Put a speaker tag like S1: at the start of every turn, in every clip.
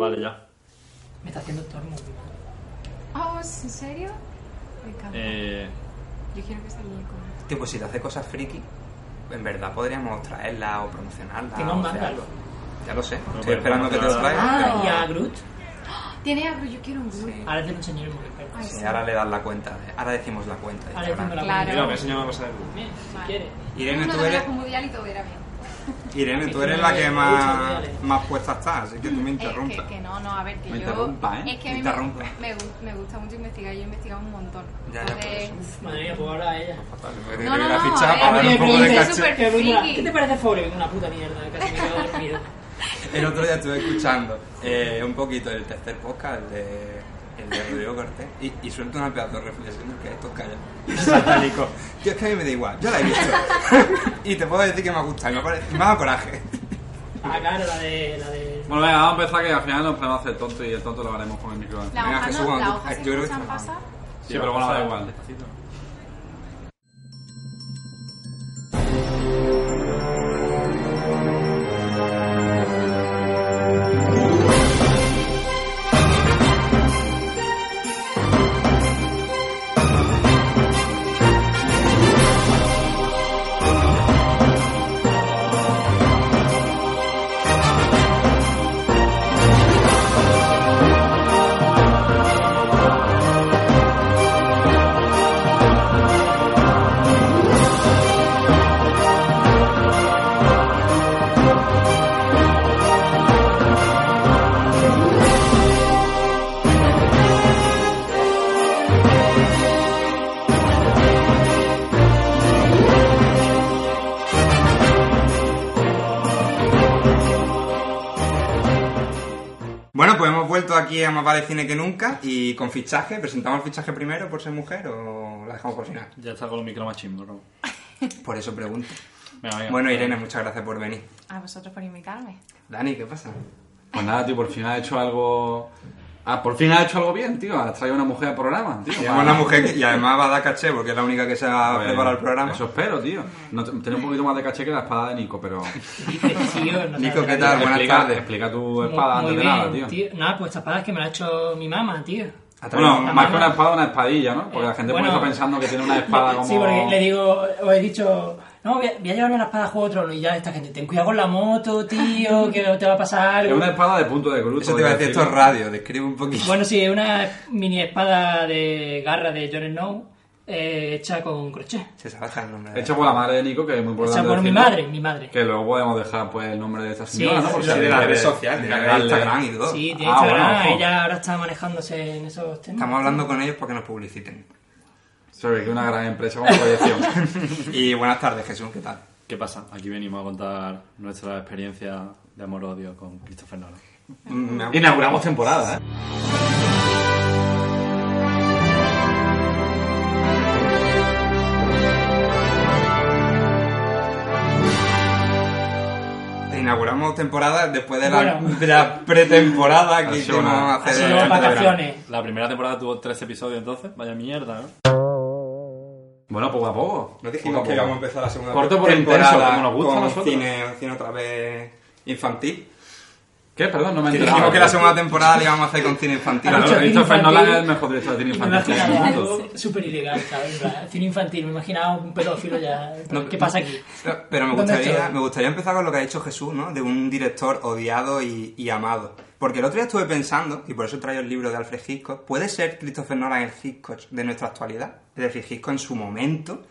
S1: Vale, ya.
S2: Me está haciendo Tormund.
S3: Oh, ¿es ¿en serio? Me encanta.
S1: Eh,
S3: Yo quiero que salga con
S4: Tipo, pues si te hace cosas friki, en verdad podríamos traerla o promocionarla.
S3: Ah,
S2: Tengo un
S4: o hacer
S2: Gandalf.
S4: algo. Ya lo sé.
S1: No, pues,
S4: Estoy
S1: pero
S4: esperando que te lo
S1: promocionarla.
S4: traigas.
S2: Ah,
S3: Oh.
S4: pero-
S2: y a Groot.
S3: Tiene algo, yo quiero un Groot.
S4: Sí.
S2: Ahora te lo enseñaré muy bien.
S3: Ay,
S4: Sí, ahora le das la cuenta. de- Ahora decimos la cuenta. de
S2: Ahora
S4: Instagram.
S2: decimos la
S3: Claro.
S1: mira, voy a enseñar una cosa de Google.
S2: Bien,
S3: Vale.
S2: si quieres.
S4: Irene,
S3: Una
S4: tú
S3: novela
S4: eres,
S3: con Woody Allen y todo era bien.
S4: Irene, tú
S2: Que
S4: eres
S2: tú
S4: la
S2: no
S4: que
S2: eres
S4: más,
S2: mucho,
S4: más puesta está, así que tú me
S3: Es que,
S4: interrumpas.
S3: que no, no, a ver, que
S4: Me
S3: yo.
S4: interrumpa, ¿eh?
S3: Es que a
S4: Me
S3: mí me,
S4: interrumpa.
S3: me gu- me gusta mucho investigar, yo he investigado un montón.
S4: Ya, ya,
S3: Entonces-
S4: por
S2: Uf, madre mía, pues ahora ella.
S4: Fatal, me
S3: No, no,
S4: la
S3: no,
S4: ficha
S3: eh,
S4: para dar
S3: me
S4: un poco
S3: parece
S4: de caché.
S3: súper-
S2: Qué buena.
S3: friki.
S2: ¿Qué te parece Forever? Una puta mierda, casi me quedo dormido.
S4: El otro día estuve escuchando eh, un poquito el tercer podcast, el de, el de Rodrigo Cortés, y, y suelto una pedazo de reflexión que estos callan. Es satánico. Yo es que a mí me da igual, yo la he visto. y te puedo decir que me gusta, me, pare- me da coraje.
S2: Ah, claro, la de. La de...
S5: Bueno, venga, vamos a empezar que al final nos podemos hacer tonto y el tonto lo haremos con el micro.
S3: La
S4: Venga,
S3: hoja
S4: Jesús,
S3: no,
S4: cuando
S3: la
S4: tú-
S3: hoja
S4: eh,
S3: se
S4: yo creo que
S3: escuchan
S4: está mal.
S3: pasar.
S5: Sí, pero bueno, da igual.
S4: Bueno, pues hemos vuelto aquí a Más Vale Cine que Nunca y con fichaje. ¿Presentamos el fichaje primero por ser mujer o la dejamos por final?
S1: Ya está con los micromachismos, bro.
S4: Por eso pregunto.
S1: Venga, venga.
S4: Bueno, Irene, muchas gracias por venir.
S3: A vosotros por invitarme.
S4: Dani, ¿qué pasa?
S5: Pues nada, tío, por fin has hecho algo. Ah, por fin has hecho algo bien, tío. Has traído una mujer al programa, tío.
S4: Tenemos una mujer que- y además va a dar caché porque es la única que se ha
S5: Pues,
S4: preparado el programa.
S5: Eso espero, tío. No, te- tiene un poquito más de caché que la espada de Nico, pero.
S2: Dice, sí, o no
S4: Nico,
S2: sé,
S4: ¿qué
S2: la-
S4: tal? Buenas
S5: explica,
S4: tardes.
S5: explica tu
S2: Muy-
S5: espada
S2: muy
S5: antes de
S2: bien,
S5: nada, tío.
S2: Nada, pues esta espada es que me la ha hecho mi mamá, tío.
S4: Ha traído
S5: Bueno,
S4: un-
S5: más que una espada, una espadilla, ¿no? Porque la
S2: Eh,
S5: gente
S2: bueno.
S5: puede estar pensando que tiene una espada como.
S2: Sí, porque le digo, os he dicho, no, voy a, voy a llevarme la espada a Juego de Tronos y ya esta gente, ten cuidado con la moto, tío, que te va a pasar
S5: Es
S2: algo.
S5: una espada de punto de cruz.
S4: Eso te iba a decir, esto es radio, describe un poquito.
S2: Bueno, sí, es una mini espada de garra de Jon Snow eh, hecha con crochet.
S4: Se sabe hasta el nombre. de-
S5: Hecha por la madre de Nico, que es muy importante.
S2: Hecha por mi
S5: decirlo,
S2: madre, mi madre.
S5: Que luego podemos dejar pues el nombre de esta señora, ¿no?
S2: sí,
S5: Por
S2: sí,
S5: si
S4: de las
S5: quiere
S4: redes sociales, de
S5: encargarle-
S4: Instagram y todo.
S2: Sí, tiene
S5: Ah, bueno,
S2: Instagram,
S5: ojo.
S2: ella ahora está manejándose en esos temas.
S4: Estamos hablando con ellos para que nos publiciten.
S5: Se ve que una gran empresa como proyección.
S4: Y buenas tardes, Jesús, ¿qué tal?
S1: ¿Qué pasa? Aquí venimos a contar nuestra experiencia de amor-odio con Christopher Nolan.
S4: Mm, me ha-
S5: Inauguramos temporada, ¿eh?
S4: Inauguramos temporada después de la,
S2: Bueno.
S4: de la pretemporada que
S5: Ha sido una-
S4: hicimos
S2: Ha
S4: hace
S2: sido
S4: antes de verano.
S2: vacaciones.
S1: La primera temporada tuvo tres episodios, entonces. Vaya mierda, ¿no?
S5: Bueno, poco a poco.
S4: No
S5: Poco
S4: dijimos
S5: a
S4: que
S5: poco.
S4: íbamos a empezar la segunda
S5: Corto por
S4: temporada
S5: intenso, como nos gusta a
S4: con
S5: nosotros.
S4: Cine, cine otra vez infantil.
S5: ¿Qué? Perdón, no me he
S4: Que
S5: enterado.
S4: dijimos que la segunda temporada la íbamos a hacer con cine infantil.
S2: Claro.
S5: Claro,
S2: Cine
S5: Christopher
S2: infantil.
S5: Nolan es el mejor director de cine
S2: Me
S5: infantil del
S2: imaginaba
S5: mundo.
S2: algo súper ilegal, ¿sabes? En plan, Cine infantil, me imaginaba un pedófilo ya.
S4: No,
S2: ¿Qué pasa aquí?
S4: Pero- Pero me
S2: ¿Dónde
S4: gustaría,
S2: estoy?
S4: me gustaría empezar con lo que ha dicho Jesús, ¿no? De un director odiado y, y amado. Porque el otro día estuve pensando, y por eso traigo el libro de Alfred Hitchcock, ¿puede ser Christopher Nolan el Hitchcock de nuestra actualidad? Es decir, Hitchcock en su momento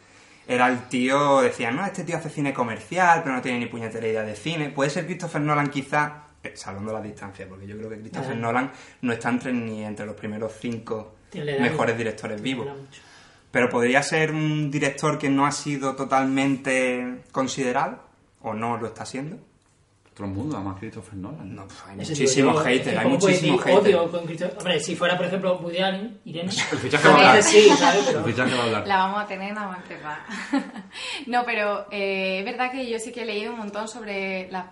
S4: era el tío, decían, no, este tío hace cine comercial, pero no tiene ni puñetera idea de cine. ¿Puede ser Christopher Nolan quizá, eh, salvando la distancia, porque yo creo que Christopher
S2: Ajá.
S4: Nolan no está entre, ni entre los primeros cinco
S2: Tiene la edad.
S4: mejores directores vivos?
S2: Me mola mucho.
S4: Pero podría ser un director que no ha sido totalmente considerado o no lo está siendo.
S5: Otro mundo, además Christopher Nolan.
S4: No, pues hay
S2: Eso
S4: muchísimos
S2: digo yo,
S4: haters,
S2: es
S4: hay
S2: como puedes
S4: muchísimos
S2: decir,
S4: haters.
S2: odio con Cristo- Hombre, si fuera, por ejemplo, Woody Allen, Irene.
S5: El fichaje va a hablar.
S2: Entonces sí, ¿sabes?
S5: El
S2: Pero-
S5: fichaje va a hablar.
S3: La vamos a tener nada más preparada. no, pero eh, es verdad que yo sí que he leído un montón sobre la-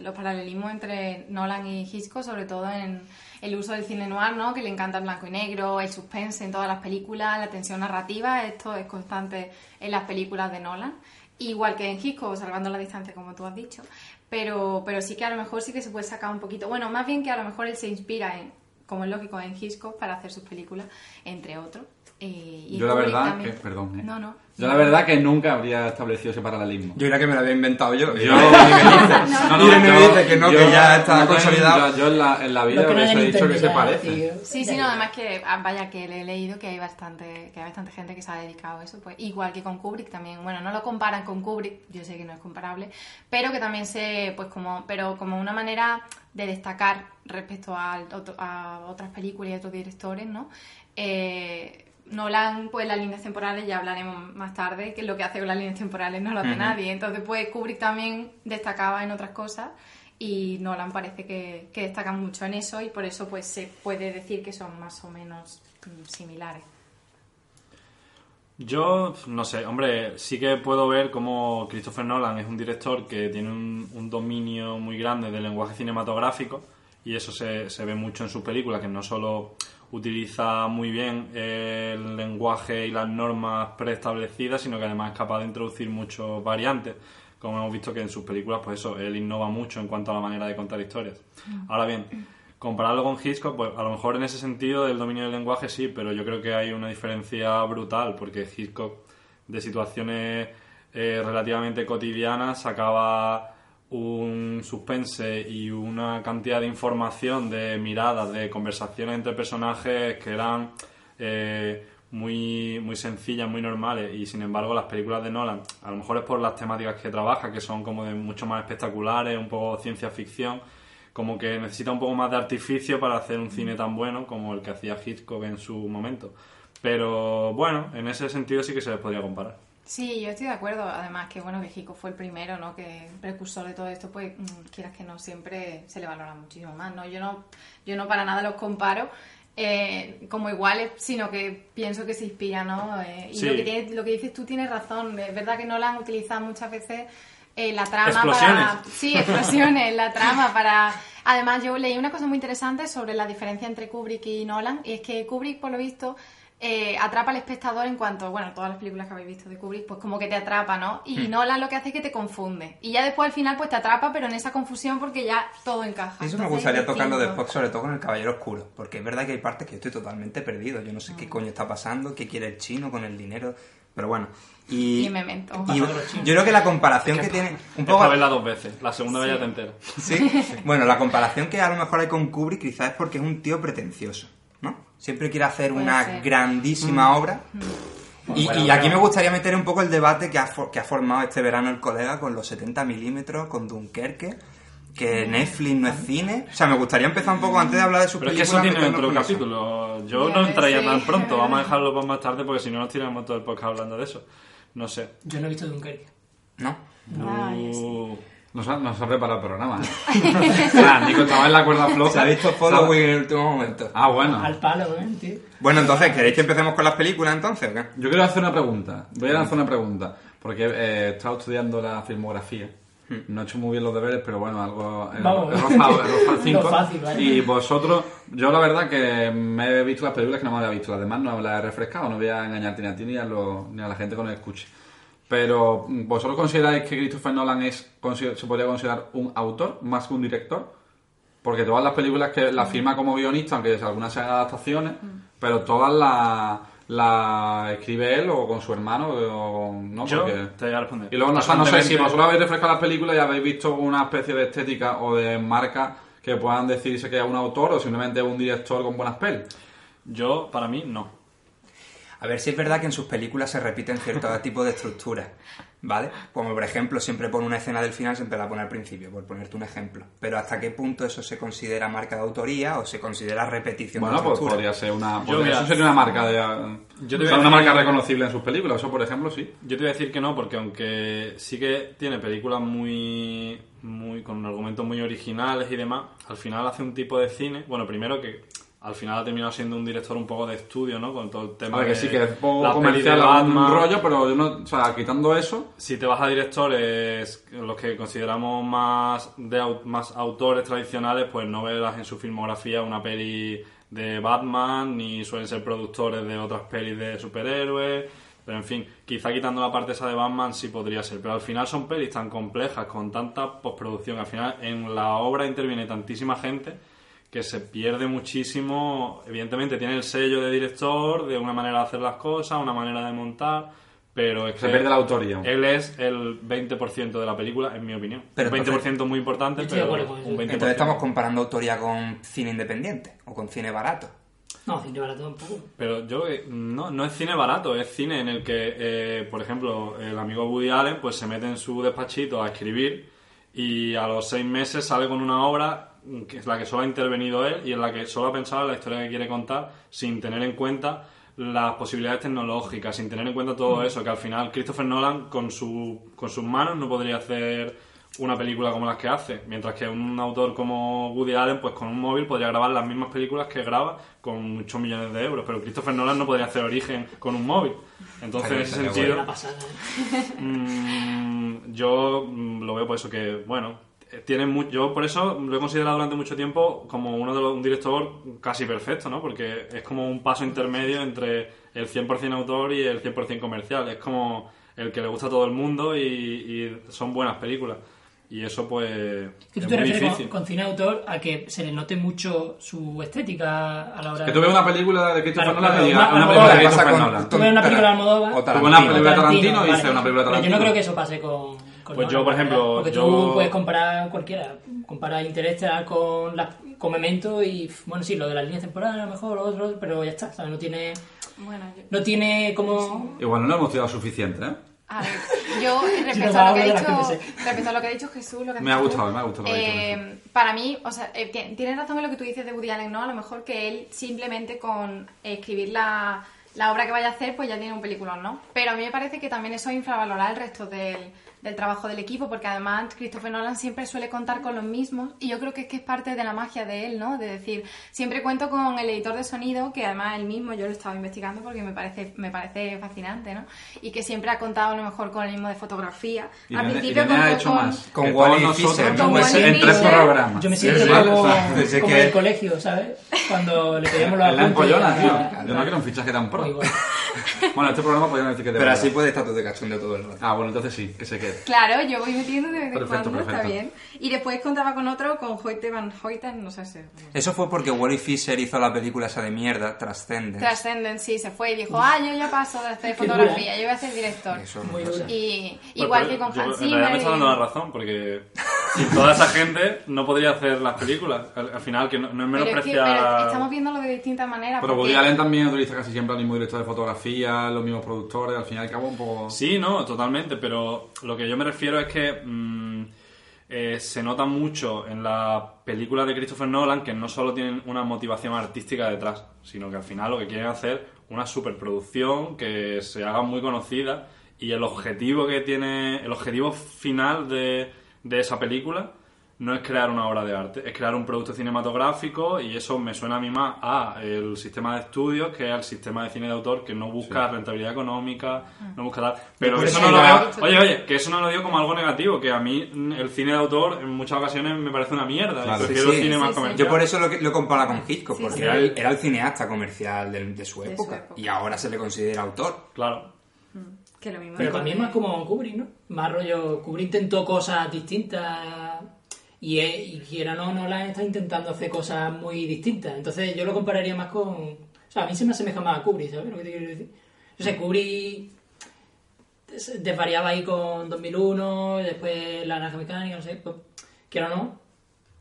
S3: los paralelismos entre Nolan y Hitchcock, sobre todo en el uso del cine noir, ¿no? Que le encanta el blanco y negro, el suspense en todas las películas, la tensión narrativa, esto es constante en las películas de Nolan. Igual que en Hitchcock, salvando la distancia, como tú has dicho. Pero, pero sí que a lo mejor sí que se puede sacar un poquito. Bueno, más bien que a lo mejor él se inspira, en, como es lógico, en Hitchcock para hacer sus películas, entre otros. Eh, y
S5: Yo la
S3: Kubrick
S5: verdad que,
S3: también.
S5: perdón, eh.
S3: No, no.
S5: Yo la verdad que nunca habría establecido ese paralelismo.
S4: Yo era que me lo había inventado yo.
S5: Yo,
S4: no, Irene me dice que no, que ya está consolidado.
S5: Yo, yo en, la, en la vida
S2: Lo que no
S5: hubiese
S2: hayan
S5: dicho que se
S2: entendido,
S5: parece.
S2: tío.
S3: Sí, sí, no, además que, ah, vaya, que le he leído que hay bastante, que hay bastante gente que se ha dedicado a eso, pues igual que con Kubrick también, bueno, no lo comparan con Kubrick, yo sé que no es comparable, pero que también se, pues como, pero como una manera de destacar respecto al otro- a, otras películas y otros directores, ¿no? Eh, Nolan, pues las líneas temporales, ya hablaremos más tarde, que lo que hace con las líneas temporales no lo hace
S4: Ujú.
S3: nadie, entonces pues Kubrick también destacaba en otras cosas y Nolan parece que, que destaca mucho en eso y por eso pues se puede decir que son más o menos mm, similares.
S1: Yo, no sé, hombre, sí que puedo ver cómo Christopher Nolan es un director que tiene un, un dominio muy grande del lenguaje cinematográfico y eso se, se ve mucho en sus películas, que no solo utiliza muy bien eh, el lenguaje y las normas preestablecidas, sino que además es capaz de introducir muchos variantes. Como hemos visto que en sus películas, pues eso, él innova mucho en cuanto a la manera de contar historias. Ahora bien, compararlo con Hitchcock, pues a lo mejor en ese sentido del dominio del lenguaje sí, pero yo creo que hay una diferencia brutal, porque Hitchcock de situaciones eh, relativamente cotidianas sacaba un suspense y una cantidad de información, de miradas, de conversaciones entre personajes que eran eh, muy, muy sencillas, muy normales. Y sin embargo, las películas de Nolan, a lo mejor es por las temáticas que trabaja, que son como de mucho más espectaculares, un poco ciencia ficción, como que necesita un poco más de artificio para hacer un cine tan bueno como el que hacía Hitchcock en su momento. Pero bueno, en ese sentido sí que se les podría comparar.
S3: Sí, yo estoy de acuerdo. Además que bueno que Hitchcock fue el primero, ¿no? Que precursor de todo esto, pues mm, quieras que no siempre se le valora muchísimo más, ¿no? Yo no, yo no para nada los comparo eh, como iguales, sino que pienso que se inspira, ¿no? Eh, y
S1: Sí.
S3: lo que tiene- lo que dices tú tienes razón. Es verdad que no la han utilizado muchas veces eh, la trama para
S1: Explosiones.
S3: Sí, explosiones, la trama para... Además, yo leí una cosa muy interesante sobre la diferencia entre Kubrick y Nolan, y es que Kubrick, por lo visto, eh, atrapa al espectador en cuanto, bueno, todas las películas que habéis visto de Kubrick, pues como que te atrapa, ¿no? Y
S5: Hmm.
S3: Nolan lo que hace es que te confunde. Y ya después al final, pues te atrapa, pero en esa confusión porque ya todo encaja.
S4: Eso me
S3: Entonces,
S4: gustaría
S3: es
S4: tocarlo
S3: distinto.
S4: después, sobre todo con el Caballero Oscuro, porque es verdad que hay partes que yo estoy totalmente perdido. Yo no sé qué coño está pasando, qué quiere el chino con el dinero, pero bueno. Y,
S3: Y Memento.
S4: y yo creo que la comparación que tiene. Un poco,
S1: Esta verla dos veces, la segunda vez ya te enteras.
S4: Sí. Bueno, la comparación que a lo mejor hay con Kubrick quizás es porque es un tío pretencioso, ¿no? Siempre quiere hacer
S3: Puede
S4: una
S3: ser. Mm.
S4: grandísima obra. Y,
S2: Bueno,
S4: y aquí
S2: pero-
S4: me gustaría meter un poco el debate que ha, for- que ha formado este verano el colega con los 70 milímetros, con Dunkerque, que
S3: Mm.
S4: Netflix no es cine. O sea, me gustaría empezar un poco antes de hablar de su
S1: Pero es que eso tiene
S4: meternos
S1: dentro del
S4: con eso.
S1: capítulo. Yo
S3: Ya
S1: no
S3: ves,
S1: entraría
S3: sí.
S1: tan pronto, vamos a dejarlo para más tarde porque si no nos tiramos todo el podcast hablando de eso. No sé.
S2: Yo no he visto Dunkerque.
S4: ¿No?
S3: Ay, sí.
S1: Uh,
S5: Nos ha, nos ha preparado el programa. ¿eh? Ah, Nico estaba en la cuerda floja.
S4: Se ha visto Following en el último momento.
S5: Ah, bueno.
S2: Al palo, ¿eh, tío?
S4: Bueno, entonces, ¿queréis que empecemos con las películas entonces o qué?
S5: Yo quiero hacer una pregunta. Voy a lanzar una pregunta. Porque eh, he estado estudiando la filmografía. No he hecho muy bien los deberes, pero bueno, algo. eh,
S2: Hmm. Vamos.
S5: He rozado, he rozado el
S2: Lo
S5: cinco.
S2: fácil, vale.
S5: Y vosotros, yo la verdad que me he visto las películas que no me había visto. Las demás no las he refrescado. No voy a engañarte ni a ti ni a, los- ni a la gente que nos escuche. Pero, mm, ¿vosotros consideráis que Christopher Nolan es, consider- se podría considerar un autor más que un director? Porque todas las películas que la firma como guionista, aunque algunas sean adaptaciones, pero todas las las escribe él o con su hermano, o con- ¿no?
S1: yo
S5: Porque-
S1: te voy a responder.
S5: Y luego no, sé- no sé si
S1: Constantemente-
S5: vosotros habéis refrescado las películas y habéis visto una especie de estética o de marca que puedan decirse que es un autor o simplemente un director con buenas pelis.
S1: Yo, para mí, no.
S4: A ver si es verdad que en sus películas se repiten ciertos tipos de estructuras, ¿vale? Como por ejemplo, siempre pone una escena del final, siempre la pone al principio, por ponerte un ejemplo. Pero ¿hasta qué punto eso se considera marca de autoría o se considera repetición de
S5: Bueno, pues
S4: estructura?
S5: podría ser una... podría-
S1: mira,
S5: eso sería una marca de...
S1: yo te
S5: o
S1: voy
S5: sea,
S1: a
S5: una
S1: decir-
S5: marca reconocible en sus películas, eso por ejemplo sí.
S1: Yo te voy a decir que no, porque aunque sí que tiene películas muy, muy con argumentos muy originales y demás, al final hace un tipo de cine. Bueno, primero que al final ha terminado siendo un director un poco de estudio, ¿no? Con todo el tema
S5: A ver,
S1: de
S5: que sí que es poco
S1: las pelis Eh, de
S5: comercial un
S1: Batman.
S5: rollo, pero yo no... O sea, quitando eso...
S1: Si te vas a directores, los que consideramos más, de, au- más autores tradicionales, pues no verás en su filmografía una peli de Batman, ni suelen ser productores de otras pelis de superhéroes. Pero en fin, quizá quitando la parte esa de Batman sí podría ser. Pero al final son pelis tan complejas, con tanta postproducción. Al final en la obra interviene tantísima gente que se pierde muchísimo. Evidentemente tiene el sello de director, de una manera de hacer las cosas, una manera de montar. Pero es que
S5: Se pierde la autoría.
S1: Él es el 20% de la película, en mi opinión.
S4: Pero
S1: un 20% muy importante,
S2: Estoy de
S1: pero
S2: acuerdo con eso.
S1: un 20%.
S4: Entonces estamos comparando autoría con cine independiente o con cine barato.
S2: No, cine barato tampoco.
S1: Pero yo creo que no, no es cine barato, es cine en el que, eh, por ejemplo, el amigo Woody Allen pues se mete en su despachito a escribir y a los seis meses sale con una obra que es la que solo ha intervenido él y en la que solo ha pensado en la historia que quiere contar sin tener en cuenta las posibilidades tecnológicas, sin tener en cuenta todo eso, que al final Christopher Nolan con, su, con sus manos no podría hacer una película como las que hace, mientras que un autor como Woody Allen, pues con un móvil podría grabar las mismas películas que graba con muchos millones de euros, pero Christopher Nolan no podría hacer Origen con un móvil. Entonces, en ese
S4: Estaría
S1: sentido,
S2: Una pasada. ¿eh?
S1: Mm, yo mm, lo veo por eso que, bueno, eh, tiene mu- yo por eso lo he considerado durante mucho tiempo como uno de los, un director casi perfecto, ¿no? Porque es como un paso intermedio entre el 100% autor y el 100% comercial. Es como el que le gusta a todo el mundo y, y son buenas películas. Y eso, pues,
S2: Que tú
S1: es muy
S2: te refieres con,
S1: difícil.
S2: con cine autor a que se le note mucho su estética a la hora
S5: Que tú veas una película de Christopher
S2: Claro,
S5: Nolan
S2: claro,
S5: y digas,
S2: una-
S5: una
S2: una
S5: película de
S2: película
S5: Christopher
S4: con-
S5: Nolan.
S2: Tú ves una película de Almodóvar.
S4: O
S5: Tú ves una película de
S2: Tarantino,
S5: Tarantino y
S2: vale.
S5: dices una película de
S2: Pero
S5: Tarantino.
S2: Yo no creo que eso pase con. con
S1: Pues
S2: Nolan,
S1: yo, por ejemplo,
S2: Porque
S1: yo-
S2: tú puedes comparar cualquiera. Comparar Interestelar con, la, con Memento y. pff, Bueno, sí, lo de las líneas temporales a lo mejor, lo otro, pero ya está. ¿sabes? No tiene.
S3: Bueno, yo-
S2: No tiene como.
S5: Igual no lo hemos estudiado suficiente, ¿eh?
S3: A ver, yo
S2: Yo
S3: respecto a, lo que
S2: hablo
S3: ha
S2: de la
S3: dicho,
S2: CNC.
S3: respecto a lo que ha dicho Jesús, lo que ha
S5: Me ha
S3: dicho
S5: gustado,
S3: tú,
S5: me ha gustado lo que ha dicho
S3: eh, Para mí, o sea, eh, ti- tienes razón en lo que tú dices de Woody Allen, ¿no? A lo mejor que él simplemente con escribir la, la obra que vaya a hacer, pues ya tiene un peliculón, ¿no? Pero a mí me parece que también eso infravalora el resto del, del trabajo del equipo, porque además Christopher Nolan siempre suele contar con los mismos, y yo creo que es que es parte de la magia de él, ¿no? De decir, siempre cuento con el editor de sonido, que además él mismo, yo lo estaba investigando porque me parece, me parece fascinante, ¿no? Y que siempre ha contado a lo mejor con el mismo de fotografía. Al
S5: Irene,
S3: principio
S5: Irene ha
S3: contó
S5: hecho
S3: con-
S5: más.
S4: con
S5: que
S4: Wally
S5: Eh, todos
S4: y Fisher,
S5: nosotros
S4: ¿no?
S5: en-
S3: Wally
S5: en
S3: y
S5: tres
S3: Fisher.
S5: programas.
S2: Yo me
S4: Sí,
S2: siento
S4: sí,
S2: como,
S4: sí, sí,
S2: como
S4: que-
S2: en el colegio, ¿sabes? Cuando le pedíamos los
S5: Es la
S2: apuntes y
S5: empollona,
S2: hacía-
S5: tío. Yo no quiero un fichaje tan pro.
S2: Muy bueno.
S5: Bueno, este programa podrían decir que de
S4: Pero
S5: verdad.
S4: así puede estar todo de cachondeo todo el rato.
S5: Ah, bueno, entonces sí, que se quede.
S3: Claro, yo voy metiendo de vez en
S5: Perfecto,
S3: cuando, está
S5: perfecto.
S3: bien. Y después contaba con otro, con Hoyte Van Hoyten, no sé si...
S4: Eso fue porque Wally Fisher hizo la película esa de mierda, Transcendence.
S3: Transcendent, sí, se fue y dijo, ah, yo ya paso de hacer
S2: Qué
S3: fotografía,
S2: dura.
S3: yo voy a ser director.
S4: Eso,
S2: Muy
S4: no sé.
S2: dura.
S3: Y
S1: Bueno,
S3: igual
S1: pues,
S3: que con
S1: yo-
S3: Hans
S1: En realidad me
S3: Zimmer
S1: está
S3: y-
S1: dando la razón, porque sin toda esa gente no podría hacer las películas. Al, al final, que no, no es
S3: Pero es que
S1: menospreciar...
S3: pero estamos viéndolo de distintas maneras.
S5: Pero
S3: porque-
S5: Woody Allen también utiliza casi siempre al mismo director de fotografía, los mismos productores, al fin y al cabo un poco...
S1: Sí, no, totalmente, pero lo que yo me refiero es que mm, eh, se nota mucho en las películas de Christopher Nolan que no solo tienen una motivación artística detrás, sino que al final lo que quieren hacer una superproducción que se haga muy conocida y el objetivo que tiene, el objetivo final de, de esa película no es crear una obra de arte, es crear un producto cinematográfico y eso me suena a mí más a el sistema de estudios que al sistema de cine de autor que no busca rentabilidad económica,
S2: Mm.
S1: no busca tal. Pero
S4: Por
S1: eso
S4: eso
S1: no lo
S4: la-
S1: veo, oye, oye, que eso no lo digo como algo negativo, que a mí mm, el cine de autor en muchas ocasiones me parece una mierda,
S5: Claro.
S1: y
S4: Sí,
S1: prefiero
S4: sí.
S1: el cine
S3: Sí,
S1: más
S3: sí.
S1: comercial.
S4: Yo por eso lo, que- lo comparo con Hitchcock,
S3: Sí,
S4: porque
S3: sí.
S4: Era, el, era el cineasta comercial del- de, su,
S3: su
S4: época,
S3: época.
S4: y ahora se le considera autor.
S1: Claro.
S3: Que lo mismo
S2: Pero
S3: que-
S2: también más como Kubrick, ¿no? Más rollo, Kubrick intentó cosas distintas y, eh, y quiera o no, Nolan está intentando hacer cosas muy distintas. Entonces yo lo compararía más con... O sea, a mí se me asemeja más a Kubrick, ¿sabes lo que te quiero decir? O sea, Kubrick des- desvariaba ahí con 2001, después La Naranja Mecánica, no sé, pues, quiera o no.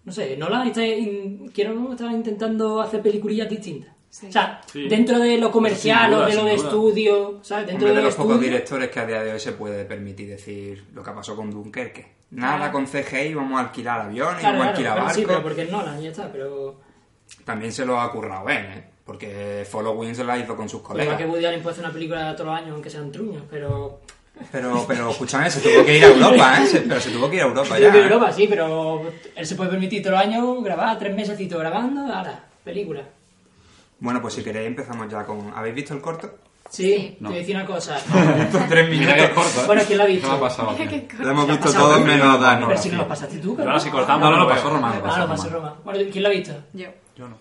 S2: No sé, Nolan está, in- quiera o no, está intentando hacer peliculillas distintas.
S3: Sí.
S2: O sea,
S1: Sí.
S2: dentro de lo comercial
S1: duda,
S2: o de lo
S1: sin
S2: de
S1: duda.
S2: estudio, ¿sabes? Dentro
S4: Hombre, de los
S2: estudio,
S4: pocos directores que a día de hoy se puede permitir decir lo que pasó con Dunkerque. Nada
S3: Claro.
S4: con CGI, vamos a alquilar aviones,
S2: Claro,
S4: vamos a
S2: claro,
S4: alquilar
S2: pero
S4: barcos.
S2: sí, pero porque es Nolan, ya está, pero...
S4: También se lo ha currado él, ¿eh? porque Following se la hizo con sus
S2: Igual
S4: colegas.
S2: que Woody Allen puede hacer una película todos los años, aunque sean truños, pero...
S4: Pero, pero escúchame, se tuvo que ir a Europa, ¿eh? Se- pero se tuvo que ir a Europa ya.
S2: Creo que
S4: ¿eh?
S2: Europa sí, pero él se puede permitir todos los años grabar tres mesecitos grabando, ahora, película.
S4: Bueno, pues si queréis empezamos ya con... ¿Habéis visto el corto?
S2: Sí, te
S5: No.
S2: voy a decir una cosa.
S4: Tres
S5: Mira que es corto, ¿eh?
S2: Bueno, ¿quién lo ha visto?
S5: Eso me ha pasado. tío.
S4: Lo hemos visto
S2: pasado
S4: todos
S2: de-
S4: menos Dan.
S2: pero si no lo pasaste tú,
S1: Pero
S2: cabrón.
S1: ahora sí cortamos.
S5: No, no,
S1: lo
S5: lo
S1: veo.
S5: pasó Román, lo
S2: Ah,
S5: pasó
S2: lo pasó
S5: Román.
S2: Roma. Bueno, ¿quién lo ha visto?
S3: Yo.
S1: Yo no.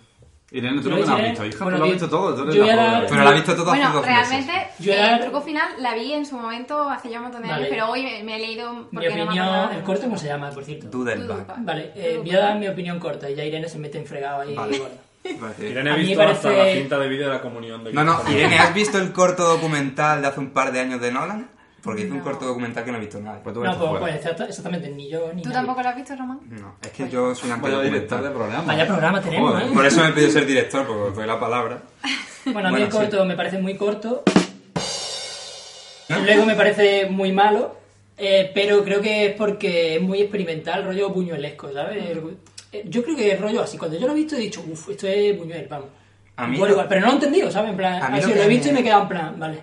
S5: Irene, tú
S2: Yo
S5: no lo has
S2: diré-
S5: visto, hija.
S2: bueno,
S5: tú lo has
S2: yo-
S5: visto todo. Tú eres
S2: yo
S5: la
S2: voy a
S5: joven.
S2: dar-
S4: Pero la has visto todo hace
S3: Bueno,
S4: dos
S3: realmente,
S4: meses.
S2: Yo
S3: eh,
S2: era-
S3: el truco final la vi en su momento hace ya un montón de
S2: Vale.
S3: años, pero hoy me, me he leído
S2: Mi
S3: porque no me
S2: opinión,
S3: acordaba.
S2: el corto, ¿cómo se llama, por cierto?
S4: Dudelbach.
S2: Vale, eh, voy a dar mi opinión corta y ya Irene se mete en fregado ahí.
S4: Vale.
S2: gorda.
S4: Vale.
S1: Irene
S2: A
S1: ha
S2: mí
S1: visto
S2: me
S1: hasta la
S2: parece-
S1: cinta de vídeo de la comunión de
S4: No, no,
S1: Cristo
S4: Irene, ¿has visto el corto documental de hace un par de años de Nolan? Porque hice un
S3: No.
S4: corto documental que no he visto nadie.
S5: Pues tú
S2: No,
S5: eres
S2: pues,
S5: fuera.
S2: pues exacta- exactamente, ni yo ni
S3: ¿Tú
S2: nadie.
S3: tampoco lo has visto, Román?
S4: No, es que yo soy un
S5: Vaya director de
S4: antidocumental.
S5: programa.
S2: Vaya programa tenemos,
S5: Joder.
S2: ¿eh?
S4: Por eso me he pedido ser director, porque fue la palabra.
S2: Bueno, a mí
S4: Bueno,
S2: el
S4: sí.
S2: corto me parece muy corto.
S4: ¿Eh?
S2: Luego me parece muy malo. eh, pero creo que es porque es muy experimental, rollo buñuelesco, ¿sabes? El- eh, Yo creo que es rollo así. Cuando yo lo he visto he dicho, uff, esto es buñuel, vamos.
S4: A mí
S2: Igual,
S4: lo-
S2: igual, Pero no lo he entendido, ¿sabes? En plan,
S4: A mí
S2: así
S4: lo que
S2: lo he visto y
S4: me-
S2: me he quedado en plan, vale.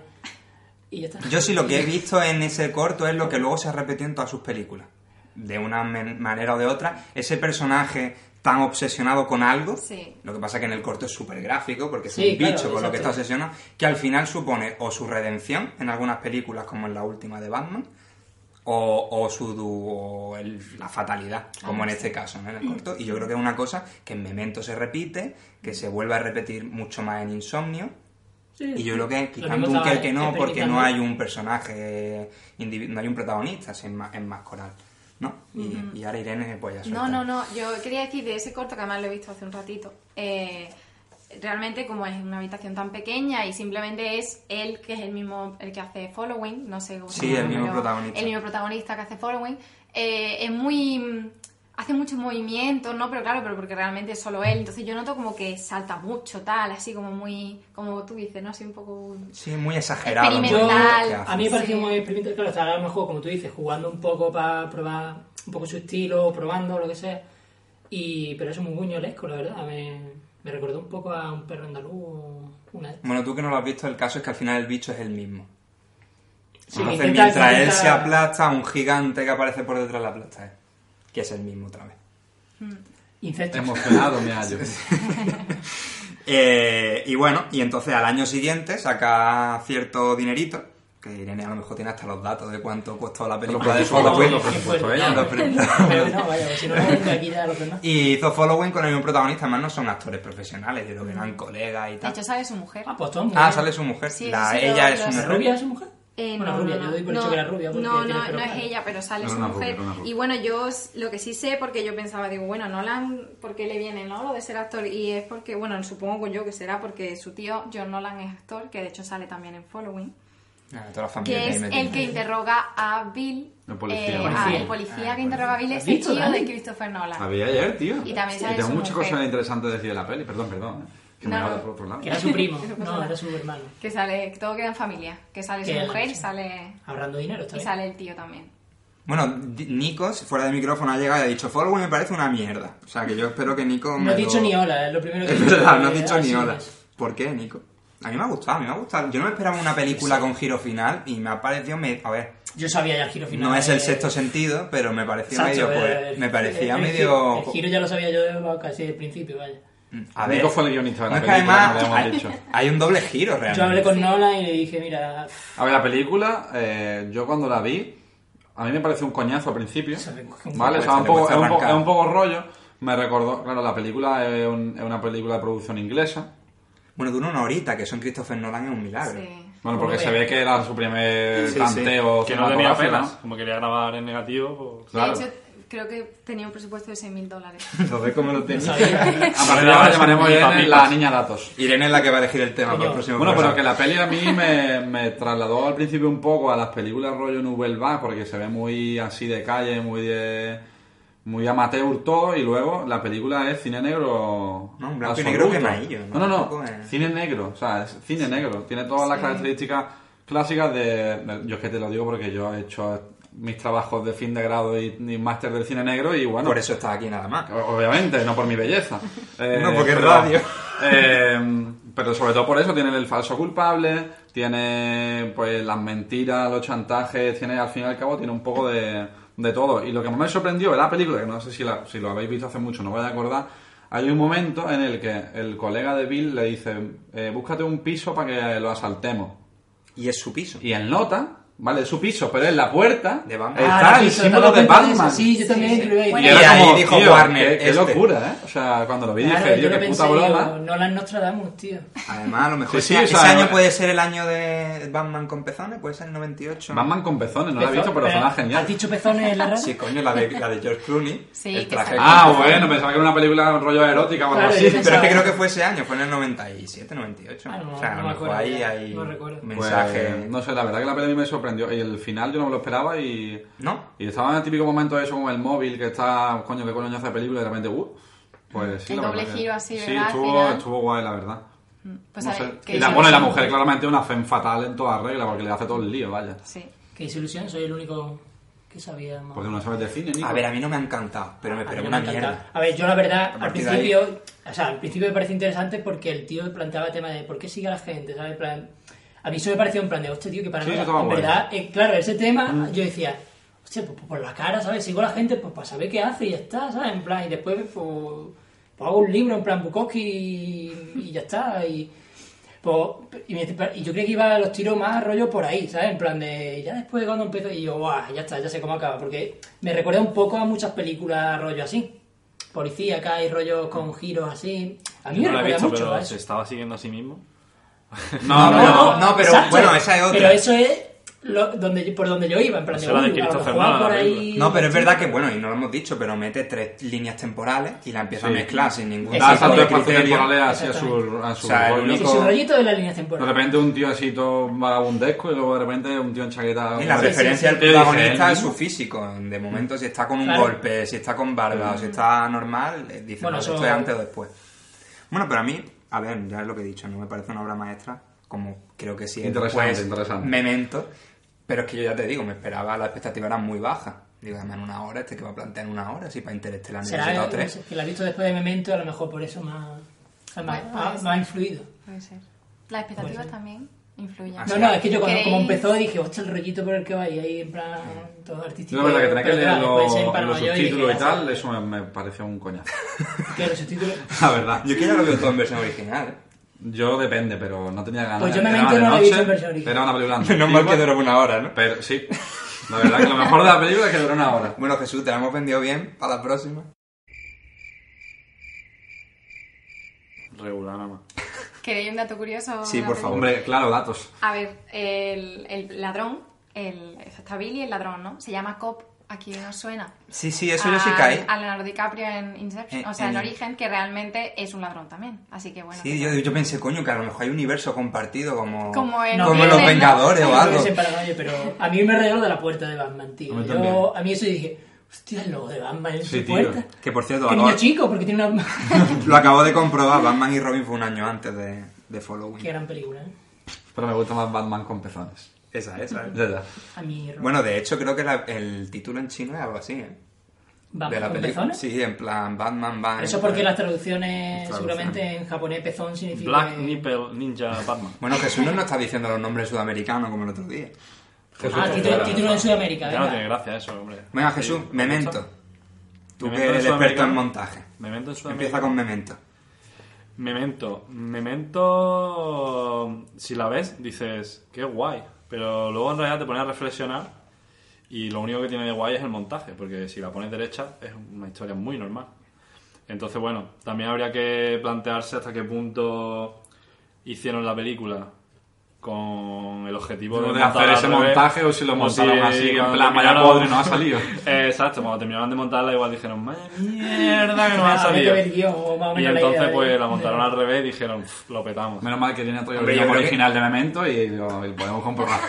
S2: Y ya está.
S4: Yo sí lo que he visto en ese corto es lo que luego se ha repetido en todas sus películas. De una men- manera o de otra, ese personaje tan obsesionado con algo,
S3: Sí.
S4: lo que pasa que en el corto es súper gráfico, porque es
S2: Sí,
S4: un
S2: claro,
S4: bicho con lo que
S2: exacto.
S4: está obsesionado, que al final supone o su redención en algunas películas, como en la última de Batman, o, o su du- o el- la fatalidad, como en este caso, ¿no? en el corto. Y yo creo que es una cosa que en Memento se repite, que se vuelve a repetir mucho más en Insomnio,
S2: Sí.
S4: y yo creo que quizá
S2: Lo
S4: en
S2: mismo estaba este
S4: Dunkerque no, porque
S2: experimentando.
S4: no hay un personaje, individu- no hay un protagonista, es más, es más coral, ¿no? Y, y ahora Irene pues ya
S3: No,
S4: suelta.
S3: no, no. Yo quería decir de ese corto, que además lo he visto hace un ratito. eh, realmente, como es una habitación tan pequeña y simplemente es él, que es el mismo, el que hace Following, no sé cómo se
S4: Sí,
S3: llama,
S4: el mismo
S3: pero
S4: protagonista.
S3: El mismo protagonista que hace Following. eh, es muy. mm, Hace muchos movimientos, ¿no? Pero claro, pero porque realmente es solo él. Entonces yo noto como que salta mucho, tal, así como muy. Como tú dices, ¿no? Así un poco.
S4: Sí, muy exagerado. ¿no?
S2: Yo-
S3: Experimental.
S4: Que
S2: a
S4: hace.
S2: mí me pareció
S3: Sí.
S2: muy experimental, claro, estaba a lo mejor, como tú dices, jugando un poco para probar un poco su estilo, probando, lo que sea. Y, pero eso es muy buñolesco, la verdad. Me, me recordó un poco a un perro andaluz. o Una de estas.
S4: Bueno, tú que no lo has visto, el caso es que al final el bicho es el mismo.
S2: Sí,
S4: Entonces,
S2: intenta-
S4: mientras él
S2: intenta-
S4: se aplasta, un gigante que aparece por detrás la aplasta, él, que es el mismo otra vez.
S2: Insectos.
S5: Emocionado me hallo.
S4: Eh, y bueno, y entonces al año siguiente saca cierto dinerito, que Irene a lo mejor tiene hasta los datos de cuánto costó la película de
S5: presupuestos,
S4: Following.
S5: los presupuestos,
S2: Qué
S5: ¿eh?
S2: fuerte.
S4: Los presupuestos.
S2: Pero no, vaya, si no, vengo aquí ya a los demás.
S4: Y hizo Following con el mismo protagonista, además no son actores profesionales, yo creo que eran colegas y
S3: Mm. De
S4: tal.
S3: hecho, sale su mujer.
S2: Ah, pues todo muy
S4: Ah,
S2: bien.
S4: sale su mujer.
S3: Sí,
S4: La-
S3: sí, sí,
S4: ella
S3: lo-
S4: es
S3: lo-
S4: una
S2: ¿Es rubia esa mujer?
S3: Eh,
S2: bueno,
S3: no,
S2: rubia,
S3: no,
S2: yo doy por
S3: no.
S2: hecho que era rubia. porque
S3: No,
S2: tiene
S3: no,
S2: pelo
S3: no es
S2: claro.
S3: ella, pero sale
S5: Era
S3: su
S5: una rubia,
S3: mujer.
S5: era una rubia.
S3: Y bueno, yo s- lo que sí sé, porque yo pensaba, digo, bueno, Nolan, ¿por qué le viene, no? Lo de ser actor. Y es porque, bueno, supongo yo que será porque su tío John Nolan es actor, que de hecho sale también en Following,
S4: Ah, toda la familia
S3: que
S4: ahí
S3: es
S4: metida.
S3: el que interroga a Bill.
S5: El policía,
S3: eh,
S5: policía.
S3: a- el policía que interroga a Bill es
S2: ¿Has
S3: el
S2: visto,
S3: tío
S2: Dani?
S3: de Christopher Nolan.
S5: La vi ayer, tío.
S3: Y también
S5: Y
S3: sale
S5: tengo
S3: su
S5: muchas
S3: mujer.
S5: cosas interesantes de decir de la peli. Perdón, perdón. eh, Que me
S3: No.
S5: hago por otro lado.
S2: Que era su primo.
S3: pasa
S2: No,
S3: nada.
S2: era su hermano.
S3: Que sale, que todo queda en familia. Que sale su
S2: Que-
S3: mujer,
S2: sí.
S3: sale.
S2: Ahorrando dinero, está
S3: Y
S2: bien.
S3: sale el tío también.
S4: Bueno, Di- Nico, si fuera de micrófono, ha llegado y ha dicho Following me parece una mierda. O sea, que yo espero que Nico...
S2: No
S4: me
S2: he
S4: lo-
S2: dicho ni hola, es lo primero que he
S4: Es verdad, no has
S2: que
S4: dicho ni
S2: así
S4: hola.
S2: es.
S4: ¿Por qué, Nico? A mí me ha gustado, a mí me ha gustado. Yo no me esperaba una película con giro final y me ha parecido... Me... A ver,
S2: Yo sabía ya el giro final.
S4: no es el
S2: eh,
S4: sexto sentido, pero me pareció
S2: Sancho,
S4: medio...
S2: eh,
S4: pues, me
S2: el-
S4: parecía
S2: el- el
S4: medio... Mm,
S2: giro- El giro ya lo sabía yo casi desde el principio, vaya.
S4: A ver,
S5: Nico fue el guionista de
S4: no
S5: la
S4: es que
S5: película,
S4: además
S5: como le
S4: hay,
S5: hemos dicho.
S4: hay un doble giro realmente.
S2: Yo hablé con Nola y le dije, mira,
S5: A ver, la película, eh, yo cuando la vi, a mí me pareció un coñazo al principio.
S2: Se me coge un
S5: ¿Vale? O sea,
S4: poco,
S5: un
S4: se le cuesta
S5: poco, es, un poco,
S4: arrancar.
S5: es un poco rollo. Me recordó, claro, la película es, un- es una película de producción inglesa.
S4: Bueno, dura una horita, que son Christopher Nolan es un milagro.
S3: Sí.
S5: Bueno, porque
S2: Hombre.
S5: se ve que era su primer
S4: Sí, sí.
S5: tanteo.
S1: Que no tenía
S5: cinematográfico,
S1: penas, como quería grabar en negativo. pues-
S5: Claro.
S3: De hecho, creo que tenía un presupuesto de 6.000 mil dólares.
S4: Entonces, ¿cómo lo tenía?
S2: sabía. Ah,
S5: ¿no? A partir de ahora
S1: Sí,
S5: llamaremos
S1: sí,
S5: Irene
S1: papitas.
S5: la niña datos.
S4: Irene es la que va a elegir el tema para el próximo
S5: Bueno, pero
S4: programa.
S5: que la peli a mí me, me trasladó al principio un poco a las películas rollo Nouvelle Vague, porque se ve muy así de calle, muy de, muy amateur todo, y luego la película es cine negro.
S4: No, un blanco y
S5: absoluto.
S4: negro quemadillo, ¿no?
S5: No, no, no,
S4: Tampoco es-
S5: cine negro, o sea, es cine negro. Tiene todas las
S3: Sí.
S5: características clásicas de, de- Yo es que te lo digo porque yo he hecho mis trabajos de fin de grado y, y máster del cine negro, y bueno.
S4: Por eso está aquí nada más.
S5: O- Obviamente, no por mi belleza. Eh,
S4: No, porque es radio.
S5: eh, pero sobre todo por eso tiene el falso culpable, tiene pues las mentiras, los chantajes, tiene al fin y al cabo tiene un poco de, de todo. Y lo que más me sorprendió de la película, que no sé si, la- si lo habéis visto hace mucho, no voy a acordar, hay un momento en el que el colega de Bill le dice, eh, búscate un piso para que lo asaltemos.
S4: Y es su piso.
S5: Y él nota, Vale, es su piso, pero en la puerta
S4: De Batman.
S2: Ah,
S5: está
S2: sí,
S5: el
S2: se
S5: símbolo
S2: daba
S5: de
S2: cuenta eso.
S5: Batman.
S2: Sí, yo también
S3: Sí, sí.
S2: lo iba a
S5: Y
S3: Bueno,
S4: Y
S5: era
S4: ahí
S5: como,
S4: dijo
S5: tío,
S4: Warner,
S5: qué, qué
S4: este.
S5: locura, ¿eh? O sea, cuando lo vi
S2: Claro,
S5: dije,
S2: yo
S5: tío,
S2: lo
S5: qué
S2: pensé,
S5: puta
S2: digo,
S5: broma.
S2: Nolan Nostradamus, tío.
S4: Además, a lo mejor
S5: Sí,
S4: ese-
S5: sí, o sea,
S4: ese año
S5: no-
S4: puede ser el año de Batman con pezones, puede ser el 98.
S5: Batman con pezones, no lo he visto, pero
S2: Pezo-
S5: suena
S2: eh, ¿Has
S5: genial.
S2: dicho pezones en la radio?
S4: Sí, coño, la de, la de George Clooney.
S3: Sí,
S4: el
S3: que
S4: traje
S3: sale.
S4: con
S5: Ah,
S4: pezones.
S5: bueno, pensaba que era una película, un rollo erótica o algo
S2: Claro,
S5: así.
S2: yo
S4: Pero es que
S2: pensaba-
S4: creo que fue ese año, fue en el 97, 98.
S2: Ah, no,
S4: o sea,
S2: no
S4: a
S2: me
S4: lo mejor
S2: acuerdo
S4: ahí
S2: ya,
S4: hay
S2: no recuerdo.
S5: Pues,
S4: mensaje.
S5: no sé, la verdad que la peli a mí me sorprendió. Y el final yo no me lo esperaba y...
S4: ¿No?
S5: Y estaba en el típico momento eso con el móvil que está, coño, que coño hace película y de repente, uh, pues sí,
S3: El
S5: la
S3: doble
S5: verdad que-
S3: giro así,
S5: Sí,
S3: ¿verdad? Al
S5: estuvo,
S3: final.
S5: estuvo guay, la verdad.
S3: Pues
S5: No
S3: a ver,
S5: sé.
S3: que
S5: Y la,
S3: eso
S5: bueno, y
S3: no
S5: la
S3: es-
S5: mujer claramente es una fen fatal en toda regla porque le hace todo el lío, vaya.
S3: Sí.
S2: Qué desilusión, soy el único que sabía más.
S5: Porque Pues no sabes de cine, Nico.
S4: A ver, a mí no me ha encantado, pero me
S2: A mí
S4: esperé
S2: me
S4: una
S2: encanta.
S4: mierda.
S2: A ver, yo la verdad, al
S4: partir de ahí-
S2: principio, o sea, al principio me pareció interesante porque el tío planteaba el tema de por qué sigue a la gente, ¿sabes? En plan, a mí eso me pareció un plan de, hostia, tío, que para
S5: Sí,
S2: nada.
S5: eso estaba
S2: En
S5: guay.
S2: verdad, eh, claro, ese tema,
S4: Mm.
S2: yo decía, hostia, pues, pues por la cara, ¿sabes? Sigo a la gente, pues para saber qué hace y ya está, ¿sabes? En plan, y después, pues, pues hago un libro en plan Bukowski y, y ya está, y. Pues, y, me- y yo creía que iba a los tiros más rollo por ahí, ¿sabes? En plan de, ya después de cuando empezó, y yo, guau, ya está, ya sé cómo acaba, porque me recuerda un poco a muchas películas rollo así, policía acá y rollo con giros así. A mí
S1: Yo
S2: me
S1: no la he
S2: recuerda
S1: visto,
S2: mucho
S1: pero
S2: a
S1: se
S2: eso.
S1: estaba siguiendo a sí mismo.
S5: No, no, no.
S4: no, no, pero bueno, esa es otra.
S2: Pero eso es lo- donde, yo- por donde yo iba, en plan
S1: Esa
S2: de,
S1: es la de
S2: "Uy, a lo
S1: Christopher
S2: mejor
S1: Nolan,
S2: por
S1: la
S2: ahí...
S1: película.
S4: No, pero es verdad que, bueno, y no lo hemos dicho, pero mete tres líneas temporales y la empieza
S5: Sí.
S4: a mezclar sin ningún
S5: Da
S2: Exacto.
S4: tipo
S5: saltos
S4: de
S5: espacios temporales
S4: criterio.
S5: así a su, a su
S4: O sea, el
S5: rollo.
S4: único-
S2: Y su rollito de la línea
S5: De
S2: temporal.
S5: repente un tío así todo vagabundesco y luego de repente un tío en chaqueta.
S4: Y la
S5: Sí, sí,
S4: referencia
S5: sí.
S4: del
S5: Yo dije,
S4: protagonista
S5: ¿él
S4: es su
S5: mismo?
S4: físico. De momento, si está con un
S2: Claro.
S4: golpe, si está con barba o si está normal, eh, dice,
S2: Bueno,
S4: "No,
S2: eso-
S4: esto es antes o después. Bueno, pero a mí, a ver, ya es lo que he dicho, no me parece una obra maestra, como creo que sí es
S5: Interesante,
S4: después,
S5: interesante.
S4: Memento, pero es que yo ya te digo, me esperaba, la expectativa era muy baja. Digo, además en una hora, este que va a plantear en una hora, si para Interestelar
S2: Será
S4: necesitado
S2: no
S4: tres.
S2: sé, que la he visto después de Memento, a lo mejor por eso más, más,
S4: Ah,
S3: Bueno,
S2: más-
S3: pues-
S2: más influido.
S3: Puede ser. Las expectativas también influyen.
S4: Ah,
S2: No,
S4: sí.
S2: no, es que yo cuando
S3: ¿Queréis?
S2: como empezó dije, hostia, el rollito por el que va y ahí en plan todo artístico.
S5: Yo la verdad que tenés que
S2: Pero
S5: leer
S2: claro, después se
S5: los, los
S2: emparanoió y ¿eh? dije,
S5: subtítulos y
S2: ya
S5: tal,
S2: está.
S5: eso me, me pareció un coñazo.
S2: Que los subtítulos...
S5: La verdad.
S4: Yo que ya lo veo todo en versión original. ¿eh?
S5: Yo depende, pero no tenía ganas.
S2: Pues yo
S5: Era
S2: Memento
S5: de
S2: no lo he
S5: noche,
S2: visto en versión original.
S5: Era una película
S4: Menos mal que
S5: antigua,
S4: duró una hora, ¿no?
S5: Pero sí, la verdad que lo mejor de la película es que duró una hora.
S4: Bueno, Jesús, te la hemos vendido bien para la próxima.
S1: Regular nada más.
S3: ¿Queréis un dato curioso?
S4: Sí,
S3: de la película?
S4: por favor.
S5: Hombre, claro, datos.
S3: A ver, el, el ladrón, el, está Billy el ladrón, ¿no? Se llama Cop, aquí nos suena.
S4: Sí, sí, eso yo sí
S3: A-
S4: caí.
S3: A Leonardo DiCaprio en Inception,
S4: En-
S3: o sea, en,
S4: en-
S3: Origen, que realmente es un ladrón también. Así que bueno.
S4: Sí, yo, yo pensé, coño, que a lo mejor hay universo compartido como,
S3: Como en
S4: como
S3: Los
S4: los
S3: Vengadores,
S4: Vengadores
S2: Yo creo que
S4: o algo.
S2: se emparanoió, pero a mí me regaló de la puerta de Batman, tío.
S5: A mí también.
S2: yo, a mí eso dije, hostia, el logo de Batman en
S5: Sí,
S2: su
S5: tío.
S2: puerta.
S4: Que por cierto,
S2: Que
S4: acabo-
S2: niño chico, porque tiene una...
S4: lo acabo de comprobar, Batman y Robin fue un año antes de, de
S2: Qué
S4: Following.
S2: gran película, ¿eh?
S5: Pero me gusta más Batman con pezones.
S4: Esa, esa.
S5: Ya, ya.
S2: A mí... Robin-
S4: Bueno, de hecho creo que la- el título en chino es algo así, ¿eh?
S2: Batman
S4: de la
S2: con
S4: película.
S2: pezones.
S4: Sí, en plan Batman, Batman.
S2: Eso porque las traducciones,
S4: Traducción.
S2: seguramente en japonés pezón significa...
S1: Black
S2: que-
S1: Nipple Ninja Batman.
S4: Bueno, Jesús no nos está diciendo los nombres sudamericanos como el otro día.
S2: Ah, título, título en Sudamérica,
S1: Ya no tiene
S2: ¿verdad?
S1: gracia eso, hombre.
S4: Venga, Jesús,
S1: Sí,
S4: Memento. Tú que
S1: Memento
S4: eres el experto en
S1: sudamericano.
S4: montaje.
S1: Memento en Sudamérica.
S4: Empieza con Memento.
S1: Memento. Memento, si la ves, dices, qué guay. Pero luego en realidad te pones a reflexionar y lo único que tiene de guay es el montaje, porque si la pones derecha es una historia muy normal. Entonces, bueno, también habría que plantearse hasta qué punto hicieron la película con el objetivo
S5: De
S1: de,
S5: hacer
S1: montar al
S5: ese
S1: revés,
S5: montaje o si lo montaron así, en
S1: cuando
S5: plan, vaya
S1: terminaron-
S5: podre, no ha salido.
S1: Eh, exacto, cuando terminaron de montarla igual dijeron, "Madre mierda que no ha
S2: Ah, vete a
S1: salido.
S2: ver el guión, o más o
S1: Y
S2: menos la
S1: entonces
S2: idea de-
S1: pues la montaron al revés y dijeron, "Pff, lo petamos.
S5: Menos mal que tiene traído el
S4: Hombre, yo
S5: guion
S4: creo que-
S5: original de Memento y lo, y lo podemos comprobar.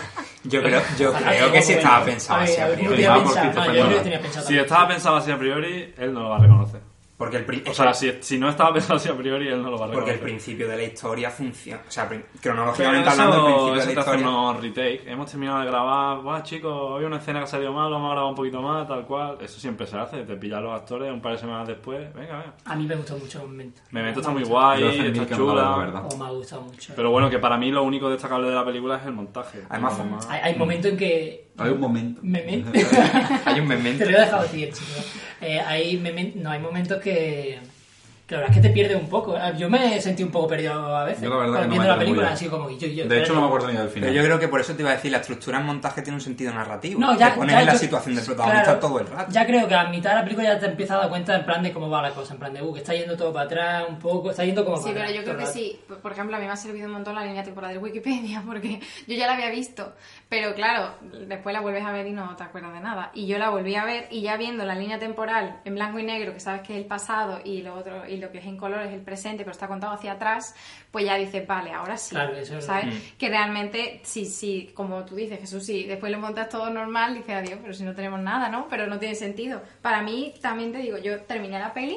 S4: Yo creo, yo
S2: Ojalá
S4: creo que sí
S2: sea
S4: estaba
S2: bueno.
S4: pensado
S2: A ver,
S4: así.
S2: a
S4: a
S2: ver, yo
S4: priori.
S2: tenía
S5: Pensaba por
S2: pensado.
S5: Christopher
S2: No, yo creo que
S5: Nolan.
S2: tenía pensado.
S1: Si
S2: también.
S1: estaba pensado así a priori, él no lo va a reconocer.
S4: Porque el, pri-
S1: O sea, si, si no estaba pensado así a priori, él no lo va a
S4: Porque
S1: reconocer.
S4: el principio de la historia funciona. O sea, pri-
S1: Pero
S4: cronológicamente hablando, el
S1: eso, eso
S4: principio de
S1: te
S4: la
S1: hace
S4: historia.
S1: unos retake. Hemos terminado de grabar, guau chicos, hoy una escena que ha salido mal, vamos a grabar un poquito más, tal cual. Eso siempre se hace, te pillan los actores un par de semanas después. Venga, venga.
S2: A mí me gustó mucho Memento.
S1: Memento está
S2: Me
S1: muy
S2: gustó.
S5: Yo hace
S1: guay,
S5: mil
S1: está
S5: que no la veo, la
S1: chula.
S5: verdad.
S2: O me ha gustado mucho.
S1: Pero bueno, que para mí lo único destacable de la película es el montaje.
S4: Además,
S1: Lo demás-
S2: Hay, hay momentos en que.
S5: Hay un momento.
S2: Memento.
S4: Hay un
S2: Te
S4: memento.
S2: lo he dejado decir, chico. Eh, hay memen- No, hay momentos que. Que la verdad es que te pierdes un poco. Ah, Yo me sentí un poco perdido a veces.
S5: Yo la verdad que no
S2: viendo
S5: me
S2: la
S5: acuerdo muy
S2: película,
S5: bien.
S2: así como y yo, y yo,
S5: De hecho,
S2: espérate.
S5: no me acuerdo ni del
S4: Pero
S5: final.
S4: yo creo que por eso te iba a decir, la estructura en montaje tiene un sentido narrativo.
S2: No, ya,
S4: te pones
S2: ya
S4: en la
S2: yo-
S4: situación del protagonista
S2: claro,
S4: todo el rato.
S2: Ya creo que a mitad de la película ya te empiezas a dar cuenta en plan de cómo va la cosa, en plan de, uh, que está yendo todo para atrás un poco, está yendo como
S3: Sí,
S2: para
S3: pero
S2: atrás
S3: yo
S2: todo
S3: creo que
S2: el rato.
S3: sí. Por por ejemplo, a mí me ha servido un montón la línea temporal de Wikipedia porque yo ya la había visto. Pero claro, después la vuelves a ver y no te acuerdas de nada. Y yo la volví a ver y ya viendo la línea temporal en blanco y negro, que sabes que es el pasado y lo otro y lo que es en color es el presente, pero está contado hacia atrás, pues ya dices, vale, ahora sí.
S2: Claro, eso es-
S3: ¿Sabes? Que realmente, sí, sí, como tú dices, Jesús, sí. Después lo montas todo normal, dices, adiós, pero si no tenemos nada, ¿no? Pero no tiene sentido. Para mí, también te digo, yo terminé la peli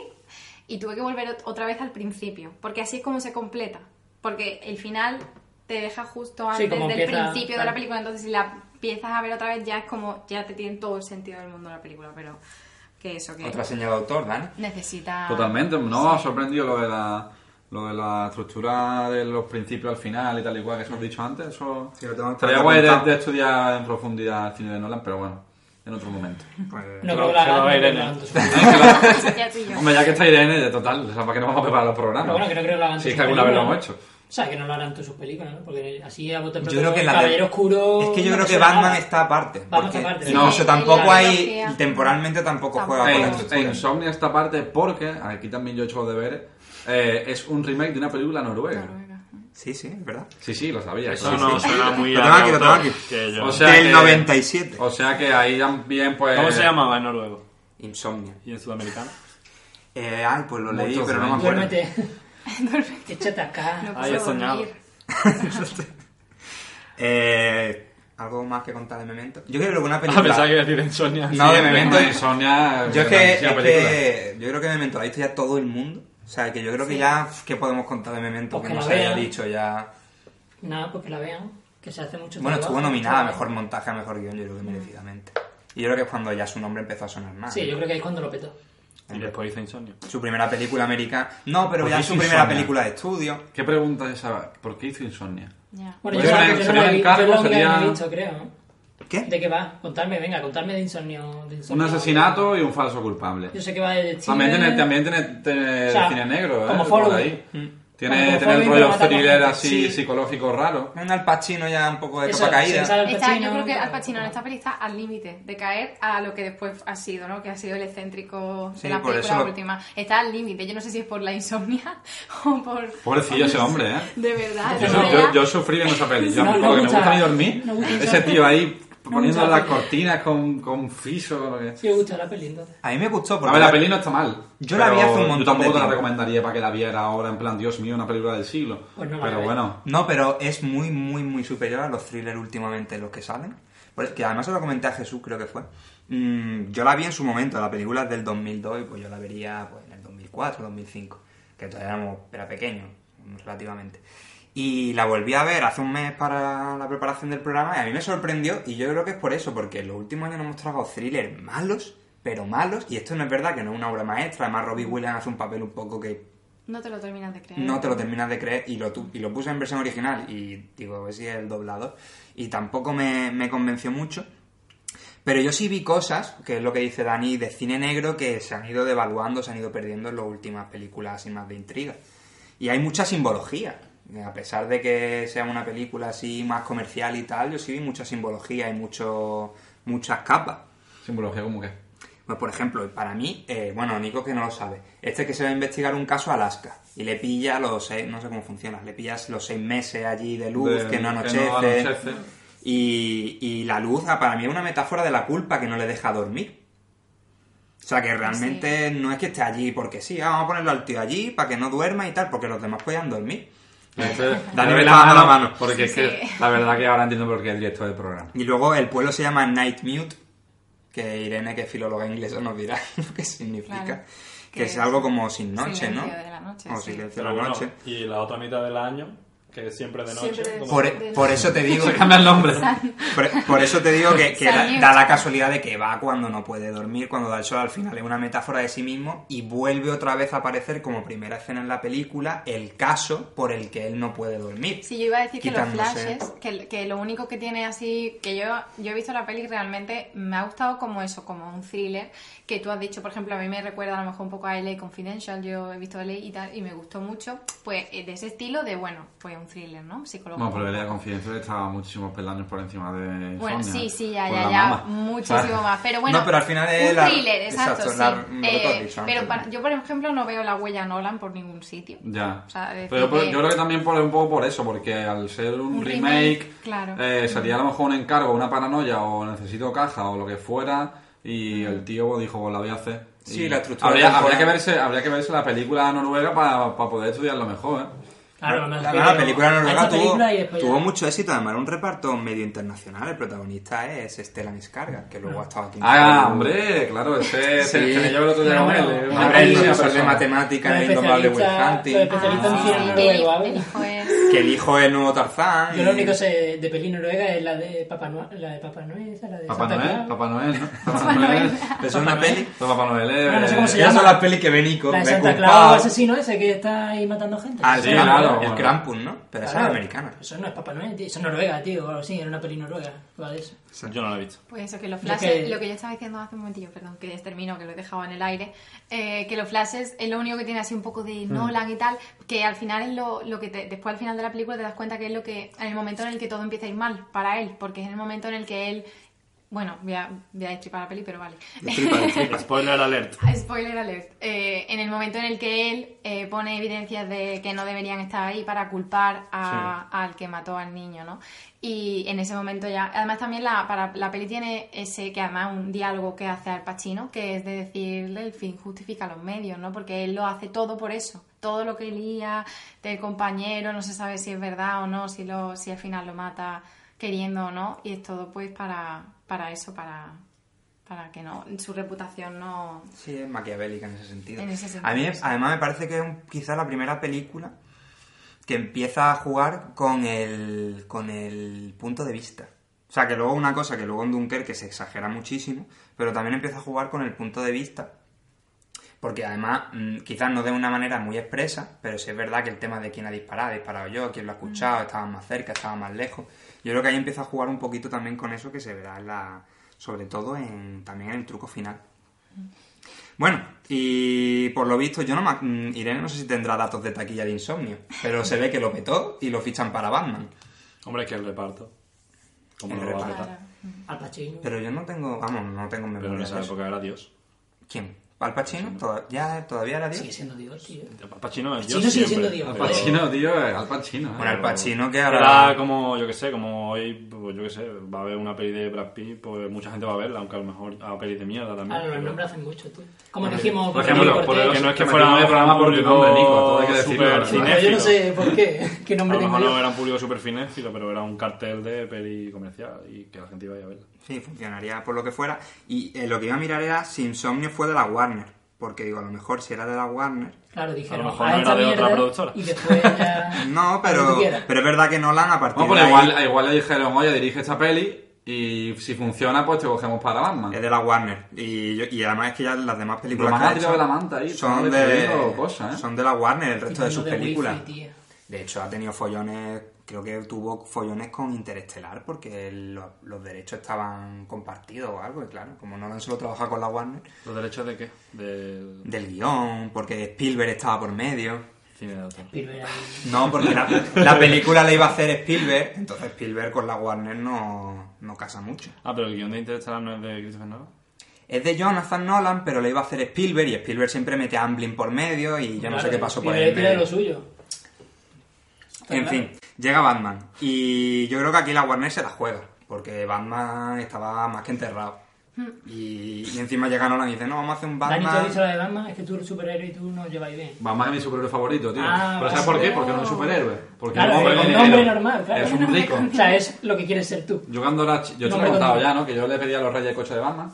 S3: y tuve que volver ot- otra vez al principio, porque así es como se completa, porque el final te deja justo
S2: Sí,
S3: antes
S2: como
S3: del
S2: empieza,
S3: principio de
S2: claro.
S3: la película, entonces si la empiezas a ver otra vez ya es como, ya te tiene todo el sentido del mundo la película, pero que eso, que
S4: Otra señal de autor, Dani.
S3: necesita...
S5: Totalmente, no, ha sorprendido lo de la lo de la estructura de los principios al final y tal y cual que eso os he dicho antes, eso
S4: Sí, lo tengo
S5: estaría
S4: que
S5: guay de,
S4: apuntar.
S5: de estudiar en profundidad el cine de Nolan, pero bueno, en otro momento.
S4: Pues-
S2: No
S1: Pero
S2: creo que
S1: se
S2: la
S1: va a ver
S2: hagan, no
S1: en
S2: creo
S1: el-
S2: que la hagan.
S3: Ya tú y yo.
S5: Hombre, ya que está Irene, de total, o sea, ¿para qué nos vamos a preparar los
S2: Pero
S5: programas?
S2: bueno, que no creo que lo hagan
S5: si es que
S2: todas sus
S5: alguna vez lo hemos
S2: películas.
S5: hecho.
S2: O sea, que no lo harán todas sus películas, ¿no? Porque así a bote
S4: Yo
S2: pronto,
S4: creo que
S2: el
S4: la de-
S2: Caballero Oscuro...
S4: Es que yo
S2: no
S4: creo
S2: me
S4: que
S2: suena
S4: Batman
S2: nada.
S4: está aparte.
S2: Batman
S4: Porque
S2: está aparte.
S4: incluso
S3: Sí,
S4: tampoco
S3: la
S4: hay.
S3: trilogía.
S4: Temporalmente tampoco juega
S3: Tampoco.
S4: con la
S5: En,
S4: estructura.
S5: en Insomnia esta parte porque, aquí también yo he hecho los deberes, eh, es un remake de una película noruega.
S4: Sí, sí, es verdad.
S5: Sí, sí, lo sabía.
S1: Eso
S5: sí,
S1: no
S5: sí.
S1: suena muy
S4: Lo tengo aquí, lo tengo
S1: autor,
S4: aquí.
S1: que yo-
S5: O sea
S4: Del
S5: que-
S4: 97.
S5: O sea que ahí también pues...
S1: ¿Cómo se llamaba en noruego
S4: Insomnia.
S1: y en sudamericano?
S4: Eh, ay, pues lo leí,
S5: Muchos
S4: pero no me
S5: años.
S4: acuerdo.
S2: Duérmete. Échate acá.
S3: No
S1: Ah, ya
S3: puedo
S1: soñaba.
S3: dormir.
S4: Eh, ¿Algo más que contar de Memento? Yo creo que una
S1: Ah,
S4: película...
S1: pensaba que iba a decir Insomnia.
S4: No, de Memento.
S5: Insomnia...
S4: Yo es que, es
S5: grandísima película.
S4: que- yo creo que Memento lo ha visto ya todo el mundo. O sea, que yo creo que ya... ¿Qué podemos contar de Memento?
S2: Pues
S4: que
S2: que
S4: no
S2: la
S4: se haya
S2: vean.
S4: dicho ya...
S2: Nada, pues que la vean. Que se hace mucho
S4: Bueno,
S2: trabajo.
S4: estuvo nominada a Mejor Montaje, a Mejor Guión, yo creo que merecidamente. Y yo creo que es cuando ya su nombre empezó a sonar más.
S2: Sí, yo creo que ahí es cuando lo petó.
S1: Y después hizo Insomnia.
S4: Su primera película americana... No, pero
S5: Pues
S4: ya
S5: hizo
S4: su primera
S5: Insomnia.
S4: película de estudio.
S5: ¿Qué pregunta es esa? ¿Por qué hizo Insomnia?
S3: Ya.
S2: Bueno,
S5: Pues
S2: yo,
S5: sería-
S2: no- yo
S5: sería
S2: no la
S5: un
S2: he vi-
S5: cargo,
S2: yo la única que
S5: sería-
S2: no he visto, creo. ¿no?
S4: ¿Qué?
S2: ¿De qué va? Contarme, venga, contarme de insomnio. de
S5: Un
S2: insomnio.
S5: asesinato y un falso culpable.
S2: Yo sé que va de detective.
S5: También tiene, también tiene, tiene
S2: O sea,
S5: cine negro, ¿eh?
S2: como
S5: Por
S2: Follow.
S5: ahí.
S1: Mm.
S5: Tiene,
S2: Como
S5: tiene un
S2: Follow
S5: rollo
S2: y Mata
S5: thriller
S2: Mojang.
S5: así
S4: Sí.
S5: psicológico raro.
S4: Un Al Pacino ya un poco de
S2: Eso,
S4: copa
S2: sí,
S4: caída.
S2: sale Al
S3: Está- yo
S2: Pacino,
S3: creo que
S2: tal,
S3: Al Pacino en esta peli está al límite de caer a lo que después ha sido, ¿no? Que ha sido el excéntrico
S4: Sí,
S3: de la
S4: por
S3: película
S4: eso lo-
S3: última. Está al límite. Yo no sé si es por la insomnia o por...
S5: Pobrecillo ese hombre, ¿eh?
S3: De verdad.
S5: Yo,
S3: Ah, de
S5: so-
S3: verdad.
S5: yo, yo sufrí en esa peli. Yo,
S2: No, no
S5: porque me
S2: gusta-
S5: gusta ni dormir.
S2: no gusta
S5: Ese tío ahí poniendo
S2: gusta.
S5: las cortinas con, con friso. lo que-
S2: Sí, me gusta la peli, entonces.
S4: A mí me gustó
S5: A
S4: porque...
S5: ver, la peli no está mal.
S4: Yo la vi
S5: pero
S4: hace un montón
S5: Yo tampoco
S4: de
S5: te la
S4: tiempo.
S5: recomendaría para que la viera ahora, en plan, Dios mío, una película del siglo.
S2: Pues no la
S5: pero
S2: veré.
S5: bueno.
S4: No, pero es muy, muy, muy superior a los thrillers últimamente los que salen. Por- Que además se lo comenté a Jesús, creo que fue. Mm, yo la vi en su momento, la película es del 2002 y pues yo la vería pues, en el 2004, 2005. Que todavía éramos, era pequeño, relativamente. Y la volví a ver hace un mes para la preparación del programa y a mí me sorprendió y yo creo que es por eso, porque en los últimos años nos hemos tragado thrillers malos, pero malos. Y esto no es verdad, que no es una obra maestra. Además, Robbie Williams hace un papel un poco que
S3: No te lo terminas de creer.
S4: no te lo terminas de creer y lo, tu- y lo puse en versión original y digo, a ver si es el doblado y tampoco me, me convenció mucho. Pero yo sí vi cosas, que es lo que dice Dani, de cine negro que se han ido devaluando, se han ido perdiendo en las últimas películas así más de intriga. Y hay mucha simbología. A pesar de que sea una película así más comercial y tal, yo sí vi mucha simbología y mucho, muchas capas.
S5: Simbología como que.
S4: Pues por ejemplo, para mí, eh, bueno, Nico que no lo sabe, este que se va a investigar un caso a Alaska y le pilla los seis, no sé cómo funciona, le pillas los seis meses allí de luz
S5: De-
S4: que no anochece.
S5: anochece.
S4: Y, y la luz, ah, para mí, es una metáfora de la culpa que no le deja dormir. O sea,
S3: Pues
S4: que realmente no es que esté allí porque sí, ah, vamos a ponerlo al tío allí para que no duerma y tal, porque los demás podían dormir.
S5: Este,
S4: Dale
S5: Dale
S4: la mano, la mano.
S5: Porque es
S3: Sí,
S5: que
S3: sí.
S5: la verdad que ahora entiendo por qué es director del programa.
S4: Y luego el pueblo se llama Night Mute, que Irene, que es filóloga inglesa, nos dirá lo que significa.
S3: Claro.
S4: que
S3: Que
S4: es
S3: es
S4: algo como sin noche,
S3: silencio
S4: ¿no?
S3: de la noche,
S4: o
S3: sí.
S4: silencio
S1: Pero
S4: de la
S1: bueno,
S4: noche.
S1: y la otra mitad del año que siempre de noche.
S3: Siempre de
S1: como-
S3: noche.
S4: Por, por eso te digo,
S5: Se cambia el nombre.
S4: por, e, por eso te digo que, que da,
S3: Salió.
S4: da la casualidad de que va cuando no puede dormir, cuando da el sol al final es una metáfora de sí mismo y vuelve otra vez a aparecer como primera escena en la película el caso por el que él no puede dormir.
S3: Sí, yo iba a decir que los
S4: Quitándose.
S3: flashes, que, que lo único que tiene así, que yo, yo he visto la peli y realmente me ha gustado como eso, como un thriller, que tú has dicho, por ejemplo, a mí me recuerda a lo mejor un poco a LA Confidential, yo he visto LA y tal, y me gustó mucho, pues eh, de ese estilo de, bueno, pues un thriller, ¿no? Psicológico.
S5: No, pero la confianza estaba muchísimos peldaños por encima de.
S3: Bueno,
S5: Sonia,
S3: sí, sí, ya,
S5: por
S3: ya,
S5: la
S3: ya,
S5: mama.
S3: muchísimo
S5: ¿Sabes?
S3: más. Pero bueno,
S4: No, pero al final es
S3: un
S4: la-
S3: thriller, exacto,
S4: exacto,
S3: sí.
S4: la- lo que tú has
S3: Eh,
S4: dicho antes,
S3: pero para-
S4: ¿no?
S3: yo, por ejemplo, no veo la huella Nolan por ningún sitio.
S5: Ya.
S3: O sea, decir
S5: pero por-
S3: que-
S5: yo creo que también por, un poco por eso, porque al ser un,
S3: Un
S5: remake,
S3: remake, claro.
S5: eh, sería a lo mejor un encargo, una paranoia o necesito caja o lo que fuera y el tío dijo, "Pues la voy a hacer.
S4: Sí,
S5: Y
S4: la estructura
S5: Habría, habría
S4: temporal.
S5: que verse, habría que verse la película noruega para poder estudiarlo mejor, ¿eh?
S2: Claro,
S4: la,
S2: me
S4: la
S2: refiero
S4: película
S2: a
S4: noruega
S2: esta
S4: tuvo,
S2: película y después ya.
S4: tuvo mucho éxito, además era un reparto medio internacional. El protagonista es Stellan Skarga, que luego ha estado aquí. en
S5: Ah,
S4: Hollywood.
S5: hombre, Ah, claro, ese
S4: Sí.
S5: se le llevo el otro día con él. ¿eh?
S2: Bueno,
S5: es
S2: bueno,
S5: una
S4: Hombre, el
S5: buenísima
S4: profesor de
S5: persona.
S4: matemáticas
S2: Los
S4: el indomable Will
S2: especialistas- los
S4: Hunting,
S2: especialistas en
S3: Ah,
S2: cine
S3: el hijo-
S2: noruego, ¿vale?
S3: el hijo es...
S4: que el hijo es el nuevo Tarzán.
S2: Yo lo
S4: y-
S2: único que sé de peli noruega es la de Papá Noel, la de Papá Noel, esa, la de
S5: Papá
S2: Santa
S5: Noel,
S2: Claus.
S5: Papá Noel, ¿no? Papá Noel.
S4: Es una peli.
S5: No, Papá Noel es...
S2: No, no sé cómo se
S4: Esas son
S2: llama?
S4: las pelis que Benico.
S2: La de
S4: ve
S2: Santa
S4: con
S2: Claus,
S4: Pau,
S2: asesino ese que está ahí matando gente.
S4: al
S5: Sí,
S2: Eso no-
S4: Krampus,
S5: claro,
S4: El
S5: bueno.
S4: Krampus, ¿no? Pero esa es
S2: claro,
S4: americana.
S2: Eso no es Papá Noel, tío. Eso es Noruega, tío. O algo así, era una peli noruega. Va de eso.
S1: Yo no la he visto.
S3: Pues eso, que los
S2: Lo que-
S3: flashes, lo que yo estaba diciendo hace un momentillo, perdón, que termino, que lo he dejado en el aire, eh, que los flashes es lo único que tiene así un poco
S2: Hmm.
S3: de Nolan y tal, que al final es lo, lo que te- después al final de la película te das cuenta que es lo que, en el momento en el que todo empieza a ir mal para él, porque es el momento en el que él, bueno, voy a, voy a destripar la peli, pero vale.
S4: Destripa, destripa.
S1: Spoiler alert.
S3: Ah, Spoiler alert. Eh, en el momento en el que él eh, pone evidencias de que no deberían estar ahí para culpar a- al que mató al niño, ¿no? Y en ese momento ya. Además, también la, para, la peli tiene ese, que además un diálogo que hace al Pacino, que es de decirle el fin justifica los medios, ¿no? Porque él lo hace todo por eso. Todo lo que lía del compañero, no se sabe si es verdad o no, si, lo, si al final lo mata queriendo o no. Y es todo, pues, para, para eso, para. Para que no, su reputación no,
S4: Sí, es maquiavélica en ese sentido.
S3: En ese sentido,
S4: A mí,
S3: sí.
S4: además, me parece que es un- quizá la primera película que empieza a jugar con el, con el punto de vista. O sea, que luego una cosa que luego en Dunkerque se exagera muchísimo, pero también empieza a jugar con el punto de vista. Porque además, mm, quizás no de una manera muy expresa, pero sí es verdad que el tema de quién ha disparado, he disparado yo, quién lo ha
S3: Mm.
S4: escuchado, estaban más cerca, estaban más lejos. Yo creo que ahí empieza a jugar un poquito también con eso que se verá en la, sobre todo en, también en el truco final. Bueno, y por lo visto, yo no me ac- mm, Irene no sé si tendrá datos de taquilla de insomnio, pero se ve que lo petó y lo fichan para Batman.
S1: Hombre, es que el reparto. ¿Cómo
S4: El
S1: no lo va a
S4: reparto.
S1: petar?
S2: Al Pacino.
S4: Pero yo no tengo, vamos, no tengo memoria.
S1: Pero en
S4: de
S1: esa
S4: eso.
S1: época era Dios.
S4: ¿Quién? ¿Al Pacino? Toda- ¿Ya todavía era Dios?
S2: Sigue siendo Dios, tío.
S1: Pacino es
S2: Pacino
S1: Dios
S2: sigue
S1: siempre.
S2: siendo Dios.
S5: Al
S1: pero-
S5: Pacino, tío, es Al Pacino. ¿eh?
S4: Bueno, Al Pacino que ahora...
S1: Era como, yo que sé, como hoy, pues yo que sé, va a haber una peli de Brad Pitt, pues mucha gente va a verla, aunque a lo mejor a pelis de mierda también.
S2: Ah, no, los nombres hacen mucho, tío. Como dijimos,
S5: Por
S2: por
S5: ejemplo,
S2: Cortés.
S5: por el-
S1: que no es que
S5: que
S1: fuera
S5: metimos
S1: un
S5: el programa por tu
S1: público
S5: nombre, Nico, todo hay que decirlo,
S1: súper
S5: la verdad.
S2: Pero yo no
S1: cinéfilo.
S2: sé por qué. ¿Qué
S1: A
S2: nombre
S1: lo
S2: tengo
S1: mejor no
S2: yo?
S1: era un público súper cinéfilo, pero era un cartel de peli comercial y que la gente iba a ir a verla.
S4: Sí, funcionaría por lo que fuera. Y eh, lo que iba a mirar era si Insomnio fue de la Warner. Porque digo, a lo mejor si era de la Warner...
S2: Claro, dijeron.
S1: A lo mejor
S2: "Ah,
S1: no
S2: esta
S1: era de otra
S2: mierda",
S1: productora.
S2: Y después ya.
S4: No,
S2: Lo que
S4: pero,
S2: tú quieras.
S4: pero es verdad que Nolan a partir
S5: Bueno,
S4: de
S5: pues
S4: ahí
S5: igual, igual le dijeron, oye, dirige esta peli y si funciona, pues te cogemos para Batman.
S4: es de la Warner. Y, yo- y además es que ya las demás películas
S5: Nomás
S4: que ha
S5: ha tirado
S4: hecho
S5: de la manta ahí,
S4: son,
S5: está
S4: de,
S5: diciendo cosas, ¿eh?
S4: son de la Warner, el resto de
S2: Tirando
S4: sus
S2: de wifi,
S4: películas.
S2: tío.
S4: De hecho, ha tenido follones, creo que tuvo follones con Interestelar porque lo- los derechos estaban compartidos o algo, y claro, como Nolan solo trabaja con la Warner,
S1: ¿Los derechos de qué? Del
S4: del guión, porque Spielberg estaba por medio.
S1: cine de autor.
S2: Pero era-
S4: No, porque la, la película la iba a hacer Spielberg, entonces Spielberg con la Warner no, no casa mucho.
S1: Ah, pero el guión de Interestelar no es de Christopher Nolan.
S4: Es de Jonathan Nolan, pero la iba a hacer Spielberg y Spielberg siempre mete a Amblin por medio y yo no sé
S2: Claro,
S4: qué pasó por
S2: Spielberg
S4: ahí. en
S2: tira
S4: medio.
S2: lo suyo. Está
S4: En
S2: claro.
S4: fin, llega Batman. Y yo creo que aquí la Warner se la juega. Porque Batman estaba más que enterrado. Y, y encima llega Nolan y dice, no, vamos a hacer un
S2: Dani, ¿te has visto
S4: Batman...
S2: la de Batman? Es que tú eres superhéroe y tú no os lleváis bien.
S5: Batman es mi superhéroe favorito, tío.
S2: Ah,
S5: ¿Pero sabes
S2: vale.
S5: por qué? Porque no es un superhéroe. Porque
S2: Claro,
S5: es un hombre
S2: es
S5: con
S2: un
S5: dinero.
S2: hombre normal, claro.
S5: Es un rico.
S2: O sea, es lo que quieres ser tú.
S5: Yo cuando era... ch- Yo te lo
S2: Hombre
S5: he
S2: con
S5: contado ya,
S2: dinero.
S5: ¿no? Que yo le pedía a los reyes el coche de Batman.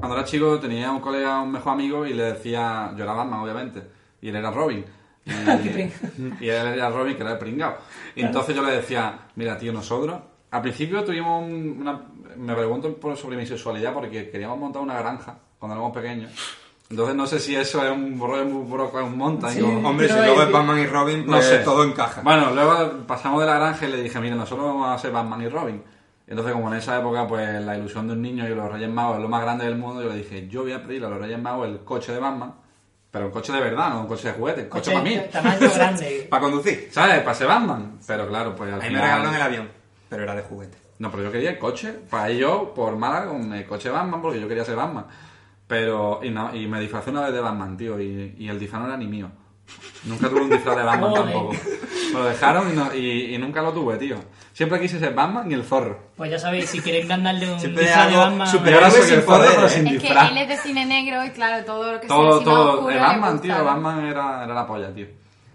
S5: Cuando era chico tenía un colega, un mejor amigo, y le decía... Yo era Batman, obviamente. Y él era Robin. Y, y él era Robin, que era el pringao. Y entonces yo le decía, mira, tío, nosotros... Al principio tuvimos un- una... Me pregunto por, sobre mi sexualidad porque queríamos montar una granja cuando éramos pequeños. Entonces no sé si eso es un rollo muy broca, un mountain o-
S4: Hombre, si
S2: Pero
S4: luego
S2: es que-
S4: es Batman y Robin,
S5: no
S4: pues
S5: sé.
S4: todo encaja.
S5: Bueno, luego pasamos de la granja y le dije, mire, nosotros vamos a hacer Batman y Robin. Entonces, como en esa época, pues la ilusión de un niño y los Reyes Magos es lo más grande del mundo, yo le dije, yo voy a pedirle a los Reyes Magos el coche de Batman, pero un coche de verdad, no un coche de juguete, un coche, para mí.
S2: Tamaño grande.
S4: Para conducir.
S5: ¿Sabes? Para ser Batman. Pero claro, pues al
S4: A mí me
S5: final...
S4: regalaron el avión, pero era de juguete.
S5: No, pero yo quería el coche. Para ir yo, por mala, con el coche Batman, porque yo quería ser Batman. Pero, y, no- y me disfrazé una vez de Batman, tío, y, y el disfraz no era ni mío. Nunca tuve un disfraz de Batman
S2: Joder.
S5: tampoco. Me lo dejaron y, no- y- y nunca lo tuve, tío. Siempre quise ser Batman y el zorro.
S2: Pues ya sabéis, si queréis ganarle un
S4: Siempre
S2: disfraz de
S4: hago
S2: Batman...
S4: super-
S5: Y ahora soy
S4: Héroe sin
S5: el zorro,
S4: poder,
S5: pero
S4: ¿eh?
S5: sin
S3: Es que
S5: disfraz.
S3: él es de cine negro y claro, todo lo que sea
S5: Todo,
S3: cine
S5: todo.
S3: oscuro
S5: El
S3: le
S5: Batman,
S3: gusta,
S5: tío,
S3: ¿no?
S5: Batman era, era la polla, tío.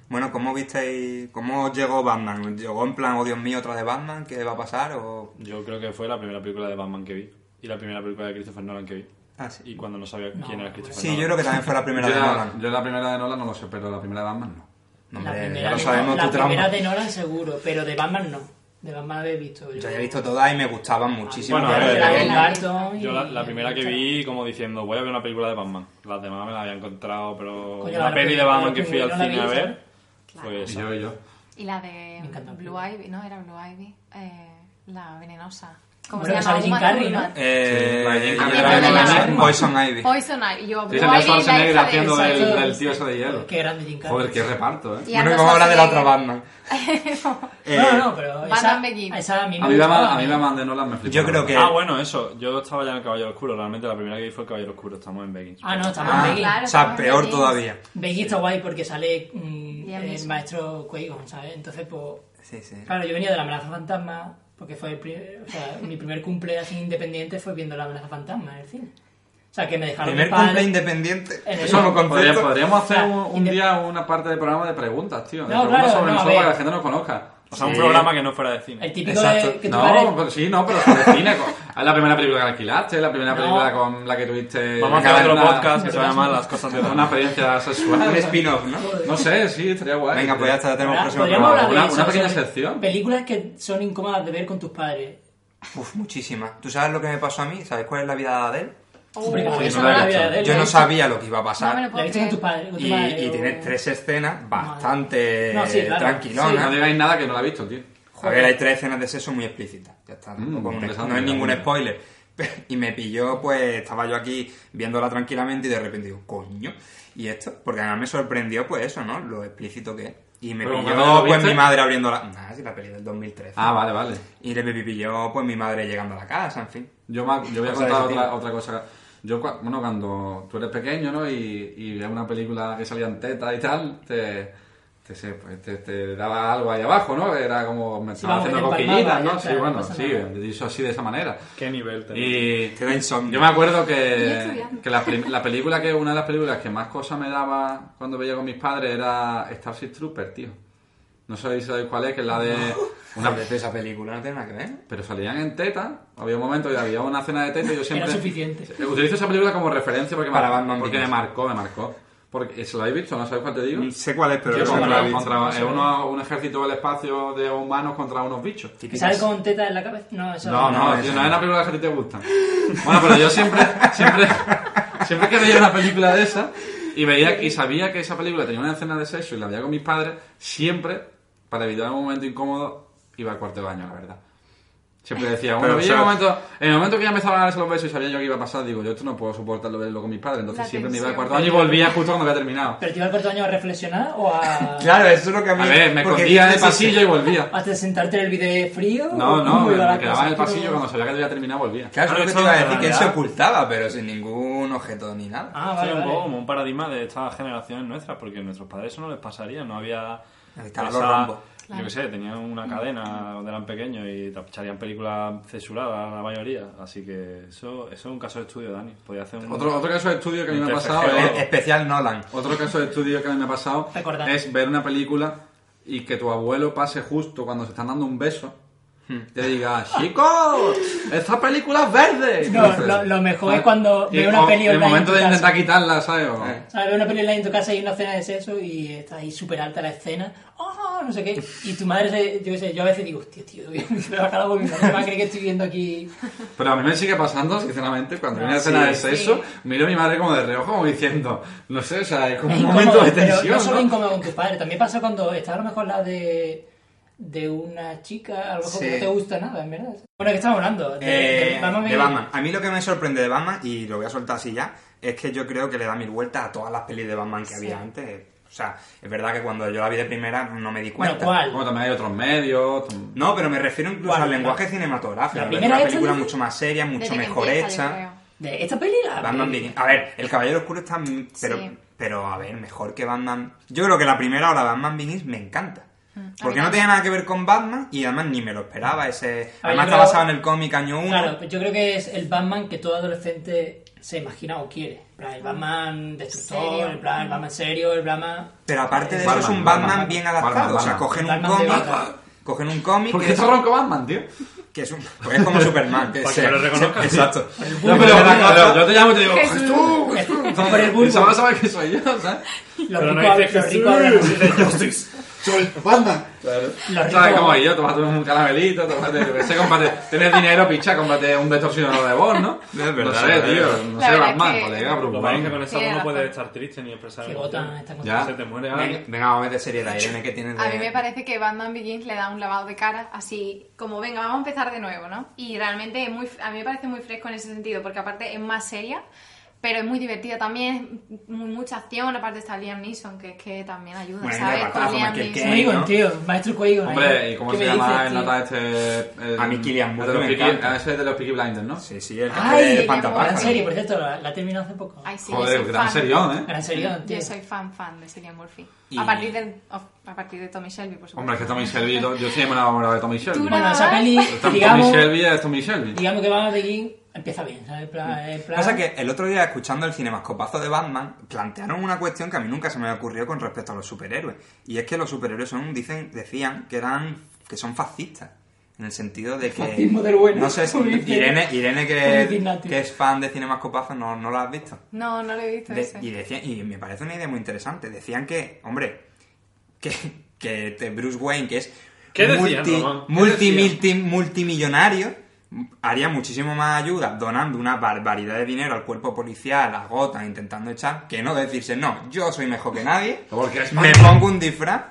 S4: Bueno, ¿cómo visteis, cómo llegó Batman? ¿Llegó en plan, oh Dios mío, otra de Batman? ¿Qué va a pasar? O...
S1: Yo creo que fue la primera película de Batman que vi. Y la primera película de Christopher Nolan que vi.
S4: Ah, sí.
S1: Y cuando Pues no sabía quién era Christopher
S4: Sí,
S1: Nolan.
S4: yo creo que también fue la primera
S5: yo,
S4: de
S5: la-
S4: Nolan.
S5: yo la primera de Nolan no lo sé, pero la primera de Batman no.
S4: No,
S2: La
S4: hombre,
S2: primera,
S4: ya lo
S2: de-
S4: sabemos
S2: la
S4: tu trama.
S2: primera de Nolan seguro, pero de Batman no. De Batman habéis visto.
S4: Yo ya he visto todas y me gustaban muchísimo.
S1: Bueno, a
S4: pero
S1: ver,
S2: eh,
S4: yo-
S1: yo-
S2: Barton
S1: Yo la, la
S2: y-
S1: primera que vi como diciendo, voy a ver una película de Batman. Las demás me las había encontrado, pero
S2: Coño,
S1: una
S2: la
S1: peli de
S2: peli-
S1: Batman
S2: la
S1: que fui
S2: peli
S1: al
S2: no la
S1: cine a
S2: vi,
S1: ver
S3: ¿sabes?
S1: fue
S5: Y
S1: esa.
S5: yo y yo.
S3: Y la de
S2: Me encanta la
S3: Blue Ivy, no, era Blue Ivy, eh, la venenosa. ¿Cómo
S2: Bueno, que
S3: se llama?
S2: sale Jim
S3: Uma
S2: Carrey,
S3: Thurman.
S4: Eh,
S5: Sí, la de-
S4: eh,
S5: Ah,
S4: la
S3: pero
S4: de-
S3: no
S4: la de-
S3: la de-
S4: Poison Ivy.
S3: Poison Ivy, yo, Blue
S5: Sí,
S3: Ivy,
S5: salió Schwarzenegger
S3: la hija de-
S5: haciendo del,
S2: Exacto.
S5: del tío ese de hielo.
S2: Qué grande Jim Carrey.
S5: Joder, qué reparto, eh.
S3: Y
S4: Bueno, y
S3: Arnold
S4: vamos a hablar de la otra
S3: Schwarzenegger.
S4: Batman. eh,
S2: No, no, pero
S3: Batman
S2: esa,
S3: Begins.
S2: esa a mí me
S5: A mí Batman,
S2: gustaba.
S5: a mí Batman de Nolan me flipó.
S4: Yo creo que-
S1: Ah, bueno, eso. Yo estaba ya en el Caballero Oscuro. Realmente la primera que vi fue el Caballero Oscuro. Estamos en Beggins.
S2: Ah, no, está mal
S4: Ah,
S2: Begins.
S3: claro,
S4: o sea,
S3: estamos
S4: peor
S3: en-
S4: todavía.
S2: Begins está guay porque sale mm,
S3: Liam
S2: el
S3: Neeson.
S2: maestro Quagon, ¿sabes? Entonces, pues...
S4: Sí, sí.
S2: Claro, yo venía de La amenaza fantasma porque fue el pri- o sea, mi primer cumple así independiente fue viendo La amenaza fantasma en el cine. O sea, que me dejaron
S4: Primer
S2: mis padres-
S4: cumple independiente.
S5: Eh,
S2: En el-
S4: Eso no
S5: Podría-
S4: concepto.
S5: podríamos hacer
S2: Ah,
S5: un, un
S2: inde-
S5: día una parte del programa de preguntas, tío. De
S2: No,
S5: preguntas
S2: claro,
S5: sobre
S2: no, a ver.
S5: nosotros para que la gente nos conozca.
S1: O sea, un
S4: Sí.
S1: programa que no fuera de cine.
S2: El típico
S4: Exacto.
S2: de que tu
S5: No,
S2: padre-
S5: pero sí, no, pero sobre cine. co- Es la primera película que alquilaste, la primera
S2: No.
S5: película con la que tuviste.
S1: Vamos a hacer otro
S5: una-
S1: podcast que se va a llamar Las cosas de
S5: Una
S1: Batman.
S5: experiencia
S4: Un
S5: sexual.
S4: spin-off, ¿no?
S5: No sé, sí, estaría guay.
S4: Venga, pues ya está, ya tenemos el
S2: ¿verdad?
S4: próximo
S2: Podríamos
S4: programa.
S2: hablar de
S5: Una-
S2: eso,
S5: una pequeña
S2: sobre
S5: sección.
S2: Películas que son incómodas de ver con tus padres.
S4: Uf, muchísimas. ¿Tú sabes lo que me pasó a mí? ¿Sabes cuál es la vida de él?
S2: Hombre,
S3: Oh,
S2: como
S5: sí,
S2: eso
S5: no
S2: no
S5: la he
S2: la
S5: visto.
S2: había de él,
S4: Yo
S2: ¿eh? la
S4: no
S2: he visto-
S4: sabía lo que iba a pasar.
S3: No me lo
S2: La
S3: puedo
S2: he visto con tus
S3: creer.
S2: padres. con tu
S4: Y,
S2: padre,
S4: y
S2: o-
S4: tiene tres escenas bastante
S2: No, sí, claro.
S5: Sí,
S4: tranquilonas.
S5: no digáis nada que no la he visto, tío.
S4: a ver, hay tres escenas de sexo muy explícitas. Ya está.
S5: Mm,
S4: tampoco es un-
S5: interesante,
S4: no es ningún
S5: interesante.
S4: spoiler. Y me pilló, pues estaba yo aquí viéndola tranquilamente y de repente digo, coño, ¿y esto? Porque además me sorprendió, pues eso, ¿no? Lo explícito que es. Y me
S5: Pero cuando lo
S4: pilló, pues
S5: viste-
S4: mi madre abriendo la. Nah, si la peli del 2013.
S5: Ah, vale, vale.
S4: Y le pilló, pues mi madre llegando a la casa, en fin.
S5: Yo, me- yo voy
S4: Cosa de
S5: a contar
S4: ese
S5: otra,
S4: tipo.
S5: otra cosa. Yo, cua- bueno, cuando tú eres pequeño, ¿no? Y, y veías una película que salía en teta y tal, te, te, se- pues, te- te daba algo ahí abajo, ¿no? Era como, me estaba
S2: vamos, que
S5: haciendo
S2: te empalmaba,
S5: coquillitas,
S2: ya
S5: ¿no? Sí,
S2: está, no
S5: bueno,
S2: pasa
S5: sí,
S2: nada.
S5: dicho así de esa manera.
S1: Qué nivel tenés.
S5: Y
S4: Te da insomnio.
S5: yo me acuerdo
S3: Yo
S5: que,
S3: estudiando.
S5: que la, prim- la película que una de las películas que más cosas me daba cuando veía con mis padres era Starship Trooper, tío. No sé si sabéis cuál es, que es la de...
S4: Una vez esa película no tiene nada que ver.
S5: Pero salían en teta, había un momento que había una cena de teta y yo siempre...
S2: Era suficiente.
S5: Utilizo esa película como referencia porque,
S4: Para
S5: me,
S4: Batman
S5: porque me
S4: Begins.
S5: marcó, me marcó. Porque, ¿Se lo habéis visto? ¿No sabéis cuál te digo?
S4: Mm, Sé cuál es, pero
S5: Que
S4: no
S5: contra-
S4: la he visto.
S5: contra- es uno- un ejército del espacio de humanos contra unos bichos.
S2: ¿Que sale con teta en la cabeza? No, eso
S5: No, no,
S4: no,
S5: tío,
S4: esa
S5: no es
S4: no.
S5: una película que a ti te gusta. Bueno, pero yo siempre, siempre, siempre que veía una película de esa y veía y sabía que esa película tenía una escena de sexo y la veía con mis padres, siempre, para evitar un momento incómodo, iba al cuarto de baño, la verdad. Siempre decía, bueno,
S4: Pero,
S5: veía el
S4: o sea,
S5: momento, en el momento que ya empezaban a darse los besos y sabía yo que iba a pasar, digo, yo esto no puedo soportarlo verlo con mis padres, entonces
S3: La
S5: siempre me iba al
S3: tensión.
S5: cuarto de baño y volvía justo cuando había terminado.
S2: ¿Pero te iba al cuarto año a reflexionar o a,
S4: Claro, eso es lo que a mí.
S5: A ver, me
S4: porque
S5: escondía en el
S4: dices,
S5: pasillo y volvía.
S2: a sentarte en el video frío?
S5: No,
S2: ¿O
S5: no,
S2: cómo
S5: me
S2: iba la
S5: quedaba
S2: cosa?
S5: en el pasillo
S2: Pero-
S5: cuando sabía que había terminado, volvía.
S4: Claro,
S1: Claro,
S4: eso es
S1: eso
S4: lo que te iba a
S1: en
S4: decir, que él se
S1: realidad-
S4: ocultaba, pero sin ningún objeto ni nada.
S2: Ah,
S1: Sí,
S2: vale,
S1: un
S2: vale.
S1: poco como un paradigma de estas generaciones nuestras, porque a nuestros padres eso no les pasaría, no había...
S4: Estaban
S2: pues
S4: los Rambo.
S1: Yo qué sé, tenían una cadena cuando eran pequeños y tacharían películas censuradas la mayoría, así que eso, eso es un caso de estudio, Dani. Podía hacer un...
S5: Otro, otro caso de estudio que a mí me ha
S1: Entonces,
S5: pasado
S1: es-
S5: es-
S4: E- especial Nolan.
S5: Otro caso de estudio que a mí me ha pasado
S2: Recordad.
S5: es ver una película y que tu abuelo pase justo cuando se están dando un beso Te diga, chicos, esta película es verde. "Ah,
S2: No, lo- lo mejor es cuando
S5: Y
S2: veo
S5: el
S2: una
S5: mo-
S2: peli
S5: El
S2: online
S5: momento de
S2: en tu
S5: intentar quitarla, ¿sabes? O-
S4: Eh.
S2: ¿Sabes? Veo una película en tu casa y hay una escena de sexo y está ahí súper alta la escena. ¡Ah! no sé qué. Y tu madre, se- yo qué sé, yo a veces digo, hostia, tío, me baja la voz, mi madre va a creer que estoy viendo aquí.
S5: Pero a mí me sigue pasando, sinceramente, cuando viene
S2: Ah,
S5: la escena de
S2: sí,
S5: sexo, miro a mi madre como de reojo, como diciendo, no sé, o sea, es como un momento
S2: incómodo,
S5: de
S2: pero
S5: tensión.
S2: No solo
S5: ¿no?
S2: incómodo con tu padre, también pasa cuando está a lo mejor la de, de una chica, a lo mejor
S4: Sí.
S2: que no te gusta nada, en verdad. Bueno, ¿qué estamos hablando? De,
S4: Eh,
S2: de Batman
S4: de
S2: y-
S4: Batman. A mí lo que me sorprende de Batman, y lo voy a soltar así ya, es que yo creo que le da mil vueltas a todas las pelis de Batman que había antes. O sea, es verdad que cuando yo la vi de primera no me di
S2: Bueno,
S4: cuenta.
S2: ¿cuál?
S5: Como también hay otros medios. tam-
S4: No, pero me refiero incluso
S2: ¿Cuál?
S4: al lenguaje cinematográfico.
S2: ¿La
S4: me
S2: primera
S4: refiero a
S2: hecha,
S4: película
S2: dices?
S4: mucho más seria, mucho
S3: Desde que
S4: mejor
S3: empieza, yo
S4: hecha.
S2: ¿De esta peli? La
S4: Batman
S2: peli.
S4: Begins. A ver, El Caballero Oscuro está... m- Pero,
S3: Sí.
S4: pero, a ver, mejor que Batman... Yo creo que la primera hora Batman Begins me encanta.
S3: a
S4: Porque
S3: mí también.
S4: no tenía nada que ver con Batman y además ni me lo esperaba. Ese...
S2: A ver, yo
S4: Además está
S2: creo-
S4: basado en el cómic año 1.
S2: Claro, pues yo creo que es el Batman que todo adolescente se imagina o quiere. En plan,
S4: Mm.
S2: El Batman destructor,
S3: Serio.
S2: el, plan, el Batman serio, el Batman...
S4: Pero aparte de
S5: Batman,
S4: eso es un Batman,
S5: Batman,
S4: bien
S5: Batman,
S4: adaptado. o sea,
S5: Batman.
S4: cogen
S2: Batman
S4: un
S2: de
S4: cómic.
S2: Batman.
S4: Cogen un cómic
S5: ¿Por
S4: que
S5: qué
S4: es,
S5: está ronco Batman, tío?
S4: que es un- pues es como Superman. Que
S1: Para
S4: se-
S1: que me lo reconozcan.
S4: Exacto.
S5: No, pero, pero yo te llamo y te digo,
S3: Jesús.
S5: Jesús, Jesús.
S2: Por el
S5: Y se van a saber que soy yo, ¿sabes?
S1: Pero
S2: Los ricos,
S1: no
S2: hablan-
S1: dices
S2: los
S1: que
S2: ricos hablan así.
S5: Soy Batman.
S2: Los
S5: ¿Sabes
S2: ricos-
S5: cómo es yo? Tómate un caramelito, tómate, yo qué sé, cómprate, tienes dinero, picha, cómprate un distorsionador de voz, ¿no?
S4: No, es
S5: no
S4: verdad,
S5: sé,
S4: es
S5: tío,
S4: verdad.
S5: no
S3: La
S5: sé,
S3: verdad es
S5: Batman,
S3: que-
S5: colega,
S1: Lo malo
S5: Bruce
S1: es que
S5: Wayne.
S1: con esa
S3: Tiene
S1: no
S3: razón.
S1: puedes estar triste ni expresar
S2: Que
S1: emoción.
S2: botan esta
S5: Ya.
S1: Se te muere
S4: Venga,
S1: alguien.
S4: venga, vamos a ver de seriedad, Irene, que tiene de...
S3: A mí me parece que Batman Begins le da un lavado de cara, así como, venga, vamos a empezar de nuevo, ¿no? Y realmente es muy, a mí me parece muy fresco en ese sentido, porque aparte es más seria, pero es muy divertida también, es mu- mucha acción, aparte está Liam Neeson, que es que también ayuda,
S4: Bueno, y
S3: ¿sabes?
S4: aparte
S3: Con
S4: con
S3: Liam
S4: Michael
S3: Neeson.
S4: Caine.
S2: Quagon,
S4: ¿no?
S2: tío, maestro Quagon.
S5: Hombre,
S2: ahí.
S5: ¿y cómo
S2: ¿Qué
S5: se
S2: me
S5: llama
S2: dices,
S5: el
S2: tío?
S5: nota este? eh,
S4: A mí Cillian Murphy
S5: el de los
S4: me
S5: Peaky-
S4: encanta.
S5: Ese de los Peaky Blinders, ¿no?
S4: Sí, sí, el que
S2: Ay,
S4: hace
S2: que
S4: Espantapájaros.
S2: Gran serie, por cierto, la, la he terminado hace poco.
S3: Ay, sí, yo
S5: Joder,
S3: soy
S5: gran
S3: fan.
S5: serión, ¿eh?
S2: Gran serie, tío.
S3: Yo soy fan, fan de Cillian Murphy.
S4: Y-
S3: A, partir de, of- a partir de Tommy Shelby, por supuesto.
S5: Hombre, es que Tommy Shelby, yo yo siempre me he enamorado de Tommy Shelby.
S3: Tú
S5: Bueno,
S2: Bueno, esa peli,
S5: Tommy
S2: digamos,
S5: Shelby es Tommy Shelby.
S2: digamos que Batman Begins empieza bien, ¿sabes? En plan- en plan-
S4: Pasa que el otro día, escuchando el cinemascopazo de Batman, plantearon una cuestión que a mí nunca se me ocurrió con respecto a los superhéroes. Y es que los superhéroes son, dicen, decían que eran, que son fascistas. En el sentido de que.
S2: Fascismo del bueno.
S4: No sé si.
S2: Muy bien.
S4: Irene, Irene
S2: Muy
S4: que,
S2: bien, Nati.
S4: que es fan de cinemascopazo, no, no la has visto.
S3: No, no lo he visto
S4: De-
S3: ese.
S4: y, decían, y me parece una idea muy interesante. Decían que, hombre, que, que te- Bruce Wayne, que es
S1: ¿Qué decían, Román? ¿Qué
S4: multi-
S1: decían?
S4: multi- multimillonario, haría muchísimo más ayuda donando una barbaridad de dinero al cuerpo policial, a Gotham, intentando echar, que no decirse, no, yo soy mejor que nadie,
S5: Porque es
S4: me pongo un disfraz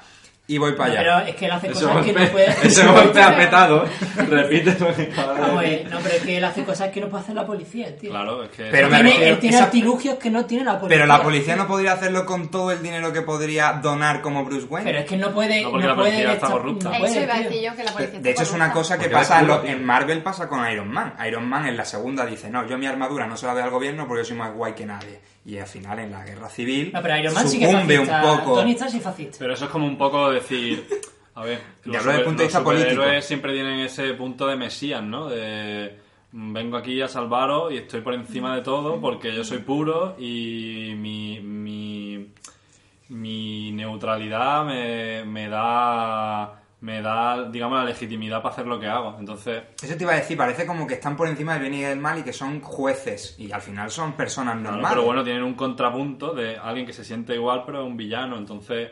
S4: y voy para allá.
S2: Pero es que él hace
S5: Ese
S2: cosas que no
S5: golpe,
S2: puede...
S5: ese golpe ha petado. Repítelo. que cada
S2: Vamos,
S5: vez-
S2: eh, no, pero es que él hace cosas que no puede hacer la policía, tío.
S1: Claro, es que...
S4: Pero me
S2: Tiene-
S4: refiero-
S2: él tiene
S4: esa-
S2: artilugios que no tiene la policía.
S4: Pero la policía no podría hacerlo con todo el dinero que podría donar como Bruce Wayne.
S2: Pero es que no puede...
S1: No,
S2: No,
S1: porque la
S2: puede
S1: policía está
S2: estar-
S1: corrupta.
S2: no
S1: Eso
S2: puede,
S3: Eso iba a
S2: tío.
S3: decir yo que la policía
S4: De hecho, es una cosa que
S5: Porque
S4: pasa
S5: es
S4: en, lo-
S5: chulo, tío.
S4: en Marvel, pasa con Iron Man. Iron Man en la segunda dice, no, yo mi armadura no se la doy al gobierno porque yo soy más guay que nadie. Y al final, en la guerra civil,
S2: No, pero Iron Man sí que es
S4: sucumbe
S2: fascista.
S4: un poco.
S2: Tony Stark sí es fascista.
S1: Pero eso es como un poco decir. A ver,
S4: Y hablo del punto de
S1: los
S4: vista político.
S1: superhéroes siempre tienen ese punto de mesías, ¿no? De mm, vengo aquí a salvaros y estoy por encima de todo porque yo soy puro y mi, mi, mi neutralidad me, me da me da digamos la legitimidad para hacer lo que hago. Entonces,
S4: Eso te iba a decir, parece como que están por encima del bien y del mal y que son jueces. Y al final son personas
S1: Claro,
S4: normales.
S1: pero bueno, tienen un contrapunto de alguien que se siente igual pero es un villano. Entonces,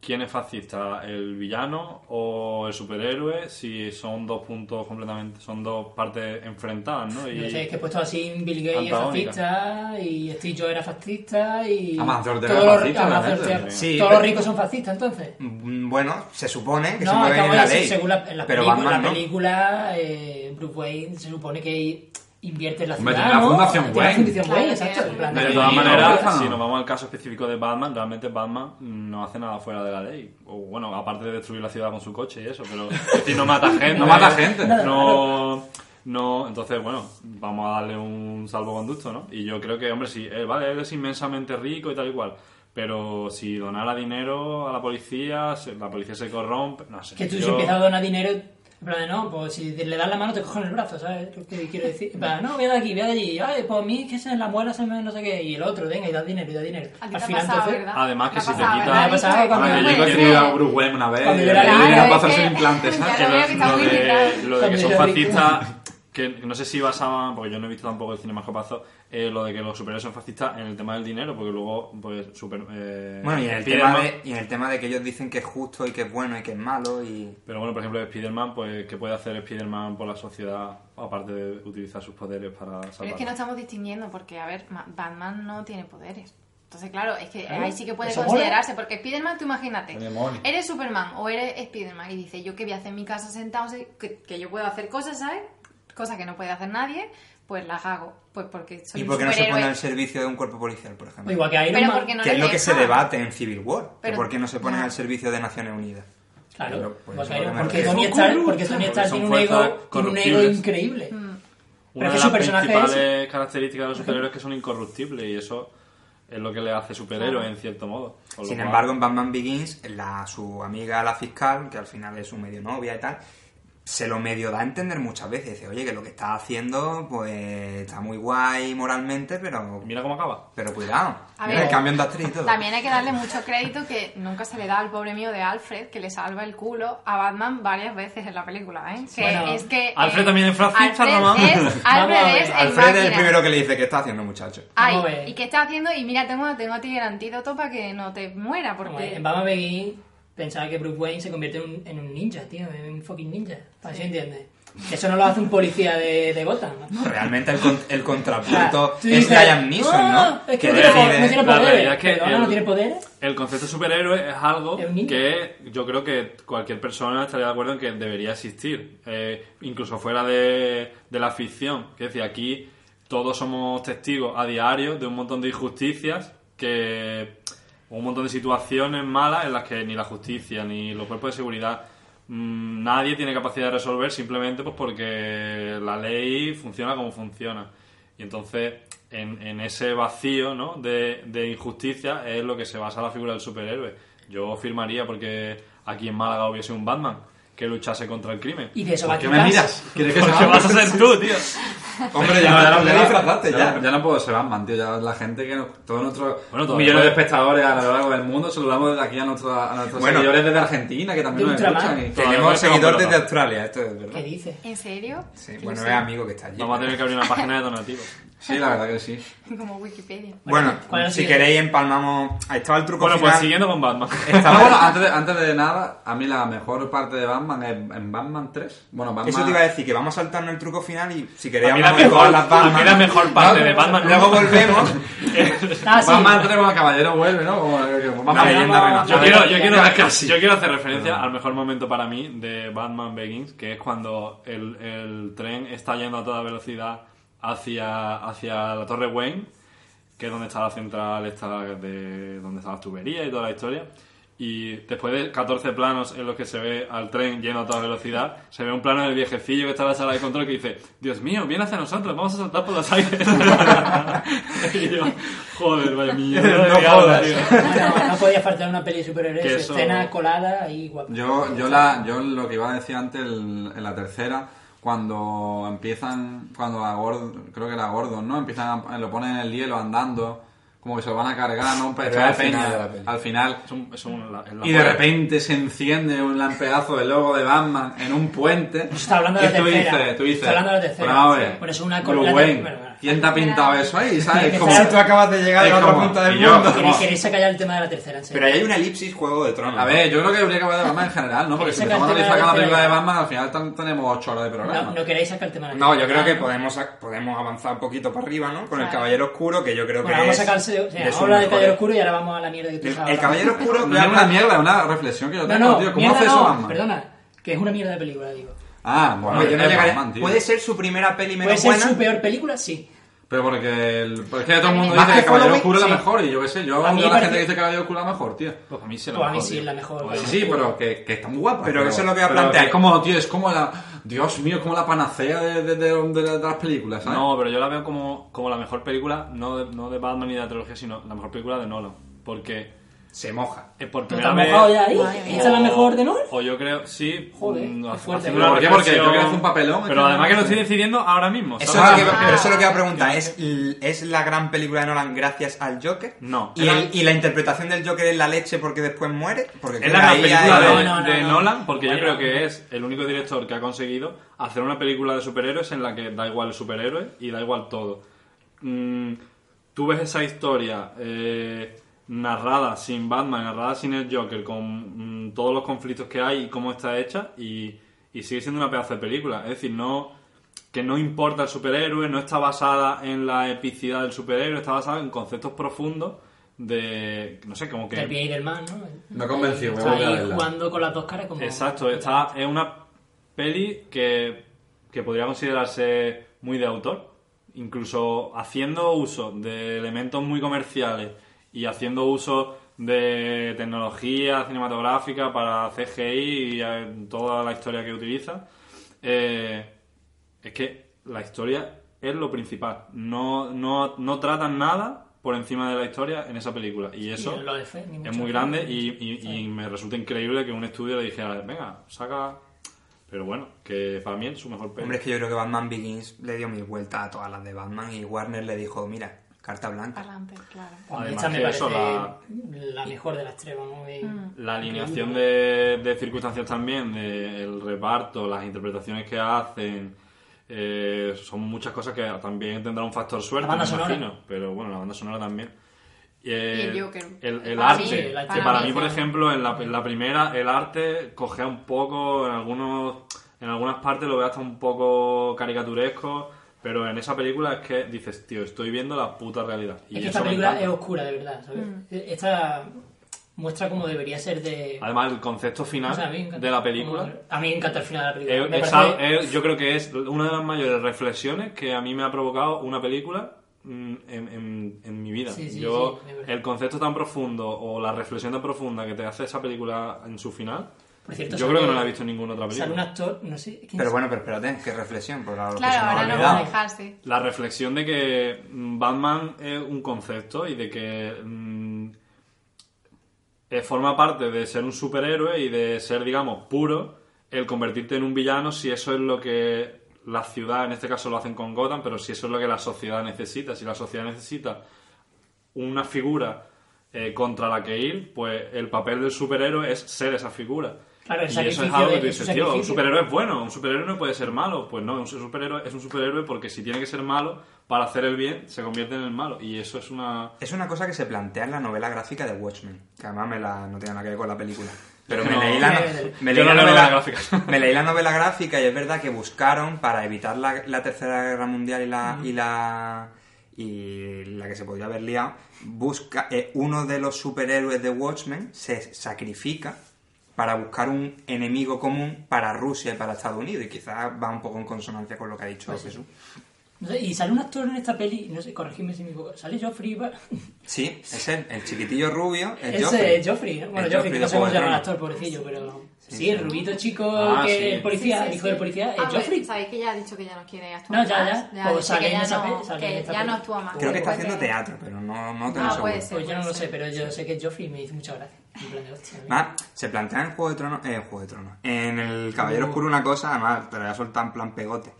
S1: ¿quién es fascista? ¿El villano o el superhéroe? Si son dos puntos completamente, son dos partes enfrentadas, ¿no?
S2: Yo
S1: Y,
S2: qué sé, es que he puesto así Bill Gates es
S1: Antagónica.
S2: fascista y Steve Jobs era fascista y...
S5: Amancio Ortega
S2: todos
S5: es
S2: los-
S5: fascista,
S2: Amancio
S5: realmente.
S2: Ortega-
S4: Sí,
S2: Todos
S4: pero-
S2: los ricos son fascistas, entonces.
S4: Mm, Bueno, se supone que se
S2: No,
S4: mueven
S2: estamos
S4: en la
S2: en-
S4: ley.
S2: según la, en la
S4: pero
S2: película,
S4: Batman
S2: la
S4: no.
S2: película, eh, Bruce Wayne se supone que invierte en la
S5: Hombre,
S2: ciudad,
S5: tiene la
S2: ¿no?
S5: fundación
S2: Tiene
S5: Wayne.
S2: la fundación Wayne,
S3: Claro,
S2: exacto. en
S3: tiene-
S2: plan
S1: de
S2: de-
S1: todas
S5: Y-
S1: maneras,
S5: Batman.
S1: si nos vamos al caso específico de Batman, realmente Batman no hace nada fuera de la ley. O bueno, aparte de destruir la ciudad con su coche y eso, pero es decir, no mata gente.
S5: No mata gente.
S1: No, no, entonces, bueno, vamos a darle un salvoconducto, ¿no? Y yo creo que, hombre, sí, eh, vale, él es inmensamente rico y tal y cual. Pero si donara dinero a la policía, se- la policía se corrompe, no sé.
S2: Que tú si
S1: yo-
S2: empiezas a donar dinero, En plan de, no, pues si le das la mano te cogen el brazo, ¿sabes? Lo que quiero decir. En plan, no, ve de aquí, ve de allí. Ay, pues a mí es que se en la muela se me no sé qué. Y el otro, venga, y da dinero, y da dinero.
S3: A ti te ha pasado, ¿verdad?
S1: además que
S3: Te ha
S1: si te
S3: pasado,
S1: quita-
S3: ¿verdad?
S1: Me ha
S2: pasado
S3: Dicho,
S2: cuando
S3: "Bueno,
S5: Ah, Yo
S2: Bueno.
S5: he tenido a Bruce Wayne una vez
S2: Cuando
S5: y
S2: yo
S5: le
S2: era niña,
S5: dieron
S2: es
S5: para hacerse
S3: que-
S5: implantes,
S1: Que
S5: ¿sabes?
S3: Claro,
S1: lo,
S3: que está
S1: lo
S3: muy
S1: de, lo
S3: picado.
S1: de que son
S2: También lo digo.
S1: fascistas, que no sé si basaban, porque yo no he visto tampoco el cine más copazo, eh, lo de que los superhéroes son fascistas en el tema del dinero, porque luego, pues, super. eh,
S4: Bueno, y en, el tema
S1: Spiderman-
S4: de, y en el tema de que ellos dicen que es justo y que es bueno y que es malo y...
S1: Pero bueno, por ejemplo, Spider-Man, pues, ¿qué puede hacer Spider-Man por la sociedad, aparte de utilizar sus poderes para
S3: Pero es
S1: salvar?
S3: que no estamos distinguiendo porque, a ver, Ma- Batman no tiene poderes. Entonces, claro, es que ahí sí que puede
S2: ¿Eso
S3: considerarse, porque Spiderman, tú imagínate,
S5: Tiene money.
S3: eres Superman o eres Spiderman y dice, yo qué voy a hacer en mi casa sentado, sé que, que yo puedo hacer cosas, ¿sabes? Cosas que no puede hacer nadie, pues las hago, pues porque soy
S4: ¿Y
S3: un
S4: por qué no se
S3: superhéroe.
S4: pone al servicio de un cuerpo policial, por
S2: O
S4: ejemplo?
S2: pues igual que Iron
S3: Pero
S2: Man.
S3: porque no
S4: que
S3: le
S4: es lo que se
S3: dejan.
S4: debate en Civil War. que
S3: Pero-
S4: ¿Por qué no se ponen
S3: no.
S4: al servicio de Naciones Unidas?
S2: Claro,
S4: Pero, pues,
S2: porque,
S4: eso es lo que me
S2: porque
S4: refiero.
S2: Tony Stark, porque Tony Stark
S1: son
S2: tiene un ego,
S1: fuerzas
S2: tiene un ego
S1: corruptibles.
S2: increíble.
S3: Mm.
S2: Pero
S1: Una
S2: es
S1: de
S2: que
S1: las
S2: su personaje es... ese.
S1: principales características de los superhéroes es que son incorruptibles y eso es lo que le hace superhéroe en cierto modo. Con lo
S4: Sin
S1: cual-
S4: embargo, en Batman Begins, la, su amiga, la fiscal, que al final es su medio novia y tal, se lo medio da a entender muchas veces. Dice, oye, que lo que estás haciendo, pues está muy guay moralmente, pero,
S1: Mira cómo acaba.
S4: pero cuidado.
S3: A
S4: Mira,
S3: ver,
S4: el cambio de actriz y todo.
S3: También hay que darle mucho crédito que nunca se le da al pobre mío de Alfred, que le salva el culo a Batman varias veces en la película, ¿eh? Que
S2: Bueno,
S3: es que...
S1: Alfred
S3: eh,
S1: también es fascista,
S3: Alfred
S1: Ramón.
S3: es-
S2: Vamos a
S3: Alfred
S2: ver,
S3: es el
S4: Alfred es el
S3: máquina.
S4: primero que le dice, ¿qué está haciendo, muchacho?
S3: Ay,
S2: Vamos a ver.
S3: ¿y qué estás haciendo? Y mira, tengo, tengo a ti el antídoto para que no te muera,
S2: Como Pues, En
S3: porque...
S2: Batman Begins pensaba que Bruce Wayne se convierte en un, en un ninja, tío, en un fucking ninja. Así entiendes. Que eso no lo hace un policía de, de Gotham. ¿no?
S4: Realmente el, con- el contrapunto
S2: Ah, tú
S4: es
S2: dices,
S4: Ryan Neeson,
S2: "Ah,
S4: ¿no?
S2: Es que
S4: Que
S2: no tiene, po-
S4: decide-
S2: no tiene
S1: la
S2: poderes.
S1: realidad es que
S2: Perdona,
S1: el-
S2: no tiene poderes.
S1: El concepto de superhéroe es algo
S2: Es un niño.
S1: que yo creo que cualquier persona estaría de acuerdo en que debería existir, eh, incluso fuera de, de la ficción. Que decir, aquí todos somos testigos a diario de un montón de injusticias que un montón de situaciones malas en las que ni la justicia ni los cuerpos de seguridad mm, nadie tiene capacidad de resolver simplemente pues porque la ley funciona como funciona y entonces en, en ese vacío ¿no? de, de injusticia es lo que se basa la figura del superhéroe yo firmaría porque aquí en Málaga hubiese un Batman que luchase contra el crimen
S2: Y de eso va a
S5: ¿Por qué me
S2: quitar.
S5: miras? ¿Quieres que se
S1: porque
S5: haga?
S1: vas a ser tú tío
S4: Hombre,
S5: No,
S4: ya,
S5: no,
S4: ya disfrazaste,
S5: ya
S4: ya.
S5: no- ya no puedo ser Batman, tío. Ya la gente que... no- todos nuestros
S1: Bueno, todavía
S5: millones de
S1: puede.
S5: espectadores a lo largo del mundo saludamos desde aquí a, nuestro- a nuestros
S4: Bueno.
S5: seguidores desde Argentina que también
S2: De
S5: nos
S2: Ultraman.
S5: escuchan. y-
S1: Todavía no
S4: Tenemos seguidores
S1: estamos
S4: desde
S1: pelotas.
S4: Australia, esto es verdad.
S2: ¿Qué dices?
S3: ¿En serio?
S4: Sí,
S3: Yo
S4: bueno,
S3: sé.
S4: es amigo que está allí.
S1: vamos a tener que abrir una página de donativos
S5: Sí, la verdad que sí.
S3: Como Wikipedia.
S4: Bueno,
S2: ¿cuál es el
S4: si
S2: siguiente?
S4: queréis empalmamos... Ahí estaba el truco
S1: bueno
S4: final.
S1: pues siguiendo con Batman
S5: Ah,
S4: Estaba-
S5: bueno, antes de, antes de nada, a mí la mejor parte de Batman es en Batman 3. Bueno, Batman...
S4: Eso te iba a decir, que vamos a saltarnos el truco final y si queréis
S1: a mí la
S4: hablamos de
S1: mejor,
S4: todas las
S1: a mí la
S4: Batman.
S1: mejor parte de Batman
S4: Luego volvemos.
S2: Ah, sí.
S5: Batman 3 cuando el caballero vuelve, ¿no? Como, como Batman
S4: La leyenda
S5: Batman-
S4: renace.
S1: Yo
S4: A
S1: quiero,
S2: ver,
S1: yo,
S2: ya,
S1: quiero,
S2: ya,
S1: yo quiero hacer referencia al mejor momento para mí de Batman Begins, que es cuando el, el tren está yendo a toda velocidad hacia, hacia la Torre Wayne, que es donde está la central, esta de, donde está la tubería y toda la historia. Y después de 14 planos en los que se ve al tren lleno a toda velocidad, se ve un plano del viejecillo que está en la sala de control que dice, Dios mío, viene hacia nosotros, vamos a saltar por los aires. y yo, joder, vaya mierda. de
S4: No
S1: diablo,
S4: jodas.
S1: tío".
S2: No, no podía faltar una peli de superhéroes,
S1: Que
S2: su
S1: eso-
S2: escena colada y guapa.
S5: Yo, yo, la, yo lo que iba a decir antes, el- en la tercera, cuando empiezan, cuando la Gordon, creo que la Gordon, ¿no? Empiezan, a- lo ponen en el hielo andando, como que se lo van a cargar, ¿no? Un
S4: Pero
S5: pedazo
S4: al
S5: de peña.
S4: final de la peli.
S5: al final.
S1: Es un- es un- la- es la
S5: Y de
S1: moda.
S5: repente se enciende un lampedazo de logo de Batman en un puente.
S2: Pues Está hablando de
S5: Y
S2: la
S5: tú
S2: tercera.
S5: Dices, tú dices,
S2: Está hablando de la tercera.
S5: "Pero vamos a ver,
S2: Por eso una
S5: Bruce
S2: cola-
S5: Wayne,
S2: bueno, bueno.
S5: ¿Quién te ha pintado eso ahí? ¿Sabes?
S2: que
S5: Como-
S2: sea-
S4: Tú acabas de llegar a la
S5: Es
S4: otra
S5: como-
S4: punta del
S5: y yo-
S4: mundo.
S2: Queréis- Queréis sacar ya el tema de la tercera, en serio.
S4: Pero ahí hay una elipsis Juego de Tronos.
S5: A ver, yo creo que habría que hablar de Batman en general, ¿no? Porque si
S2: Ese
S5: empezamos a
S2: canción
S5: analizar
S2: era
S5: cada
S2: de
S5: película de
S2: Federer.
S5: Batman, al final tan- tenemos 8 horas de programa.
S2: No, no queréis sacar el tema de la
S4: No,
S2: tercera.
S4: yo creo que
S2: Ah,
S4: podemos, ac- podemos avanzar un poquito para arriba, ¿no? Con el
S3: Vale.
S4: Caballero Oscuro, que yo creo
S2: Bueno,
S4: que
S2: vamos a
S4: es...
S2: sacarse. O sea,
S4: de sus
S2: vamos a hablar del
S4: mejores.
S2: Caballero Oscuro y ahora vamos a la mierda que tú
S4: El, el Caballero Oscuro...
S5: No es una mierda, es una reflexión que yo
S2: No,
S5: tengo,
S2: no,
S5: tío. ¿Cómo
S2: mierda
S5: hace eso Batman?
S2: no, perdona. Que es una mierda de película, digo.
S5: Ah, bueno,
S4: Hombre, yo no
S5: es
S4: llegaré-
S5: Batman, tío.
S4: Puede ser su primera peli
S2: ¿Puede
S4: menos
S2: ser
S4: buena.
S2: su peor película? Sí.
S5: Pero porque, el, porque
S2: Eh,
S5: es que todo el mundo
S3: Más
S5: dice
S4: que
S5: que Caballero
S4: Halloween,
S5: Oscuro es
S4: sí.
S5: la mejor y yo qué sé, yo
S2: A mí
S5: veo a la
S2: parece-
S5: gente que dice Caballero Oscuro es la mejor, tío.
S1: Pues a mí sí es la
S2: Pues a
S1: mejor,
S2: mí sí
S1: tío.
S2: es la mejor.
S1: Pues
S5: Sí, sí, pero que, que está muy guapa.
S4: Pero eso es lo que voy a plantear.
S5: Es como, tío, es como la... Dios mío, es como la panacea de, de, de- de la- de las películas, ¿sabes?
S1: No, pero yo la veo como, como la mejor película, no de, no de Batman ni de la trilogía, sino la mejor película de Nolan. Porque
S4: se moja.
S1: Eh, por
S2: ¿Tú
S1: primera
S2: estás
S1: vez-
S2: mojado ya ahí?
S3: Madre mía.
S2: ¿Esta es la mejor de Noel?
S1: O yo creo, sí.
S2: Joder,
S1: mm,
S2: qué
S1: hace-
S2: fuerte.
S1: haciendo una
S5: ¿Por qué? Porque yo creo que
S1: reflexión.
S5: hace un papelón, este
S1: Pero además
S5: hombre.
S1: que lo estoy decidiendo ahora mismo.
S4: Eso
S1: ¿sabes?
S4: es lo que-
S3: Ah.
S4: pero eso es lo que iba a preguntar. ¿Es, l- ¿Es la gran película de Nolan gracias al Joker?
S1: No.
S4: ¿Y,
S1: Era-
S4: el- y la interpretación del Joker es la leche porque después muere? Porque
S1: Es
S4: creo
S1: la
S4: que
S1: gran
S4: ahí
S1: película
S4: hay-
S1: de,
S2: No, no,
S1: de
S2: no, no.
S1: Nolan, porque yo
S2: Bueno.
S1: creo que es el único director que ha conseguido hacer una película de superhéroes en la que da igual el superhéroe y da igual todo. Mm, tú ves esa historia eh, narrada sin Batman, narrada sin el Joker, con mm, todos los conflictos que hay y cómo está hecha, y, y sigue siendo una pedazo de película. Es decir, no que no importa el superhéroe, no está basada en la epicidad del superhéroe, está basada en conceptos profundos de, no sé, como que...
S2: Del bien y del mal, ¿no?
S5: Me ha convencido, voy a
S2: Está
S5: volver a
S2: ahí
S5: verla.
S2: jugando con las dos caras como...
S1: Exacto, esta es una peli que, que podría considerarse muy de autor, incluso haciendo uso de elementos muy comerciales y haciendo uso de tecnología cinematográfica para CGI y eh, toda la historia que utiliza. Eh, es que la historia es lo principal. No, no, no tratan nada por encima de la historia en esa película. Y eso
S2: Y lo de Fe, ni mucho
S1: es muy
S2: menos.
S1: grande y, y- y me resulta increíble que un estudio le dijera, venga, saca... Pero bueno, que para mí es su mejor peli.
S4: Hombre, es que yo creo que Batman Begins le dio mil vueltas a todas las de Batman y Warner le dijo, mira, carta blanca.
S3: Adelante, claro.
S2: A mí
S1: Además
S2: esta me
S1: que
S2: parece
S1: eso,
S2: la... mejor de las tres, vamos. y-
S1: La alineación de, de circunstancias también, de- el reparto, las interpretaciones que hacen, eh, son muchas cosas que también tendrá un factor suerte,
S2: La banda
S1: me
S2: sonora.
S1: imagino. Pero bueno, la banda sonora también. Y
S3: el Joker.
S1: El, el
S3: Para
S2: mí,
S1: arte,
S2: el arte.
S1: que para
S3: Para
S1: mí,
S3: mí,
S1: por
S3: sí.
S1: ejemplo, en la, en la primera, el arte cogea un poco, en algunos en algunas partes lo veo hasta un poco caricaturesco, pero en esa película es que dices, tío, estoy viendo la puta realidad. Y
S2: Es
S1: eso
S2: que esta
S1: me
S2: película
S1: encanta.
S2: es oscura, de verdad, ¿sabes? Esta muestra como debería ser de...
S1: Además, el concepto final
S2: o sea, a mí me encanta.
S1: de la película...
S2: Como- A mí me encanta el final de la película.
S1: Eh,
S2: Me
S1: es
S2: parece-
S1: al- eh, yo creo que es una de las mayores reflexiones que a mí me ha provocado una película mm, en, en- en mi vida.
S2: Sí, sí,
S1: yo,
S2: sí, de verdad.
S1: el concepto tan profundo o la reflexión tan profunda que te hace esa película en su final,
S2: Por cierto,
S1: yo
S2: sale-
S1: creo que no la he visto en ninguna otra
S2: Sale un
S1: película.
S2: actor, no sé... ¿quién
S4: Pero
S2: es?
S4: bueno, pero espérate, qué reflexión, por lo que se
S3: Claro,
S4: nos ha
S3: ahora no
S4: olvidado.
S3: puedo dejarse.
S1: La reflexión de que mm, Batman es un concepto y de que mm, eh, forma parte de ser un superhéroe y de ser, digamos, puro, el convertirte en un villano si eso es lo que la ciudad, en este caso lo hacen con Gotham, pero si eso es lo que la sociedad necesita, si la sociedad necesita una figura eh, contra la que ir, pues el papel del superhéroe es ser esa figura.
S2: Claro, el
S1: y eso es
S2: sacrificio
S1: algo
S2: de-
S1: que tú
S2: es un
S1: dices, tío, un
S2: sacrificio".
S1: superhéroe es bueno, un superhéroe no puede ser malo. Pues no, un superhéroe es un superhéroe porque si tiene que ser malo para hacer el bien, se convierte en el malo. Y eso es una...
S4: Es una cosa que se plantea en la novela gráfica de Watchmen, que además me la, no tiene nada que ver con la película. Pero me
S1: No.
S4: leí la, no- me
S1: Yo
S4: leí
S1: no
S4: la
S1: leo
S4: novela
S1: la gráfica.
S4: Me leí la novela gráfica y es verdad que buscaron para evitar la, la Tercera Guerra Mundial y la, y la y la que se podría haber liado, busca eh, uno de los superhéroes de Watchmen se sacrifica para buscar un enemigo común para Rusia y para Estados Unidos y quizás va un poco en consonancia con lo que ha
S1: Pues
S4: dicho Jesús.
S2: No sé, y sale un actor en esta peli, no sé, corregidme si me equivoco, sale Joffrey... Bar-
S4: Sí, es él, el chiquitillo rubio, el
S2: Ese
S4: Joffrey.
S2: es Joffrey, ¿no? Bueno,
S4: El
S2: Joffrey, que no
S4: de
S2: sé cómo
S4: Juego de
S2: se llama el
S4: Tronos.
S2: actor, pobrecillo, pero... Sí, el rubito chico
S1: Ah,
S2: que
S1: sí.
S2: el policía,
S3: Sí, sí,
S2: el hijo
S3: sí.
S2: del policía,
S3: Ah,
S2: es
S3: bueno,
S2: Joffrey.
S3: Sabéis que ya ha dicho que ya no quiere actuar.
S2: No, ya,
S3: más.
S2: ya. O
S3: dice
S2: sale
S3: que
S2: en
S3: ya
S2: esa
S3: no,
S2: peli, sale
S3: que
S2: en esta
S3: ya
S2: peli.
S3: no actúa más. Pues,
S4: Creo que está
S3: Puede
S4: haciendo
S3: ser.
S4: teatro, pero no, no te
S3: Ah,
S4: lo aseguro.
S3: puede ser.
S2: Pues yo no lo sé, pero yo sé que Joffrey me hizo mucha gracia. En plan de hostia. mira.
S4: Además, se plantea en Juego de Tronos, eh, en Juego de Tronos, en el
S2: Uh.
S4: Caballero Oscuro una cosa, además, te la voy a soltar en plan pegote.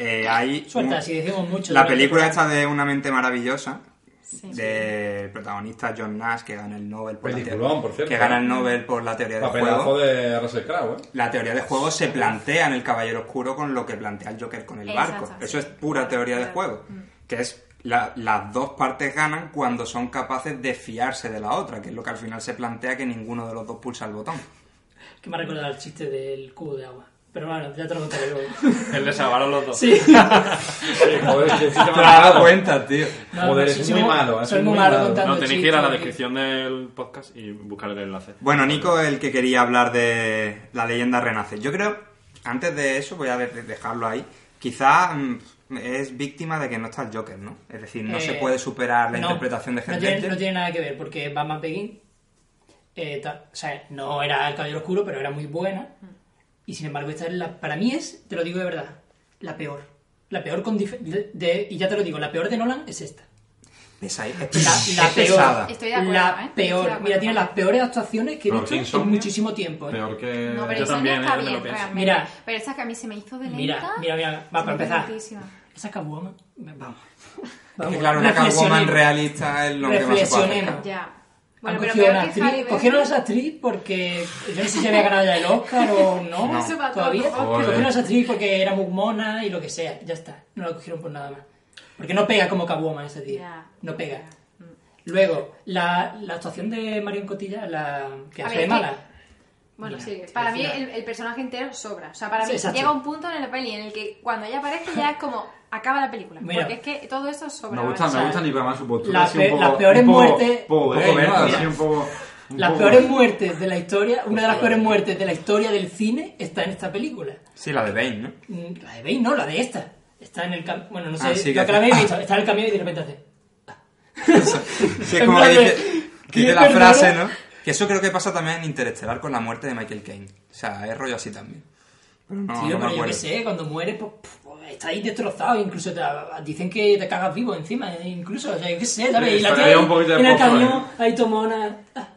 S4: Eh, hay
S2: Suelta,
S4: un-
S2: si decimos mucho.
S4: la
S2: de-
S4: película esta de Una mente maravillosa,
S3: Sí.
S4: del protagonista John Nash, que gana el Nobel por, la,
S5: Peliculón,
S4: teoría-
S5: por cierto.
S4: que gana el Nobel por la teoría del
S5: Papelazo
S4: juego.
S5: de Russell Crowe, ¿eh?
S4: La teoría de juego se plantea en el Caballero Oscuro con lo que plantea el Joker con el
S3: Exacto,
S4: barco.
S3: sí.
S4: Eso es pura teoría de juego.
S2: Mm.
S4: Que es la- las dos partes ganan cuando son capaces de fiarse de la otra, que es lo que al final se plantea que ninguno de los dos pulsa el botón.
S2: Que me ha recordado el chiste del cubo de agua. Pero bueno, ya te lo contaré luego.
S1: El de salvar a los dos.
S2: sí.
S5: Sí, joder, que sí que
S4: Te has
S5: me ha
S4: dado
S5: dado.
S4: cuenta, tío.
S2: No,
S5: Joder,
S2: no,
S5: es
S2: sí,
S5: muy
S2: soy-
S5: malo, es
S2: Soy
S5: muy
S2: muy malo
S5: malo.
S2: contando
S1: No, tenéis que ir a la
S2: chistes,
S1: descripción del podcast y buscar el enlace.
S4: Bueno, Nico es el que quería hablar de la leyenda renace. Yo creo, antes de eso, voy a de- dejarlo ahí. Quizá mm, es víctima de que no está el Joker, ¿no? Es decir, no
S2: Eh,
S4: se puede superar la
S2: no,
S4: interpretación de
S2: no
S4: Heath
S2: tiene,
S4: Ledger.
S2: no tiene nada que ver, porque Batman Begin eh, ta- o sea, no era el caballero oscuro, pero era muy buena.
S3: Mm.
S2: Y sin embargo, esta es la, para mí es, te lo digo de verdad, la peor. La peor con dif- de, de- y ya te lo digo, la peor de Nolan es esta.
S4: Pesa- es
S2: La,
S4: pesa-
S2: la
S4: es pesada.
S2: peor.
S3: Estoy de acuerdo,
S2: la
S3: ¿eh? Estoy de
S2: peor.
S3: acuerdo.
S2: Mira, tiene las peores actuaciones que he
S5: Pero
S2: visto en
S5: Insomnia,
S2: muchísimo tiempo. ¿eh?
S5: Peor que.
S3: No, pero
S1: Yo
S3: eso
S1: también,
S3: no está
S1: yo me lo
S3: bien
S1: pienso.
S3: realmente.
S2: Mira.
S3: Pero esa que a mí se me hizo de lenta.
S2: Mira, mira, mira. Va,
S3: se me
S2: para
S3: hizo
S2: empezar.
S3: lentísima.
S2: Esa Catwoman. Vamos.
S4: Es
S2: Vamos,
S4: que claro, una Catwoman
S2: reflexionemos.
S4: realista es lo que más se puede
S2: Reflexionemos.
S4: acercar.
S3: Ya.
S2: Han
S3: Bueno, pero
S2: cogido a
S3: peor
S2: una
S3: que ¿eh?
S2: actriz-
S3: Halle Berry.
S2: cogieron a esa actriz porque yo no sé si había ganado ya el Oscar o no,
S3: No. Eso para
S2: todavía.
S3: todos.
S5: Joder.
S2: Cogieron a esa actriz porque era muy mona y lo que sea, ya está. No la cogieron por nada más. Porque no pega como Catwoman esa tía.
S3: Ya.
S2: No pega. Luego, la, la actuación de Marion Cotilla, la que
S3: A
S2: hace
S3: ver,
S2: de
S3: es
S2: mala.
S3: Bueno,
S2: Mira,
S3: sí,
S2: te
S3: para mí
S2: decía-
S3: el, el personaje entero sobra. O sea, para
S2: Sí,
S3: mí
S2: exacto.
S3: llega un punto en la peli en el que cuando ella aparece ya es como acaba la película.
S2: Mira.
S3: Porque es que todo eso sobra.
S5: Me gusta,
S2: sea,
S5: me gusta ni para más su postura.
S2: la
S5: así
S2: pe-
S5: un poco,
S2: las peores
S5: un poco-
S2: muertes-
S5: Un poco
S4: Mira.
S5: gay, ¿no? Así un poco. un
S2: Las
S5: poco-
S2: peores muertes de la historia, una de las peores muertes de la historia del cine está en esta película.
S4: Sí, la de Bane, ¿no?
S2: Mm, La de Bane, no, la de esta. Está en el cam- Bueno, no sé,
S4: Ah, sí,
S2: lo
S4: que-
S2: que la habéis visto. Está en el camión y de repente hace.
S4: Sí, es
S2: En
S4: como
S2: plan
S4: que
S2: de,
S4: dice, que dice
S2: ¿quién
S4: la
S2: perdona?
S4: frase, ¿no? Que eso creo que pasa también en Interestelar con la muerte de Michael Caine. O sea, es rollo así también. Pero no,
S2: Tío,
S4: no me
S2: pero yo qué
S4: acuerdo.
S2: sé, cuando mueres, pues, pues, estáis destrozados, incluso te, dicen que te cagas vivo encima, eh, incluso, o sea, yo qué sé, ¿sabes? Y la
S5: Pero
S2: tía
S5: había
S2: ahí
S5: un poquito de
S2: en el
S5: pozo,
S2: camión,
S5: ¿eh?
S2: ahí tomó una... ah,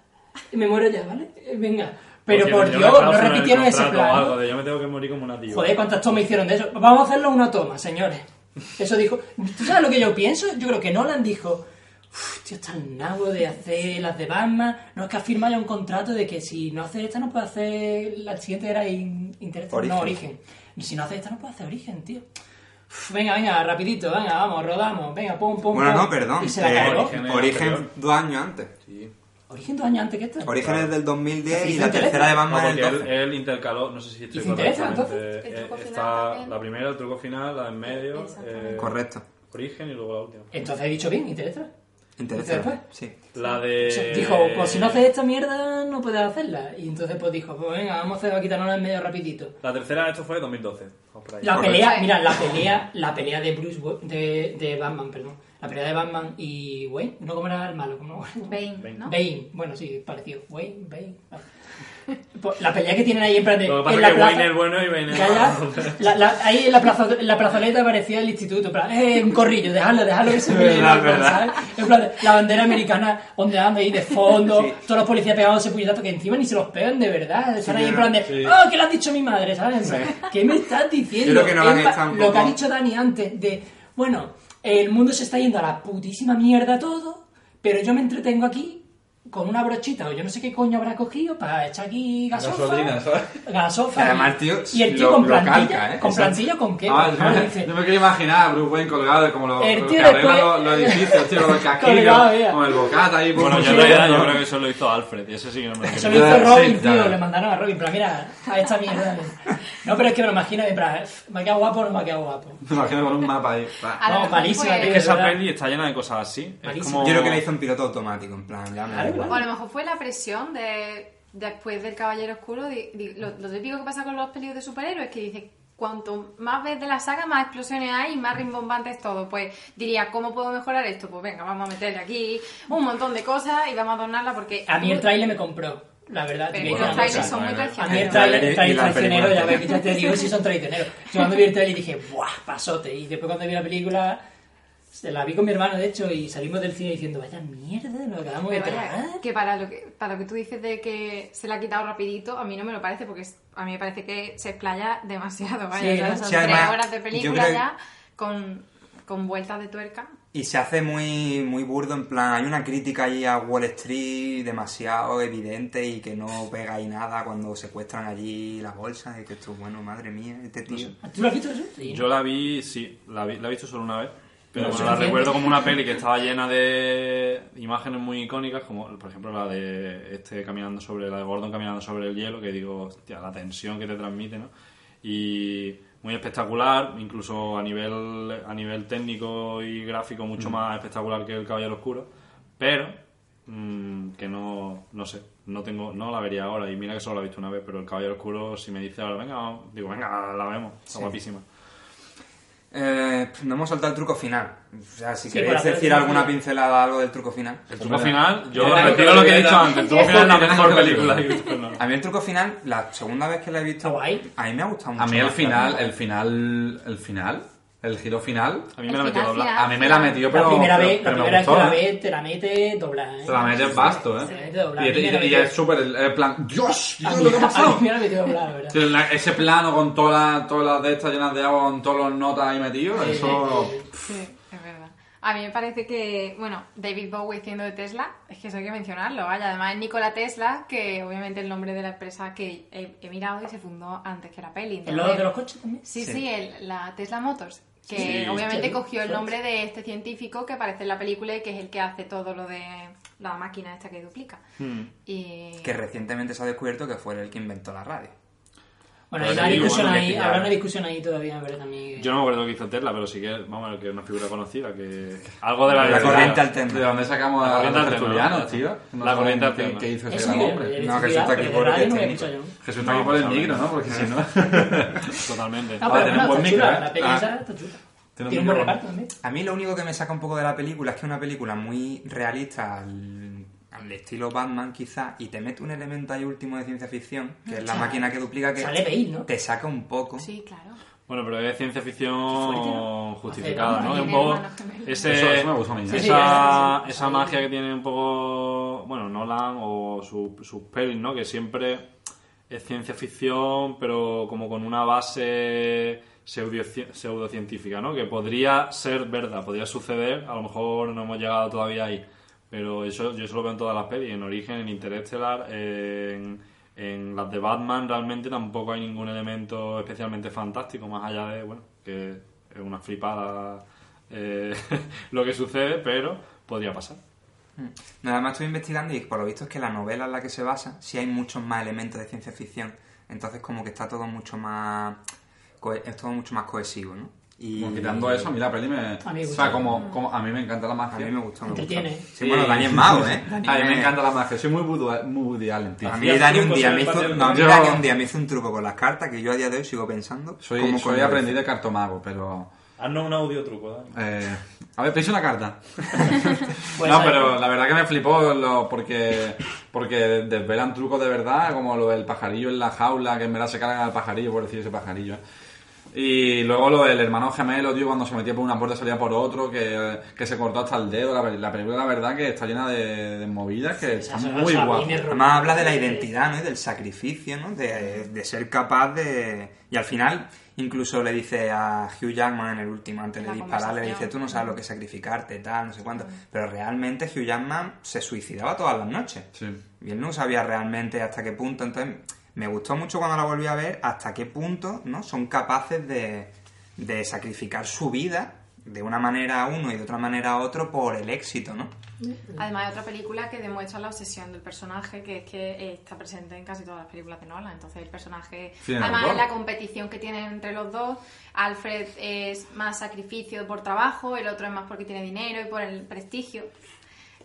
S2: y me muero ya, ¿vale? Eh, Venga. Pero
S1: Porque
S2: por
S1: yo
S2: Dios,
S1: estaba
S2: no
S1: solo en el
S2: repitieron ese
S1: contrato o
S2: plan.
S1: algo de yo me tengo que morir como una diva.
S2: Joder, ¿cuántas tomas hicieron de eso? Vamos a hacerlo una toma, señores. Eso dijo... ¿Tú sabes lo que yo pienso? Yo creo que Nolan dijo... "Uf, Tío, está el nabo de hacer las de Batman. No es que ha firmado ya un contrato de que si no hace esta no puede hacer... La siguiente era in- Interestelar, no
S4: Origen.
S2: Origen. Si no hace esta no puede hacer Origen, tío. Uf, venga, venga, rapidito, venga, vamos, rodamos. Venga, pum, pum,
S4: Bueno,
S2: pum.
S4: no, perdón.
S2: Y se la
S4: Eh,
S2: cargó.
S1: Origen.
S2: Origen,
S1: es
S4: Origen
S1: anterior.
S4: dos años antes.
S2: dos años antes que esta.
S4: Origen es del 2010
S2: Sí,
S4: y
S2: sí,
S4: la
S2: Interestelar.
S4: tercera de
S1: No,
S4: Batman es
S1: porque
S4: el
S1: él,
S4: 12.
S1: él intercaló, no sé si estoy
S2: ¿Y se interesa,
S1: correctamente,
S3: entonces? El
S1: eh,
S3: truco final
S1: Está
S3: también.
S1: la primera, el truco final, la en medio,
S3: Exactamente.
S1: eh,
S4: Correcto.
S1: origen y luego la última.
S2: Entonces he dicho bien, Interestelar.
S4: Interestelar.
S2: después?
S4: Sí.
S1: La de...
S2: O sea, dijo,
S1: Eh,
S2: pues si no haces esta mierda, no puedes hacerla. Y entonces pues dijo, pues venga, vamos a, hacer, a quitarnos en medio rapidito.
S1: La tercera, esto fue 2012. Vamos por ahí.
S2: La
S4: Correcto.
S2: pelea, mira, la pelea, la pelea de Bruce, Wa- de, de Batman, perdón. La pelea de Batman y Wayne, no como era el malo, como
S3: Bane, ¿no?
S2: Bane, bueno, sí, parecido. Wayne, Bane. vale. Pues La pelea que tienen ahí en plan de...
S1: Lo que pasa
S2: en
S1: es
S2: la
S1: que
S2: plaza-
S1: Wayne es bueno y Wayne es
S2: Calla,
S1: malo.
S2: la- la- ahí en la, plaza, en la plazoleta parecía el instituto, pero, eh, un corrillo, dejadlo, dejadlo que se me
S4: Verdad, verdad.
S2: En plan, la bandera americana ondeando ahí de fondo,
S4: Sí.
S2: todos los policías pegándose puñetazos que encima ni se los pegan de verdad. Están ahí en plan de,
S1: sí.
S2: oh, ¿qué le has dicho a mi madre? ¿Sabes? ¿Qué me estás diciendo?
S4: Yo creo que no la han
S2: Es pa-
S4: hecho un
S2: lo que ha
S4: poco-
S2: dicho Dani antes, de, bueno, el mundo se está yendo a la putísima mierda todo, pero yo me entretengo aquí con una brochita o yo no sé qué coño habrá cogido para echar aquí gasofa.
S5: Gasolina, ¿sabes?
S2: Gasofa.
S4: Que además, tío,
S2: y el tío
S4: lo-
S2: con
S4: lo
S2: plantilla,
S4: calca, ¿eh?
S2: con
S4: Exacto.
S2: plantilla con qué?
S5: Ah,
S2: ¿no?
S5: yo-
S2: Dice,
S5: yo me quería imaginar a Bruce Wayne colgado de como los
S2: El
S5: lo
S2: tío
S5: que arregla
S2: después-
S5: los, los edificios, tío, los
S2: Colgado, ya.
S5: casquillos, con el bocata ahí.
S1: Bueno,
S5: por-
S1: yo en realidad yo creo que eso lo hizo Alfred y eso sí que no me lo
S2: Eso
S1: creo.
S2: lo hizo
S5: Ya,
S2: Robin,
S5: sí,
S2: tío,
S5: ya.
S2: le mandaron a Robin, pero mira, a esta mierda. No, pero es que me lo imagino, en plan, ¿me ha quedado guapo o no me ha quedado guapo?
S5: Me imagino con un mapa ahí. pa.
S4: Ah,
S3: A lo
S2: No,
S3: mejor
S2: malísima,
S3: fue-
S1: Es que esa
S2: ¿verdad?
S1: peli está llena de cosas así. Es
S2: Malísimo.
S1: como...
S4: Yo creo que la hizo en piloto automático, en plan, ya me da
S2: Claro,
S4: igual.
S3: O a lo mejor fue la presión de después del Caballero Oscuro. di- di- lo, lo típico que pasa con los peligros de superhéroes que dice cuanto más ves de la saga, más explosiones hay y
S2: Mm.
S3: más rimbombante es todo. Pues diría, ¿cómo puedo mejorar esto? Pues venga, vamos a meterle aquí un montón de cosas y vamos a adornarla porque...
S2: A mí el trailer me compró, la verdad. te
S3: Pero
S2: digo
S3: es que
S2: una
S3: los
S2: cosa.
S3: trailers son muy
S2: A mí el
S3: traicioneros.
S2: trailer, el
S4: Y la película
S2: traicionero, ya
S4: también.
S2: ves, ya te digo si son traicioneros. Yo cuando vi el trailer dije, ¡buah, pasote! Y después cuando vi la película, se la vi con mi hermano, de hecho, y salimos del cine diciendo, vaya mierda, nos acabamos de
S3: Pero vaya,
S2: tragar.
S3: que para lo que para lo que tú dices de que se le ha quitado rapidito, a mí no me lo parece porque es- a mí me parece que se explaya demasiado, vaya,
S2: Sí,
S3: ya
S2: ¿no?
S3: son
S4: Sí,
S3: tres
S4: además,
S3: horas de
S4: yo
S3: película
S4: creo-
S3: ya con, con vueltas de tuerca.
S4: Y se hace muy, muy burdo, en plan, hay una crítica ahí a Wall Street demasiado evidente y que no pega ahí nada cuando secuestran allí las bolsas y que esto, bueno, madre mía, este tío.
S2: ¿Tú lo has visto eso? Sí.
S1: Yo la vi, sí, la, vi- la he visto solo una vez. Pero
S2: No,
S1: bueno, la
S2: suficiente.
S1: recuerdo como una peli que estaba llena de imágenes muy icónicas, como por ejemplo la de este caminando sobre, la de Gordon caminando sobre el hielo, que digo, hostia, la tensión que te transmite, ¿no? Y muy espectacular, incluso a nivel, a nivel técnico y gráfico mucho más espectacular que el Caballero Oscuro, pero mm, que no, no sé, no tengo, no la vería ahora, y mira que solo la he visto una vez, pero el Caballero Oscuro si me dice ahora, venga, vamos", digo, venga, la vemos, está guapísima.
S4: Eh, pff, no hemos saltado el truco final. O sea, si
S2: Sí,
S4: queréis
S2: para hacer
S4: decir
S2: el-
S4: alguna pincelada, algo del truco final.
S1: El truco final, yo
S5: Yo creo
S1: retiro
S5: que
S1: lo que he
S5: Pues era-
S1: dicho antes. El truco final es la mejor película de Christopher
S4: A
S1: Nolan.
S4: mí el truco final, la segunda vez que la he visto,
S2: Está guay.
S4: a mí me ha gustado mucho.
S5: A mí el
S4: más.
S5: final, el final, el final, El giro final.
S1: A mí me
S3: El
S1: la metió
S3: final,
S1: doblada.
S3: final.
S5: A mí me la metió, pero.
S2: la primera,
S5: pero-
S2: vez, la
S5: pero me
S2: primera vez que
S5: gustó,
S2: la
S5: ¿eh?
S2: ves, te la mete doblada. ¿eh?
S5: Se la metes basto,
S2: Te la
S5: ¿eh?
S2: mete doblada.
S5: Y,
S2: A mí me
S5: y-
S2: la
S5: y
S2: metió-
S5: es súper el, el plan. ¡Dios!
S2: a
S5: Dios
S2: mí-
S5: lo que ha
S2: a
S5: pasado!
S2: mí me la metió doblada, la ¿verdad?
S5: La- Ese plano con todas todas de estas llenas de agua, con todos los notas ahí metidos,
S2: Sí,
S5: eso.
S2: sí,
S3: Sí, es verdad. A mí me parece que, bueno, David Bowie siendo de Tesla, es que eso hay que mencionarlo, vaya. Además, Nikola Tesla, que obviamente el nombre de la empresa que he, he mirado y se fundó antes que la peli.
S2: ¿El
S3: entonces-
S2: logo de los coches también?
S3: Sí,
S4: Sí.
S3: sí, el- la Tesla Motors, que
S1: Sí.
S3: obviamente
S2: Hostia,
S3: cogió el
S2: fuerte.
S3: nombre de este científico que aparece en la película y que es el que hace todo lo de la máquina esta que duplica.
S1: Hmm.
S5: Mm.
S3: Y...
S4: Que recientemente se ha descubierto que fue él el que inventó la radio.
S2: Bueno,
S1: Pero
S2: hay
S1: sí,
S2: una
S1: bueno,
S2: discusión
S1: que
S2: ahí,
S1: pillar.
S2: habrá una discusión ahí todavía, a ver también.
S1: Yo no me acuerdo que hizo Tesla, pero sí que, vamos a ver, que es una figura conocida, que... Algo de la...
S4: La
S1: electricidad.
S4: corriente
S5: ¿De
S4: alterna.
S5: dónde sacamos
S1: La
S5: a
S1: corriente
S5: los
S1: alterna, ¿no?
S5: tertulianos, tío? No
S1: La corriente
S5: sabemos qué-
S1: alterna.
S5: ¿Qué hizo ese
S2: Eso
S5: gran
S2: sí,
S5: hombre?
S4: No, que
S2: eso
S4: eso está aquí por el
S2: no había
S4: técnico.
S2: escuchado yo.
S5: Jesús está aquí por el micro, ¿no? Porque si no.
S1: Totalmente.
S2: No,
S5: Ahora
S2: pero bueno,
S5: tenemos buen
S2: está
S5: micro,
S2: chula,
S5: ¿eh?
S2: la peli
S5: Ah.
S2: esa está chula.
S5: Tiene un
S2: Tiene un buen
S5: micro
S2: reparto también.
S4: A mí lo único que me saca un poco de la película es que es una película muy realista al, al estilo Batman quizá y te mete un elemento ahí último de ciencia ficción, que es la
S2: Sale-
S4: máquina que duplica que
S2: Sale Bale, ¿no?
S4: te saca un poco.
S3: Sí, claro.
S1: Bueno, pero es ciencia
S3: fuerte,
S1: ficción justificada,
S2: Hace
S1: ¿no?
S2: daño,
S1: Es un
S3: tiene
S1: poco
S3: hermanos gemelos.
S1: ese,
S5: Eso- eso me gusta a mí, ¿eh?
S2: Sí, sí,
S1: esa,
S2: sí, sí.
S1: esa magia que tiene un poco, bueno, Nolan o su- sus pelis, ¿no? Que siempre es ciencia ficción, pero como con una base pseudoci- pseudocientífica, ¿no? Que podría ser verdad, podría suceder, a lo mejor no hemos llegado todavía ahí. Pero eso yo eso lo veo en todas las pelis, en Origen, en Interstellar, en, en las de Batman realmente tampoco hay ningún elemento especialmente fantástico, más allá de, bueno, que es una flipada eh, lo que sucede, pero podría pasar.
S4: Nada más estoy investigando y por lo visto es que la novela en la que se basa sí hay muchos más elementos de ciencia ficción. Entonces como que está todo mucho más... co- es todo mucho más cohesivo, ¿no? Y
S5: Como quitando eso, a mí la peli me.
S2: A mí me
S5: o
S2: gusta. Mm.
S5: sea, como, como a mí me encanta la
S4: A
S5: magia.
S4: mí me gustó. me gustó.
S2: Entretiene.
S4: Sí, bueno, Dani es mago, ¿eh?
S5: A
S4: Dani
S5: mí
S4: es-
S5: me encanta la magia. Soy muy Woody, muy Woody Allen, tío.
S4: A mí Dani un día me hizo, no, a mí
S5: Yo-
S4: Dani un día me hizo un truco con las cartas que yo a día de hoy sigo pensando.
S5: Soy,
S4: cómo
S5: soy
S4: coño pues, lo
S5: aprendiz
S4: hizo.
S5: de cartomago, pero.
S1: Haznos un audio truco, Dani.
S5: eh, a ver, te hice una carta.
S2: Pues,
S5: no,
S2: ¿sabes?
S5: pero la verdad que me flipó lo- porque, porque desvelan trucos de verdad, como lo del pajarillo en la jaula, que en verdad se cargan al pajarillo, por decir ese pajarillo. Y luego lo del hermano gemelo, tío, cuando se metía por una puerta salía por otro, que, que se cortó hasta el dedo. La, pe- la película, la verdad, que está llena de, de movidas que
S2: Esa-
S5: están
S2: esa-
S5: muy
S2: esa-
S5: guapas.
S2: a mí me
S4: Además habla de la identidad, ¿no? Y del sacrificio, ¿no? De, de ser capaz de... Y al final incluso le dice a Hugh Jackman en el último, antes
S3: En
S4: de
S3: la
S4: disparar, le
S3: conversación. Mm.
S4: dice tú no sabes lo que es sacrificarte, tal, no sé cuánto. Pero realmente Hugh Jackman se suicidaba todas las noches.
S5: Sí.
S4: Y él no sabía realmente hasta qué punto. Entonces, me gustó mucho cuando la volví a ver hasta qué punto ¿no? son capaces de, de sacrificar su vida de una manera a uno y de otra manera a otro por el éxito, ¿no?
S3: Además, hay otra película que demuestra la obsesión del personaje, que es que eh, está presente en casi todas las películas de Nolan. Entonces, el personaje.
S5: Sí, en el
S3: además,
S5: autor.
S3: la competición que tienen entre los dos. Alfred es más sacrificio por trabajo, el otro es más porque tiene dinero y por el prestigio.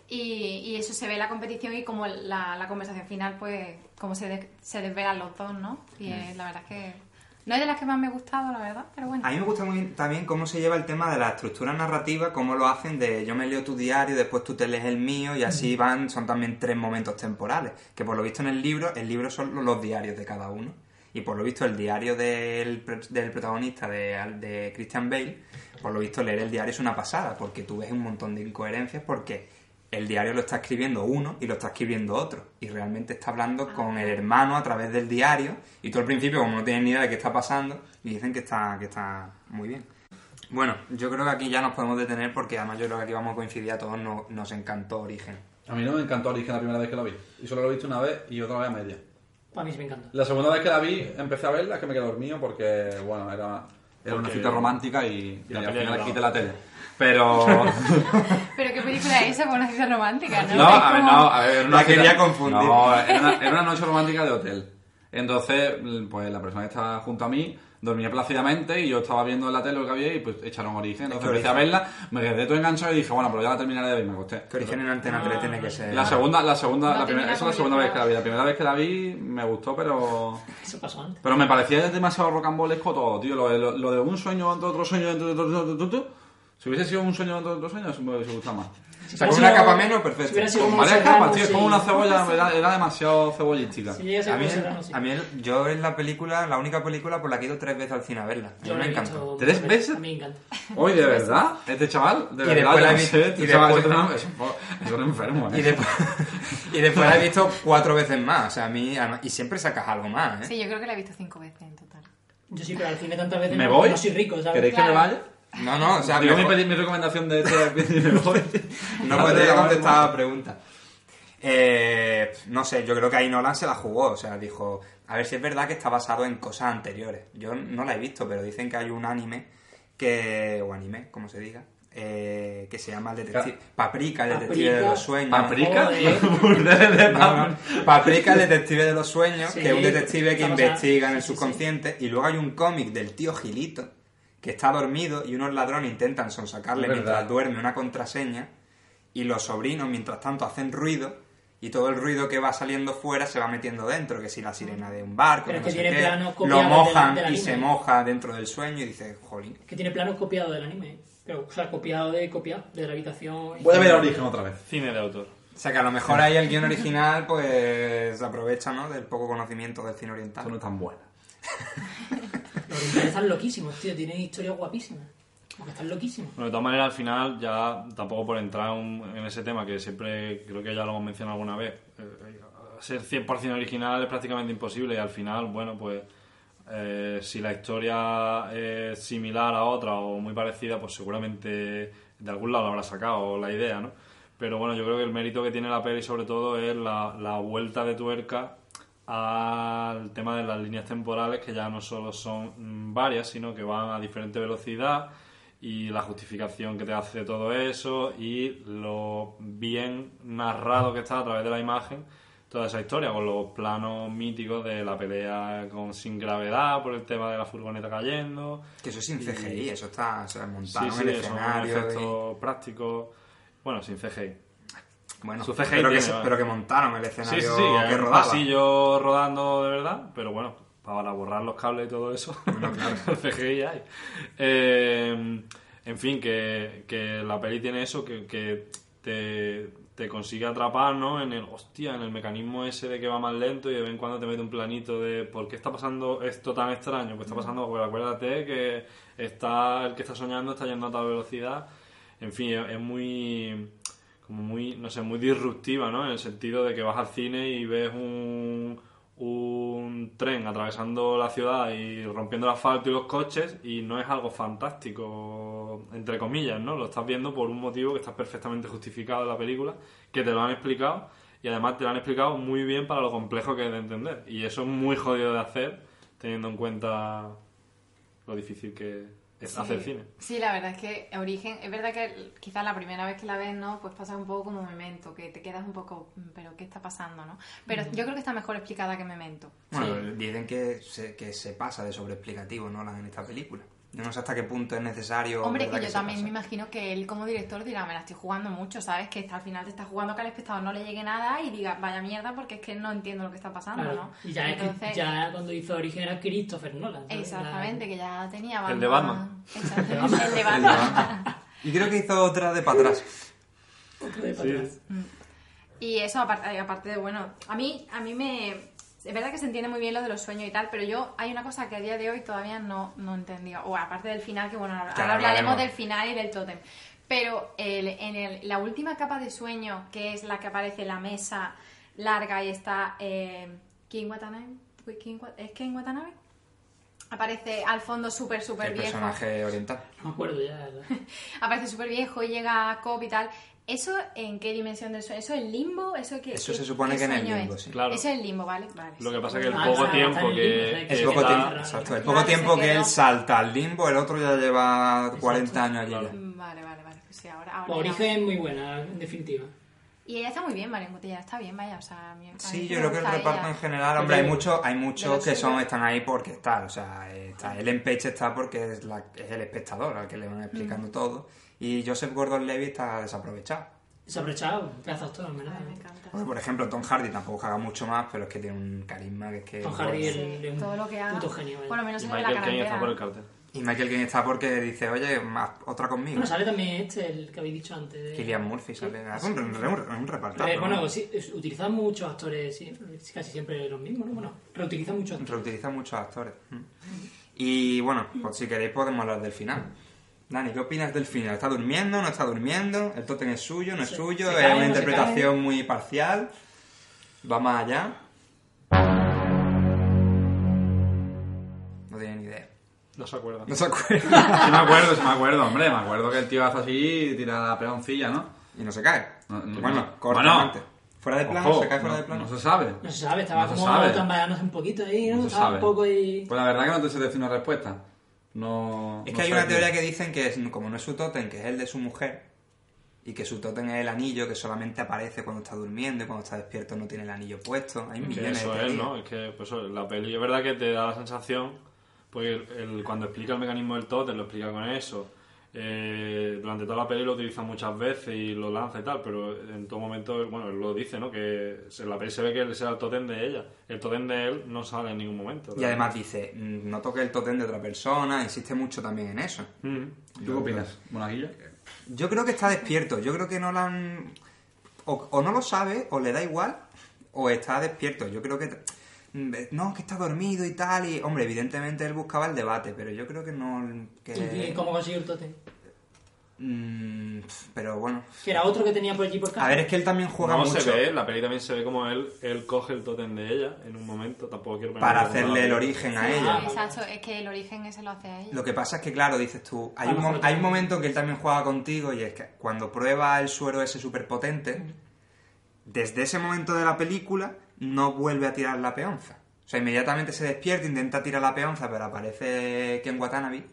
S3: Y, y eso se ve en la competición y como la, la conversación final, pues, como se, de- se desvelan los dos, ¿no? Y eh, la verdad es que. No es de las que más me ha gustado, la verdad, pero bueno.
S4: A mí me gusta muy también cómo se lleva el tema de la estructura narrativa, cómo lo hacen de yo me leo tu diario, después tú te lees el mío y así van, son también tres momentos temporales, que por lo visto en el libro, el libro son lo- los diarios de cada uno. Y por lo visto el diario del, pre- del protagonista de, Al- de Christian Bale, por lo visto leer el diario es una pasada, porque tú ves un montón de incoherencias porque el diario lo está escribiendo uno y lo está escribiendo otro. Y realmente está
S2: Ah.
S4: hablando con el hermano a través del diario. Y tú al principio, como no tienes ni idea de qué está pasando, y dicen que está, que está muy bien. Bueno, yo creo que aquí ya nos podemos detener porque además yo creo que aquí vamos a coincidir a todos, no- nos encantó Origen.
S5: A mí no me encantó Origen la primera vez que la vi. Y solo lo he visto una vez y otra vez a media.
S2: A mí sí me encanta.
S5: La segunda vez que la vi, empecé a verla, que me quedé dormido porque, bueno, era, era una
S1: Porque-
S5: cita romántica y,
S1: y
S5: y
S1: la
S5: al
S1: tele
S5: final
S1: no.
S5: quité la tele. Pero...
S3: Pero qué película es esa con una cita romántica, ¿no?
S5: No,
S3: Es
S5: a ver,
S3: como-
S5: no, a ver, era una
S4: La quería
S5: cita-
S4: confundir.
S5: No, era una, era una noche romántica de hotel. Entonces, pues la persona que estaba junto a mí dormía plácidamente y yo estaba viendo en la tele lo que había y pues echaron origen. Entonces
S4: Es que
S5: empecé a verla, me quedé todo enganchado y dije, bueno, pero ya la terminaré de ver, y me acosté.
S4: Que Origen en Antena
S2: Ah,
S4: 3 tiene que ser...
S5: La segunda, la segunda,
S3: No
S5: la primera,
S3: termina
S5: esa es la
S3: como
S5: segunda
S3: yo.
S5: vez que la vi. La primera vez que la vi me gustó, pero...
S2: Eso pasó antes.
S5: Pero me parecía demasiado rocambolesco todo, tío. Lo de, lo- lo de un sueño dentro de otro sueño dentro de otro. tu, tu, tu, tu. Si hubiese sido un sueño de dos años, me hubiese gustado más.
S4: O sea, con una capa menos, perfecto.
S2: Si hubiera sido
S5: Con
S2: como
S5: varias
S2: Serrano,
S5: capas, tío, es
S2: sí.
S5: como una cebolla, era, era demasiado cebollística.
S2: Si llega a ser
S4: A mí,
S2: como Serrano, sí.
S4: a mí el- yo es la película, la única película por la que he ido tres veces al cine a verla. A mí
S2: Yo la
S4: me
S2: he
S4: encantó.
S2: visto
S5: ¿Tres
S2: muchas
S5: veces?
S2: A mí me encanta.
S5: Hoy, de verdad, este chaval, de
S4: Y
S5: verdad,
S4: después
S5: yo
S4: la
S5: no
S4: vi-
S5: sé, este
S4: y
S5: chaval
S4: después-
S5: es, un, es un po- es un enfermo, ¿eh?
S4: Y después, y después la he visto cuatro veces más. O sea, a mí, además- y siempre sacas algo más, ¿eh?
S3: Sí, yo creo que la he visto cinco veces en total.
S2: Yo sí, pero al cine tantas veces
S5: ¿Me
S2: no-
S5: voy?
S2: no soy rico, ¿sabes?
S5: ¿Queréis que me
S3: Claro.
S5: vaya?
S4: No, no, o sea,
S5: Digo mi,
S4: mejor-
S5: peli- mi recomendación de este y me voy.
S4: No podría contestar la pregunta. Eh, no sé, yo creo que ahí Nolan se la jugó. O sea, dijo, a ver si es verdad que está basado en cosas anteriores. Yo no la he visto, pero dicen que hay un anime que, o anime, como se diga, eh, que se llama el detective... Paprika, el detective de
S2: Paprika.
S4: los sueños.
S5: ¿Paprika?
S2: Joder.
S5: Burdeles de
S4: No,
S5: pap-
S4: no. Paprika, el detective de los sueños,
S2: Sí,
S4: que es un detective que
S2: está basada.
S4: investiga en el
S2: Sí, sí, sí.
S4: subconsciente. Y luego hay un cómic del tío Gilito, que está dormido y unos ladrones intentan sonsacarle
S5: Es verdad.
S4: mientras duerme una contraseña. Y los sobrinos, mientras tanto, hacen ruido. Y todo el ruido que va saliendo fuera se va metiendo dentro. Que si la sirena de un barco,
S2: Pero
S4: que
S2: que
S4: no sé
S2: tiene
S4: qué.
S2: planos
S4: Lo
S2: copiados de la-
S4: mojan
S2: de la
S4: y
S2: línea.
S4: se moja dentro del sueño y dice, jolín.
S2: Que tiene planos copiados del anime. ¿eh? Pero, o sea, copiado de copiado, de la habitación.
S5: Voy a ver Origen otra vez.
S1: Cine de autor.
S4: O sea que a lo mejor ahí el guión original pues aprovecha, ¿no? Del poco conocimiento del cine oriental.
S5: Esto no es tan bueno.
S2: Los orientales están loquísimos, tío. Tienen historias guapísimas. Porque están loquísimos.
S1: Bueno, de todas maneras, al final, ya tampoco por entrar un- en ese tema, que siempre creo que ya lo hemos mencionado alguna vez, eh, ser 100% original es prácticamente imposible y al final, bueno, pues eh, si la historia es similar a otra o muy parecida, pues seguramente de algún lado lo habrá sacado la idea, ¿no? Pero bueno, yo creo que el mérito que tiene la peli sobre todo es la, la vuelta de tuerca al tema de las líneas temporales que ya no solo son mm, varias, sino que van a diferente velocidad y la justificación que te hace todo eso y lo bien narrado que está a través de la imagen toda esa historia con los planos míticos de la pelea con sin gravedad por el tema de la furgoneta cayendo
S4: Que eso es sin CGI, eso está o sea,
S1: sí,
S4: montado
S1: sí,
S4: en el
S1: eso,
S4: escenario. y-
S1: efectos prácticos bueno, sin CGI
S4: Bueno,
S1: Su CGI
S4: pero, que,
S1: tiene,
S4: se-
S1: vale.
S4: pero que montaron el
S1: sí,
S4: escenario
S1: sí, sí, hay
S4: que
S1: un
S4: rodaba.
S1: pasillo rodando de verdad pero bueno, para borrar los cables y todo eso el CGI hay Eh, en fin, que, que la peli tiene eso, que, que te, te consigue atrapar, ¿no? En el, hostia, en el mecanismo ese de que va más lento y de vez en cuando te mete un planito de ¿por qué está pasando esto tan extraño? Pues está
S4: Mm.
S1: pasando, porque acuérdate que está el que está soñando está yendo a tal velocidad. En fin, es, es muy como muy, no sé, muy disruptiva, ¿no? En el sentido de que vas al cine y ves un, un tren atravesando la ciudad y rompiendo el asfalto y los coches y no es algo fantástico, entre comillas, ¿no? Lo estás viendo por un motivo que está perfectamente justificado en la película, que te lo han explicado y además te lo han explicado muy bien para lo complejo que es de entender. Y eso es muy jodido de hacer teniendo en cuenta lo difícil que es hacer cine.
S3: Sí, la verdad es que Origen, es verdad que quizás la primera vez que la ves, ¿no? Pues pasa un poco como Memento, que te quedas un poco, "Mm, pero ¿qué está pasando, no? Pero yo creo que está mejor explicada que Memento.
S4: Bueno, dicen que se, que se pasa de sobreexplicativo Nolan en esta película. Yo no sé hasta qué punto es necesario.
S3: Hombre, es
S4: ¿verdad,
S3: que yo
S4: se
S3: también
S4: pasa?
S3: me imagino que él como director dirá, me la estoy jugando mucho, ¿sabes? Que al final te está jugando que al espectador no le llegue nada y diga, vaya mierda, porque es que no entiendo lo que está pasando,
S2: Claro.
S3: ¿no?
S2: Y ya, es que-
S3: Ah, Entonces,
S2: ya cuando hizo Origen era Christopher Nolan. ¿sabes?
S3: Exactamente, que ya tenía
S1: El de Batman.
S3: Exactamente, el de
S4: El de
S3: Batman.
S4: Batman. Y creo que hizo otra de para atrás.
S2: La- otra de para
S1: Sí.
S2: atrás.
S3: Y eso, aparte, aparte de, bueno, a mí, a mí me... Es verdad que se entiende muy bien lo de los sueños y tal, pero yo hay una cosa que a día de hoy todavía no, no entendía. O aparte del final, que bueno, ahora
S4: Claro,
S3: hablaremos
S4: hablaremos.
S3: del final y del tótem. Pero el- en el- la última capa de sueño, que es la que aparece en la mesa larga y está eh, King Watanabe, King Wa- ¿es King Watanabe? Aparece al fondo súper, súper
S4: El
S3: viejo
S4: personaje oriental.
S2: No me acuerdo ya. la verdad.
S3: aparece súper viejo y llega Cobb y tal. ¿Eso en qué dimensión del sueño? ¿Eso es limbo? ¿Eso, qué,
S4: Eso
S3: qué-
S4: se supone
S3: qué
S4: que en el
S3: sueño
S4: limbo,
S3: es?
S4: sí.
S1: Claro.
S3: Eso es el limbo, ¿vale? Vale,
S1: Lo que
S3: sí.
S1: pasa es que el
S2: Ah,
S1: poco
S2: está- está
S1: tiempo
S2: en
S1: que...
S2: limbo, o sea, que
S1: que
S4: El
S2: se
S4: poco
S2: queda-
S1: está-
S4: tiempo, exacto, el
S2: Claro,
S4: poco
S3: se
S4: tiempo que
S3: quedó.
S4: él salta al limbo, el otro ya lleva 40 años allí.
S1: Claro.
S3: Mm, Vale, vale, vale. Pues sí, ahora, ahora
S2: Origen es muy buena, en definitiva.
S3: Y ella está muy bien, María Cotilla. Está bien, vaya. O sea, a mí- a mí
S4: Sí,
S3: me
S4: yo creo que el
S3: gusta
S4: reparto
S3: ella.
S4: en general, hombre, hay muchos, hay muchos
S3: los
S4: que son,
S3: suyos.
S4: están ahí porque están, o sea, está, el empeche está porque es, la- es el espectador al que le van
S2: Mm.
S4: explicando todo, y Joseph Gordon-Levy está desaprovechado.
S2: Desaprovechado, gracias a todos, en verdad.
S3: Ay, me encanta.
S4: Porque, por ejemplo, Tom Hardy tampoco haga mucho más, pero es que pues, tiene un carisma que es que...
S2: Tom Hardy
S4: bueno,
S2: es-
S3: Sí,
S2: un
S3: todo lo que haga.
S2: puto genio, vaya.
S3: Por lo menos
S1: Y
S3: se le ve la
S1: Michael Caine está por el
S3: carantera.
S1: cartel.
S4: Y Michael Caine está porque dice, oye, más, otra conmigo.
S2: Bueno, sale también este, el que habéis dicho antes. De...
S4: Killian Murphy sale. Hace un, un, un- un repartazo,
S2: Eh, bueno,
S4: ¿no?
S2: sí, es- utilizan muchos actores, sí, casi siempre los mismos, ¿no? Bueno, reutilizan muchos actores.
S4: Reutiliza muchos actores. Mm. Y bueno, pues si queréis podemos hablar del final. Dani, ¿qué opinas del final? ¿Está durmiendo? ¿No está durmiendo? ¿El tótem es suyo? ¿No es
S2: Se-
S4: suyo?
S2: se
S4: ¿Es
S2: cae,
S4: una
S2: no se
S4: interpretación muy parcial? ¿Va más allá? No tiene ni idea.
S1: No se acuerda.
S4: No se acuerda.
S5: Sí me acuerdo, sí me acuerdo, hombre. Me acuerdo que el tío hace así y tira la peoncilla, ¿no?
S4: y no se cae.
S5: No, no,
S4: bueno,
S5: no.
S4: cortamente.
S5: Bueno.
S4: ¿Fuera de plano?
S5: Ojo,
S4: ¿Se cae fuera
S5: no-
S4: de plano?
S5: No se sabe.
S2: No se sabe, estaba
S5: No se
S2: como
S5: sabe.
S2: tambaleándose un poquito ahí, ¿no?
S5: No se
S2: estaba
S5: sabe.
S2: un poco ahí.
S5: Pues la verdad es que no te sé decir una respuesta. No.
S4: Es
S5: no
S4: que hay
S5: sé
S4: una
S5: qué-
S4: teoría que dicen que es, como no es su tótem, que es el de su mujer, y que su tótem es el anillo que solamente aparece cuando está durmiendo y cuando está despierto no tiene el anillo puesto. Hay
S1: Que
S4: millones
S1: eso
S4: de
S1: es,
S4: teorías.
S1: ¿no? Es que pues, eso, la peli es verdad que te da la sensación, porque el- el- cuando explica el mecanismo del tótem lo explica con eso. Eh, durante toda la peli lo utiliza muchas veces y lo lanza y tal, pero en todo momento, bueno, él lo dice, ¿no? Que se- la peli se ve que él sea el tótem de ella. El tótem de él no sale en ningún momento.
S4: Y además dice, mm, no toque el tótem de otra persona, insiste mucho también en eso.
S1: Mm.
S5: ¿Tú qué opinas, Monaguillo?
S4: Yo creo que está despierto, yo creo que no Nolan o, o no lo sabe, o le da igual, o está despierto. Yo creo que... t- mm, No, que está dormido y tal, y hombre, evidentemente él buscaba el debate, pero yo creo que no...
S2: ¿Y
S4: Pues Que,
S2: cómo consiguió el tótem?
S4: Mm, pero bueno.
S2: Que era otro que tenía por allí por acá.
S4: A ver, es que él también juega
S1: No
S4: mucho.
S1: se ve, la peli también se ve como él, él coge el tótem de ella en un momento, tampoco quiero ponerme
S4: para
S1: como
S4: hacerle el
S1: la-
S4: origen a
S3: Sí,
S4: ella.
S3: Exacto, es que el origen ese lo hace a ella.
S4: Lo que pasa es que, claro, dices tú, hay
S2: A
S4: un,
S2: lo
S4: mo-
S2: mejor
S4: hay
S2: también.
S4: un momento que él también juega contigo y es que cuando prueba el suero ese superpotente, desde ese momento de la película no vuelve a tirar la peonza. O sea, inmediatamente se despierta, intenta tirar la peonza, pero aparece Ken Watanabe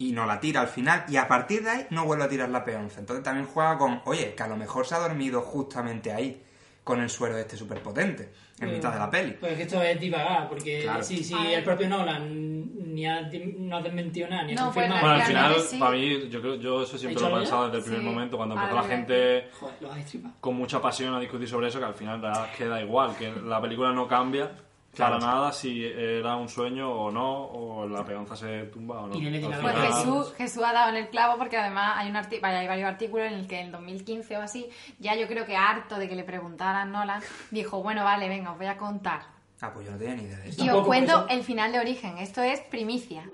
S4: y no la tira al final y a partir de ahí no vuelve a tirar la peonza. Entonces también juega con, oye, que a lo mejor se ha dormido justamente ahí con el suero este superpotente en
S2: Eh,
S4: mitad de la peli.
S2: Pues que esto es divagar, porque
S4: Claro.
S2: sí, sí,
S3: A ver.
S2: el propio Nolan ni ha, di- no ha desmentido nada, ni ha
S3: No, pues,
S2: confirmado.
S1: Bueno, al
S3: Realmente
S1: final,
S3: sí.
S1: para mí, yo creo, yo eso siempre lo he
S2: ¿Dicho
S1: pensado desde el
S3: Sí.
S1: primer momento, cuando
S3: Ah,
S1: empezó la
S3: verdad.
S1: gente
S2: Joder, los has estripado.
S1: con mucha pasión a discutir sobre eso, que al final da- queda igual, que la película no cambia para nada si era un sueño o no, o la peonza se tumba o no.
S2: Y le tiene
S1: Al
S2: la
S3: Pues
S1: final-
S2: Ah.
S3: Jesús, Jesús ha dado en el clavo porque además hay, un arti- vaya, hay varios artículos en el que en el 2015 o así, ya yo creo que harto de que le preguntaran Nolan, dijo, bueno, vale, venga, os voy a contar.
S4: Ah, pues yo no tenía ni idea de esto.
S3: Y os
S2: Tampoco
S3: cuento
S2: pensé.
S3: el final de origen, esto es primicia.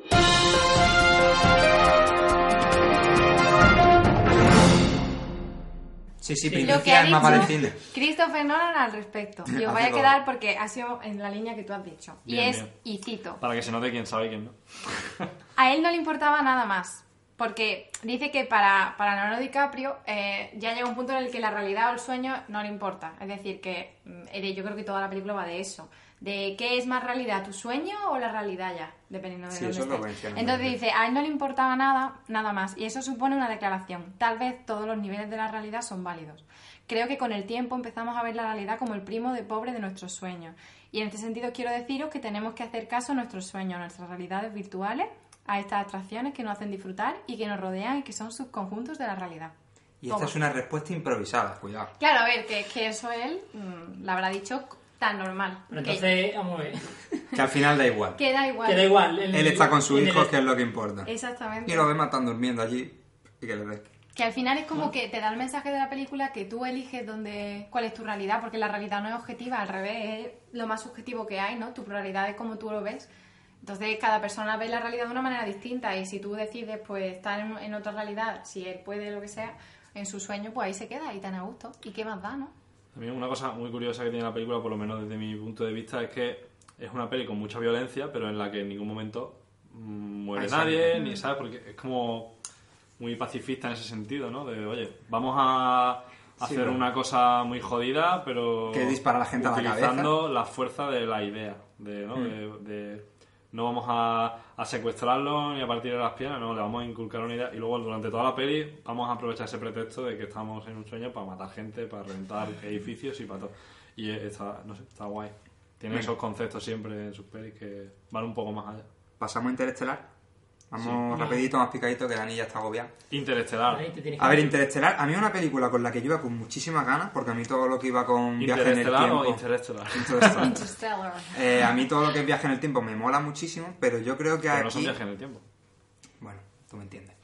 S4: Sí, sí,
S3: Lo que ha
S4: primicia es mapa del
S3: dicho
S4: cine.
S3: Christopher Nolan al respecto. Y
S4: Hace
S3: os voy a
S4: poco.
S3: quedar porque ha sido en la línea que tú has dicho. Y
S1: Bien,
S3: es,
S1: bien.
S3: y cito,
S1: Para que se note quién sabe y quién no.
S3: A él no le importaba nada más. Porque dice que para, para Leonardo DiCaprio eh, ya llega un punto en el que la realidad o el sueño no le importa. Es decir, que mm, eh, yo creo que toda la película va de eso. De qué es más realidad, tu sueño o la realidad ya, dependiendo de
S4: Sí,
S3: dónde
S4: eso lo
S3: estés.
S4: mencionan
S3: Entonces
S4: varias
S3: dice, a él no le importaba nada, nada más. Y eso supone una declaración. Tal vez todos los niveles de la realidad son válidos. Creo que con el tiempo empezamos a ver la realidad como el primo de pobre de nuestros sueños. Y en este sentido quiero deciros que tenemos que hacer caso a nuestros sueños, a nuestras realidades virtuales, a estas atracciones que nos hacen disfrutar y que nos rodean y que son subconjuntos de la realidad.
S4: Y
S3: Toma.
S4: esta es una respuesta improvisada, cuidado.
S3: Claro, a ver, que, que eso él mm, la habrá dicho tan normal.
S2: Pero entonces, vamos a ver.
S4: Que al final da igual.
S3: Que, que da igual.
S2: Que da igual. en-
S4: Él está con su
S2: en el-
S4: hijo, que es lo que importa.
S3: Exactamente.
S4: Y los demás están durmiendo allí. Y que le dé.
S3: Que al final es como que te da el mensaje de la película que tú eliges dónde, cuál es tu realidad, porque la realidad no es objetiva, al revés, es lo más subjetivo que hay, ¿no? Tu realidad es como tú lo ves. Entonces, cada persona ve la realidad de una manera distinta y si tú decides, pues, estar en, en otra realidad, si él puede, lo que sea, en su sueño, pues ahí se queda y tan a gusto. ¿Y qué más da, no?
S1: También una cosa muy curiosa que tiene la película, por lo menos desde mi punto de vista, es que es una peli con mucha violencia, pero en la que en ningún momento mm, muere
S4: Hay
S1: nadie,
S4: sangre.
S1: ni sabes, porque es como muy pacifista en ese sentido, ¿no? De, oye, vamos a hacer
S4: pero-
S1: una cosa muy jodida, pero...
S4: Que dispara a la gente a la Hmm.
S1: Utilizando la fuerza de la idea, de, ¿no? De, de, no vamos a, a secuestrarlo ni a partirle las piernas, no, le vamos a inculcar una idea. Y luego durante toda la peli vamos a aprovechar ese pretexto de que estamos en un sueño para matar gente, para rentar
S4: Hmm.
S1: edificios y para todo. Y eh, está, no sé, está guay.
S4: Hmm.
S1: Tiene esos conceptos siempre en sus pelis que van un poco más allá.
S4: Pasamos a Interestelar. Vamos rapidito, más picadito, que Dani ya está agobiado.
S1: Interestelar.
S2: Ahí te tienes que-
S4: A ver, Interestelar, a mí es una película con la que yo iba con muchísimas ganas, porque a mí todo lo que iba con viaje en el
S1: Interestelar
S4: tiempo...
S1: o Interestelar.
S4: Interestelar.
S3: Interstellar.
S4: Eh, a mí todo lo que es viaje en el tiempo me mola muchísimo, pero yo creo que
S1: Pero
S4: aquí...
S1: no son viajes en el tiempo.
S4: Bueno, tú me entiendes.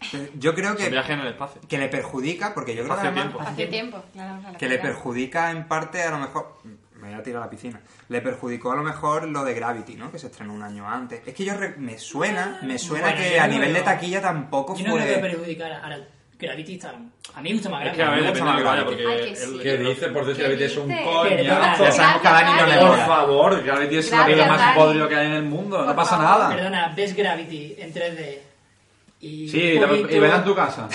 S4: Entonces, Yo creo
S1: Se
S4: que,
S1: viaje en el espacio.
S4: que le perjudica, porque yo creo que, además,
S1: Espacio-tiempo.
S3: Hace tiempo, claro. claro,
S4: que le
S3: claro.
S4: perjudica en parte a lo mejor... Me voy a tirar a la piscina. Le perjudicó a lo mejor lo de Gravity, ¿no? Que se estrenó un año antes. Es que yo re- me suena, me suena
S2: Bueno,
S4: que
S2: yo
S4: a
S2: no
S4: nivel de
S2: veo-
S4: taquilla tampoco
S2: Yo
S4: fue...
S2: no creo que perjudicar a ahora, Gravity está... A mí me gusta más
S1: Es
S2: Gravity.
S1: que a ver,
S4: Mucho
S1: depende
S4: más
S1: de que vaya,
S4: grande.
S1: porque.
S3: Ay, que sí.
S1: el-
S5: ¿Qué dice? Por decir, Gravity es un
S3: dice?
S5: coñazo.
S4: Ya sabemos que a Dani no le
S3: Gracias,
S5: Por
S4: mola.
S5: favor, Gravity es la
S3: Gracias,
S5: película más
S3: Dani.
S5: podrio que hay en el mundo, no
S3: Por
S5: pasa
S3: favor.
S5: nada.
S2: Perdona, ves Gravity en 3D. Y
S5: Sí, y
S2: poquito-
S5: ven a tu casa.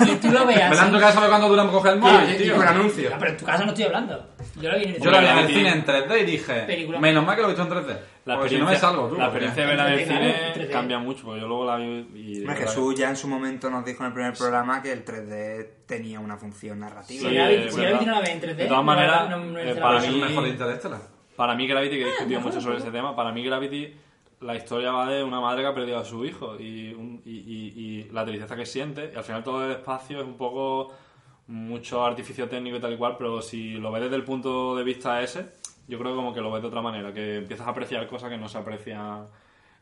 S2: Y tú lo veas.
S5: Ven a tu casa a ver cuándo Durán coge el móvil, Ah, tío.
S4: anuncio.
S2: pero en tu casa no estoy hablando. Yo lo vi en el
S5: Yo la vi en el
S1: Gravity.
S5: cine en 3D y dije,
S2: Película.
S5: menos mal que lo he visto en 3D.
S1: La experiencia,
S5: porque si no me salgo, tú.
S1: la experiencia de verla en el
S2: Entretenida,
S1: cine
S2: entretenida.
S1: cambia mucho, porque yo luego la vi y...
S4: Hombre, Jesús ya en su momento nos dijo en el primer programa que el 3D tenía una función narrativa.
S2: Sí,
S1: eh,
S2: Gravity- si
S1: verdad.
S2: Gravity no la ve en 3D,
S1: De todas
S2: no la-
S1: maneras,
S2: no- no
S1: eh,
S2: entra
S1: para,
S5: Es el
S1: mí,
S5: mejor de Interestelar.
S1: para mí Gravity, que
S2: Ah,
S1: he discutido mucho sobre este tema, para mí Gravity, la historia va de una madre que ha perdido a su hijo y, un- y- y- y la tristeza que siente, y al final todo el espacio es un poco mucho artificio técnico y tal y cual, pero si lo ves desde el punto de vista ese, yo creo como que lo ves de otra manera, que empiezas a apreciar cosas que no se aprecian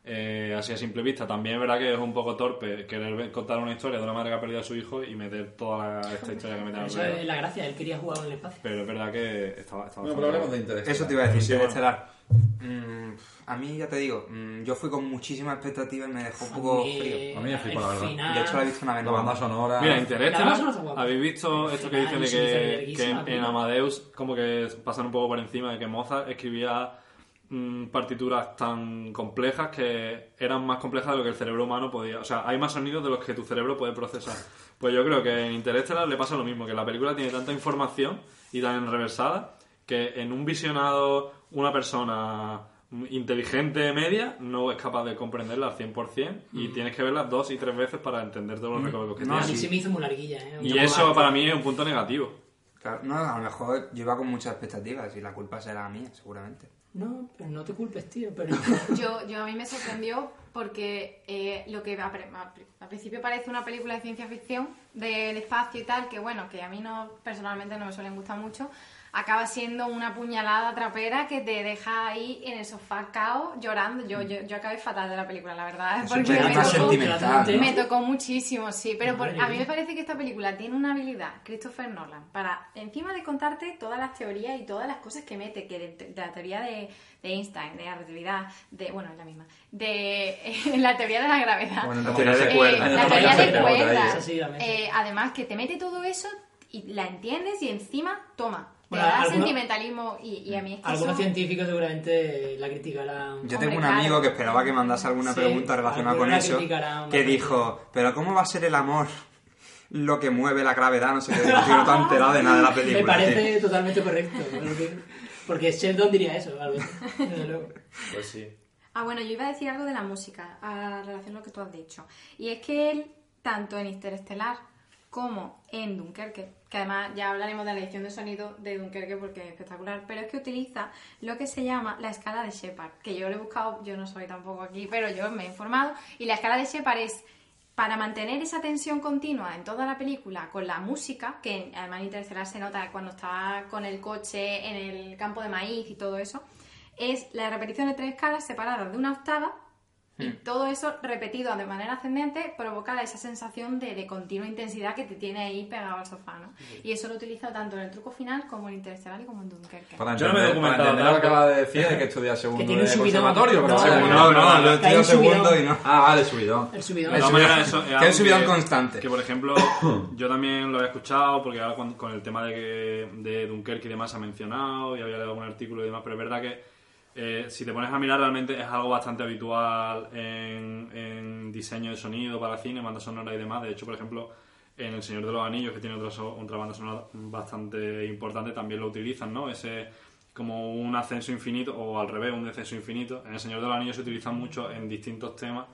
S1: eh, así a simple vista. También es verdad que es un poco torpe querer ver- contar una historia de una madre que ha perdido a su hijo y meter toda la- esta historia que meten
S2: Eso
S1: alrededor.
S2: es la gracia, él quería jugar en el espacio.
S1: Pero es verdad que estaba... estaba
S5: Bueno, pero hablemos de Interestelar.
S4: Eso te iba a decir,
S1: Sí, bueno.
S4: Interestelar. Mm, a mí, ya te digo, mm, yo fui con muchísima expectativa y me dejó un poco
S2: Y
S4: frío.
S5: A mí me flipa, la
S2: el
S5: verdad.
S2: final-
S4: De hecho, la he visto una vez
S5: La
S4: nomás.
S5: banda sonora.
S1: Mira,
S2: La
S1: Interestelar,
S2: base no está guapa.
S1: ¿habéis visto esto que
S2: Ah,
S1: dicen de
S2: sí, dice
S1: que, que
S2: verguísima,
S1: en,
S2: tío.
S1: en Amadeus como que pasan un poco por encima de que Mozart escribía mm, partituras tan complejas que eran más complejas de lo que el cerebro humano podía... O sea, hay más sonidos de los que tu cerebro puede procesar. Pues yo creo que en Interestelar le pasa lo mismo, que la película tiene tanta información y tan enrevesada que en un visionado una persona mm, inteligente media no es capaz de comprenderla al 100% y tienes que verla dos y tres veces para entender todos los recovecos que
S4: No,
S1: tiene.
S2: a mí
S4: sí.
S2: se me hizo muy larguilla, ¿eh?
S1: Y eso para mí es un punto negativo.
S4: Claro, no, a lo mejor yo iba con muchas expectativas y la culpa será mía, seguramente.
S2: No, pero no te culpes, tío. Pero...
S3: Yo, yo a mí me sorprendió porque eh, lo que a pre- a pri- al principio parece una película de ciencia ficción, del espacio y tal, que bueno, que a mí no personalmente no me suelen gustar mucho, acaba siendo una puñalada trapera que te deja ahí en el sofá cao llorando. Yo, yo, yo acabé fatal de la película, la verdad.
S4: Es
S3: Ah,
S4: un
S3: porque
S2: me
S4: película
S2: tocó-
S4: sentimental. ¿no?
S3: me tocó muchísimo, sí, pero por-
S2: Madre
S3: a mí
S2: mía.
S3: me parece que esta película tiene una habilidad, Christopher Nolan, para encima de contarte todas las teorías y todas las cosas que mete, que de, de la teoría de, de Einstein, de la relatividad, de, bueno, es la misma, de la teoría de la gravedad.
S5: Bueno,
S4: La
S5: no,
S4: teoría
S5: no
S4: de
S5: sé.
S3: Eh,
S4: cuerdas.
S5: Ay,
S3: la
S5: no,
S3: teoría
S5: no sé,
S3: de
S5: te voy a traer.
S2: Esa
S3: cuerdas.
S2: sí la meto.
S3: Eh, además, que te mete todo eso y la entiendes y encima, toma, te
S2: Bueno,
S3: da
S2: algunos-
S3: sentimentalismo y, y a mí es que
S2: Algunos
S3: eso-
S2: científicos seguramente la criticarán.
S4: Yo
S3: Hombre,
S4: tengo un
S3: claro.
S4: amigo que esperaba que mandase alguna
S2: Sí,
S4: pregunta relacionada con
S2: alguna
S4: eso,
S2: criticará, hombre.
S4: que dijo, pero ¿cómo va a ser el amor lo que mueve la gravedad? No sé qué, yo no te he enterado de nada de la película.
S2: Me parece totalmente correcto. porque- Porque Sheldon diría eso, algo así, desde luego.
S1: Pues sí.
S3: Ah, bueno, yo iba a decir algo de la música, a relación a lo que tú has dicho. Y es que él, tanto en Interestelar como en Dunkerque, que además ya hablaremos de la edición de sonido de Dunkerque porque es espectacular, pero es que utiliza lo que se llama la escala de Shepard, que yo lo he buscado, yo no soy tampoco aquí, pero yo me he informado, y la escala de Shepard es para mantener esa tensión continua en toda la película con la música, que además en Interestelar se nota cuando está con el coche en el campo de maíz y todo eso, es la repetición de tres escalas separadas de una octava y todo eso repetido de manera ascendente provoca esa sensación de, de continua intensidad que te tiene ahí pegado al sofá, ¿no? Y eso lo utiliza tanto en el truco final como en Interestelar y como en Dunkerque.
S4: Ah.
S5: Para
S1: Yo no me he
S5: entender, para
S1: documentado
S5: entender lo que
S1: tanto.
S5: acaba de decir, hay que estudiar segundo
S2: Que tiene un
S5: de
S2: subidón.
S5: conservatorio. pero
S2: No,
S5: vaya,
S2: no,
S5: que
S4: No, no, yo
S2: Cae
S4: estoy
S2: un
S4: segundo
S2: subidón.
S4: y no.
S5: Ah, vale, subidón.
S2: El subidón.
S1: De todas maneras, eso es
S4: Que
S1: algo
S4: es subidón constante.
S1: Que, por ejemplo, yo también lo había escuchado, porque ahora con, con el tema de, que, de Dunkerque y demás se ha mencionado, y había leído algún artículo y demás, pero es verdad que eh, si te pones a mirar, realmente es algo bastante habitual en, en diseño de sonido para cine, banda sonora y demás. De hecho, por ejemplo, en El Señor de los Anillos, que tiene otra, so- otra banda sonora bastante importante, también lo utilizan, ¿no? Ese como un ascenso infinito o al revés, un descenso infinito. En El Señor de los Anillos se utiliza mucho en distintos temas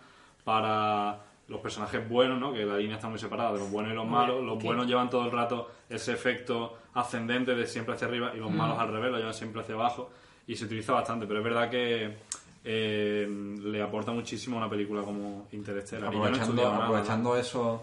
S1: para los personajes buenos, ¿no? que la línea está muy separada de los buenos y los malos. Los
S2: ok.
S1: buenos llevan todo el rato ese efecto ascendente de siempre hacia arriba y los malos al revés, lo llevan siempre hacia abajo y se utiliza bastante, pero es verdad que eh, le aporta muchísimo a una película como Interstellar. Y yo no he
S5: Aprovechando,
S1: estudiado nada, ¿no?
S5: aprovechando eso,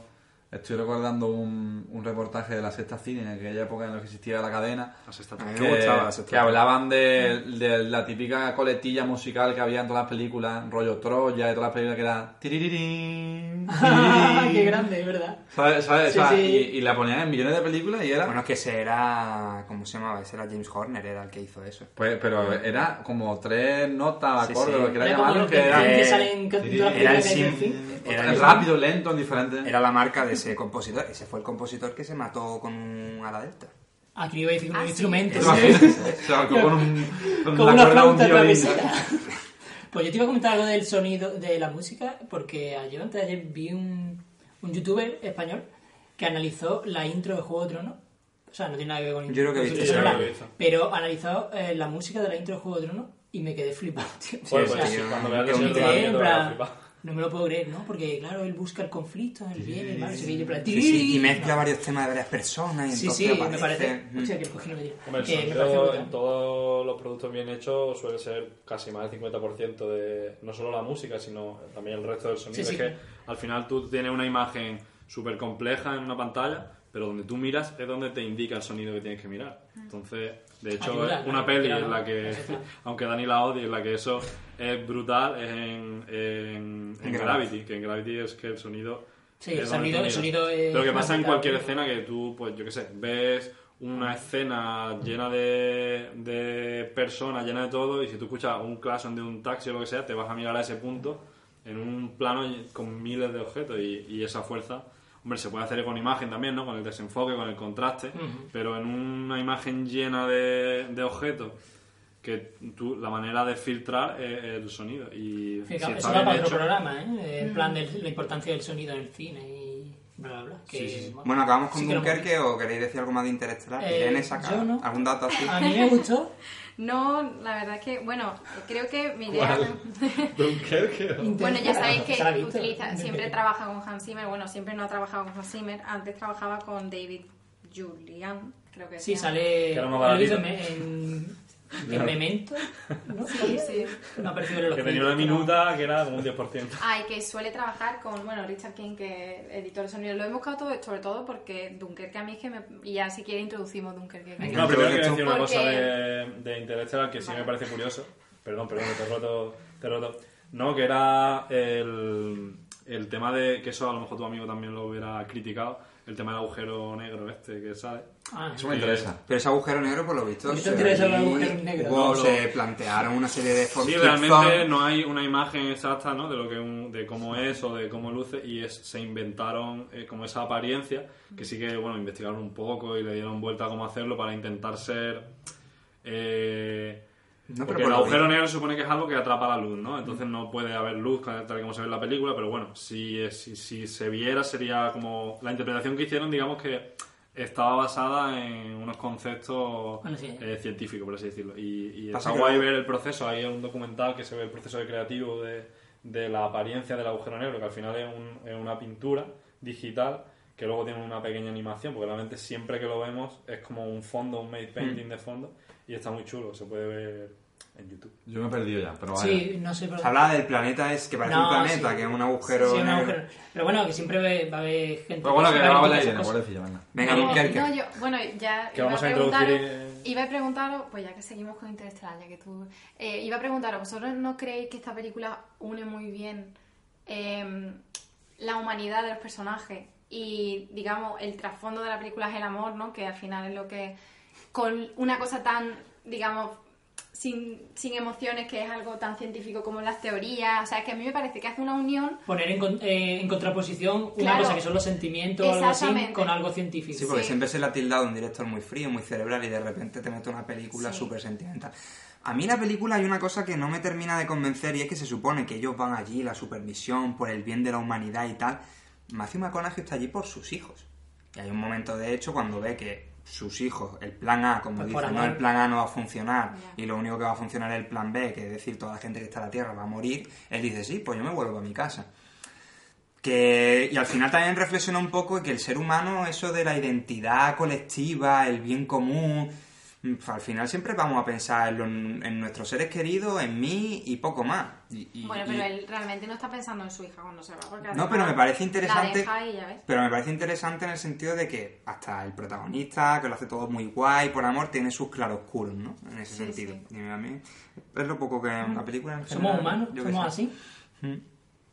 S5: estoy recordando un, un reportaje de la sexta cine en aquella época en la que existía la cadena.
S1: Las estatuas.
S4: A mí me
S5: que,
S4: gustaba la sexta
S5: que hablaban de, de la típica coletilla musical que había en todas las películas, rollo Troya y todas las películas que era... tiririrín,
S2: Ah, ¡Qué grande, es verdad!
S5: ¿Sabes? ¿Sabes?
S2: Sí,
S5: O sea,
S2: sí.
S5: Y, y la ponían en millones de películas y era...
S4: Bueno, que ese era. ¿Cómo se llamaba? Ese era James Horner, era el que hizo eso.
S5: Pues, pero era como tres notas,
S4: Sí,
S5: acordes,
S4: sí.
S5: lo que quiera
S2: Era como
S5: llamarlo,
S2: los
S5: que era...
S2: Beatles que
S4: eh,
S2: salen cantando las
S4: Era
S2: películas
S4: el
S2: de
S4: sim-
S2: Delfín.
S4: era el-
S5: rápido, lento, diferente.
S4: Era la marca de ese compositor. Ese fue el compositor que se mató con un ala delta.
S2: Aquí iba a decir un
S3: Ah, sí.
S2: instrumento.
S5: ¿Te imaginas? O sea, con un, con
S2: Como
S5: la
S2: una
S5: cuerda de un
S2: flauta
S5: violín.
S2: travesera. Pues yo te iba a comentar algo del sonido de la música, porque ayer, antes de ayer vi un, un youtuber español que analizó la intro de Juego de Tronos. O sea, no tiene nada que ver con
S4: Yo creo que he visto,
S2: con
S1: yo creo
S2: Solar,
S1: que he visto.
S2: Pero analizó eh, la música de la intro de Juego de Tronos y me quedé flipado, tío.
S1: Joder,
S2: O sea,
S1: pues,
S4: sí,
S1: tío, cuando
S4: que
S1: veas que
S4: un
S1: se
S2: me
S1: te
S4: tío,
S1: va
S2: quedé, en
S1: viendo,
S2: plan,
S1: vas a flipar.
S2: no me lo puedo creer, ¿no? Porque, claro, él busca el conflicto, el bien, el mal, no sé qué, y yo en plan,
S4: Sí, sí, y mezcla
S2: no.
S4: varios temas de varias personas. Y
S2: Sí, sí,
S4: entonces
S2: me
S4: aparece-
S2: parece.
S4: Mm.
S2: Hostia, que cogí no me dio.
S1: Hombre, el
S2: Que me parece
S1: sonido
S2: brutal.
S1: en todos los productos bien hechos suele ser casi más del 50% de no solo la música, sino también el resto del sonido.
S2: Sí, sí.
S1: Es que al final tú tienes una imagen súper compleja en una pantalla, pero donde tú miras es donde te indica el sonido que tienes que mirar.
S2: Mm.
S1: Entonces,
S2: Ah,
S1: de hecho,
S2: Ayuda,
S1: una
S2: ayuda,
S1: peli
S2: claro,
S1: en la que,
S2: eso está.
S1: aunque Dani la odie, en la que eso es brutal es en, en, en
S4: En
S1: Gravity, que en Gravity es que el sonido...
S2: Sí,
S1: es donde
S2: el sonido-
S1: tú
S2: el
S1: miras.
S2: sonido es
S1: Lo que pasa en
S2: fundamental.
S1: cualquier escena escena que tú, pues yo qué sé, ves una escena llena de, de personas, llena de todo, y si tú escuchas un claxon de un taxi o lo que sea, te vas a mirar a ese punto en un plano y- con miles de objetos y, y esa fuerza. Hombre, se puede hacer con imagen también, ¿no? Con el desenfoque, con el contraste, pero en una imagen llena de, de objetos que tú, la manera de filtrar es el sonido y si está
S2: Fíjate, eso va para
S1: bien
S2: otro
S1: hecho-
S2: programa, ¿eh?
S3: Mm.
S2: En plan de la importancia del sonido en el cine y bla, bla, bla. que,
S1: Sí, sí, sí.
S4: Bueno, acabamos con
S2: sí que lo hemos
S4: Dunkerque o queréis decir algo más de Interestelar.
S2: Eh,
S4: Irene, saca
S2: yo no. Ah,
S4: algún dato así.
S2: visto. A mí me gustó
S3: No, la verdad es que, bueno, creo que mi idea...
S1: Dunkerque.
S3: Bueno, ya sabéis
S2: ¿Se la ha
S3: que
S2: visto?
S3: utiliza, siempre trabaja con Hans Zimmer. Bueno, siempre no ha trabajado con Hans Zimmer. Antes trabajaba con David Julian, creo que
S2: Sí,
S3: se llama.
S2: sale...
S1: Que era más
S2: lo he visto en,
S1: baratito.
S2: en- en Memento. ¿no?
S3: Sí, sí.
S2: No ha aparecido en los
S1: Que tenía una
S2: créditos, pero-
S1: minuta que era como un 10%.
S3: Ay, que suele trabajar con, bueno, Richard King, que es editor de sonido. Lo he buscado todo, sobre todo porque Dunkerque a mí es que me... Y ya si quiere introducimos Dunkerque.
S4: Venga.
S1: No, primero
S4: Entonces,
S1: quiero
S4: tú-
S1: decir una
S3: Porque-
S1: cosa de, de Interstellar que sí
S3: Vale.
S1: me parece curioso. Perdón, perdón, te he roto, te he roto. No, que era el, el tema de, que eso a lo mejor tu amigo también lo hubiera criticado, el tema del agujero negro este que sale.
S2: Ah,
S5: Eso me interesa.
S4: Pero ese agujero negro, por lo visto,
S2: Yo
S4: se,
S2: tendría esos
S4: ahí
S2: agujeros negros.
S4: hubo-
S1: No, lo-
S4: se plantearon una serie de for-
S1: Sí,
S4: for-
S1: realmente no hay una imagen exacta ¿no? de lo que un- de cómo es o de cómo luce y es- se inventaron eh, como esa apariencia que sí que bueno investigaron un poco y le dieron vuelta a cómo hacerlo para intentar ser eh,
S4: No, pero
S1: porque
S4: por
S1: el
S4: lo
S1: agujero
S4: visto-
S1: negro se supone que es algo que atrapa la luz, ¿no? Entonces no puede haber luz tal y como se ve en la película, pero bueno, si, eh, si, si se viera sería como... La interpretación que hicieron, digamos que estaba basada en unos conceptos
S2: Bueno, sí.
S1: eh, científicos, por así decirlo. Y, y
S4: Pasa
S1: está
S4: que-
S1: guay ver el proceso, hay un documental que se ve el proceso de creativo de, de la apariencia del agujero negro, que al final es, un- es una pintura digital que luego tiene una pequeña animación, porque realmente siempre que lo vemos es como un fondo, un made painting de fondo, y está muy chulo, se puede ver en YouTube.
S5: Yo me he perdido ya, pero vaya.
S2: Sí, no sé, pero...
S4: Se habla del planeta, es que parece
S2: No,
S4: un planeta,
S2: sí.
S4: que es un agujero
S2: Sí, sí, un
S4: negro.
S2: agujero. Pero bueno, que siempre va a haber gente...
S5: Pero bueno, que
S2: sepa
S5: va a hablar
S2: esas
S5: Irene,
S2: cosas. pues,
S5: pobrecilla, venga.
S4: Venga,
S3: No,
S4: Dunkerque.
S3: no, yo, bueno, ya
S1: Que
S3: iba a,
S1: vamos a
S3: preguntaros,
S1: introducir, eh.
S3: iba a preguntaros, pues ya que seguimos con Interestelar, ya que tú, eh, iba a preguntaros, ¿vosotros no creéis que esta película une muy bien eh, la humanidad de los personajes y, digamos, el trasfondo de la película es el amor, ¿no? Que al final es lo que, con una cosa tan, digamos, sin, sin emociones, que es algo tan científico como las teorías, o sea, que a mí me parece que hace una unión
S2: Poner en, con- eh, en contraposición una
S3: Claro.
S2: cosa que son los sentimientos o algo así
S3: Exactamente.
S2: con algo científico.
S4: Sí, porque
S3: Sí.
S4: siempre se le ha tildado un director muy frío, muy cerebral y de repente te mete una película
S3: Sí.
S4: súper sentimental. A mí la película hay una cosa que no me termina de convencer y es que se supone que ellos van allí, la supervisión, por el bien de la humanidad y tal. Matthew McConaughey está allí por sus hijos. Y hay un momento, de hecho, cuando ve que sus hijos, el plan A, como
S2: Pues por
S4: dicen, no,
S2: amor.
S4: el plan A no va a funcionar
S3: Ya.
S4: y lo único que va a funcionar es el plan B, que es decir, toda la gente que está en la Tierra va a morir, él dice, sí, pues yo me vuelvo a mi casa. Que, y al final también reflexiona un poco que el ser humano, eso de la identidad colectiva, el bien común, mm, al final siempre vamos a pensar en, lo- en nuestros seres queridos, en mí y poco más. Y- y-
S3: Bueno, pero
S4: y-
S3: él realmente no está pensando en su hija cuando se va. Porque
S4: No,
S3: además
S4: pero me parece interesante.
S3: La deja y ya ves.
S4: Pero me parece interesante en el sentido de que hasta el protagonista, que lo hace todo muy guay, por amor, tiene sus claroscuros, ¿no? En ese
S3: Sí,
S4: sentido. Y a mí es lo poco que en la película... en
S2: Somos
S4: general,
S2: humanos,
S4: yo qué
S2: somos
S4: sé.
S2: así.
S4: Mm.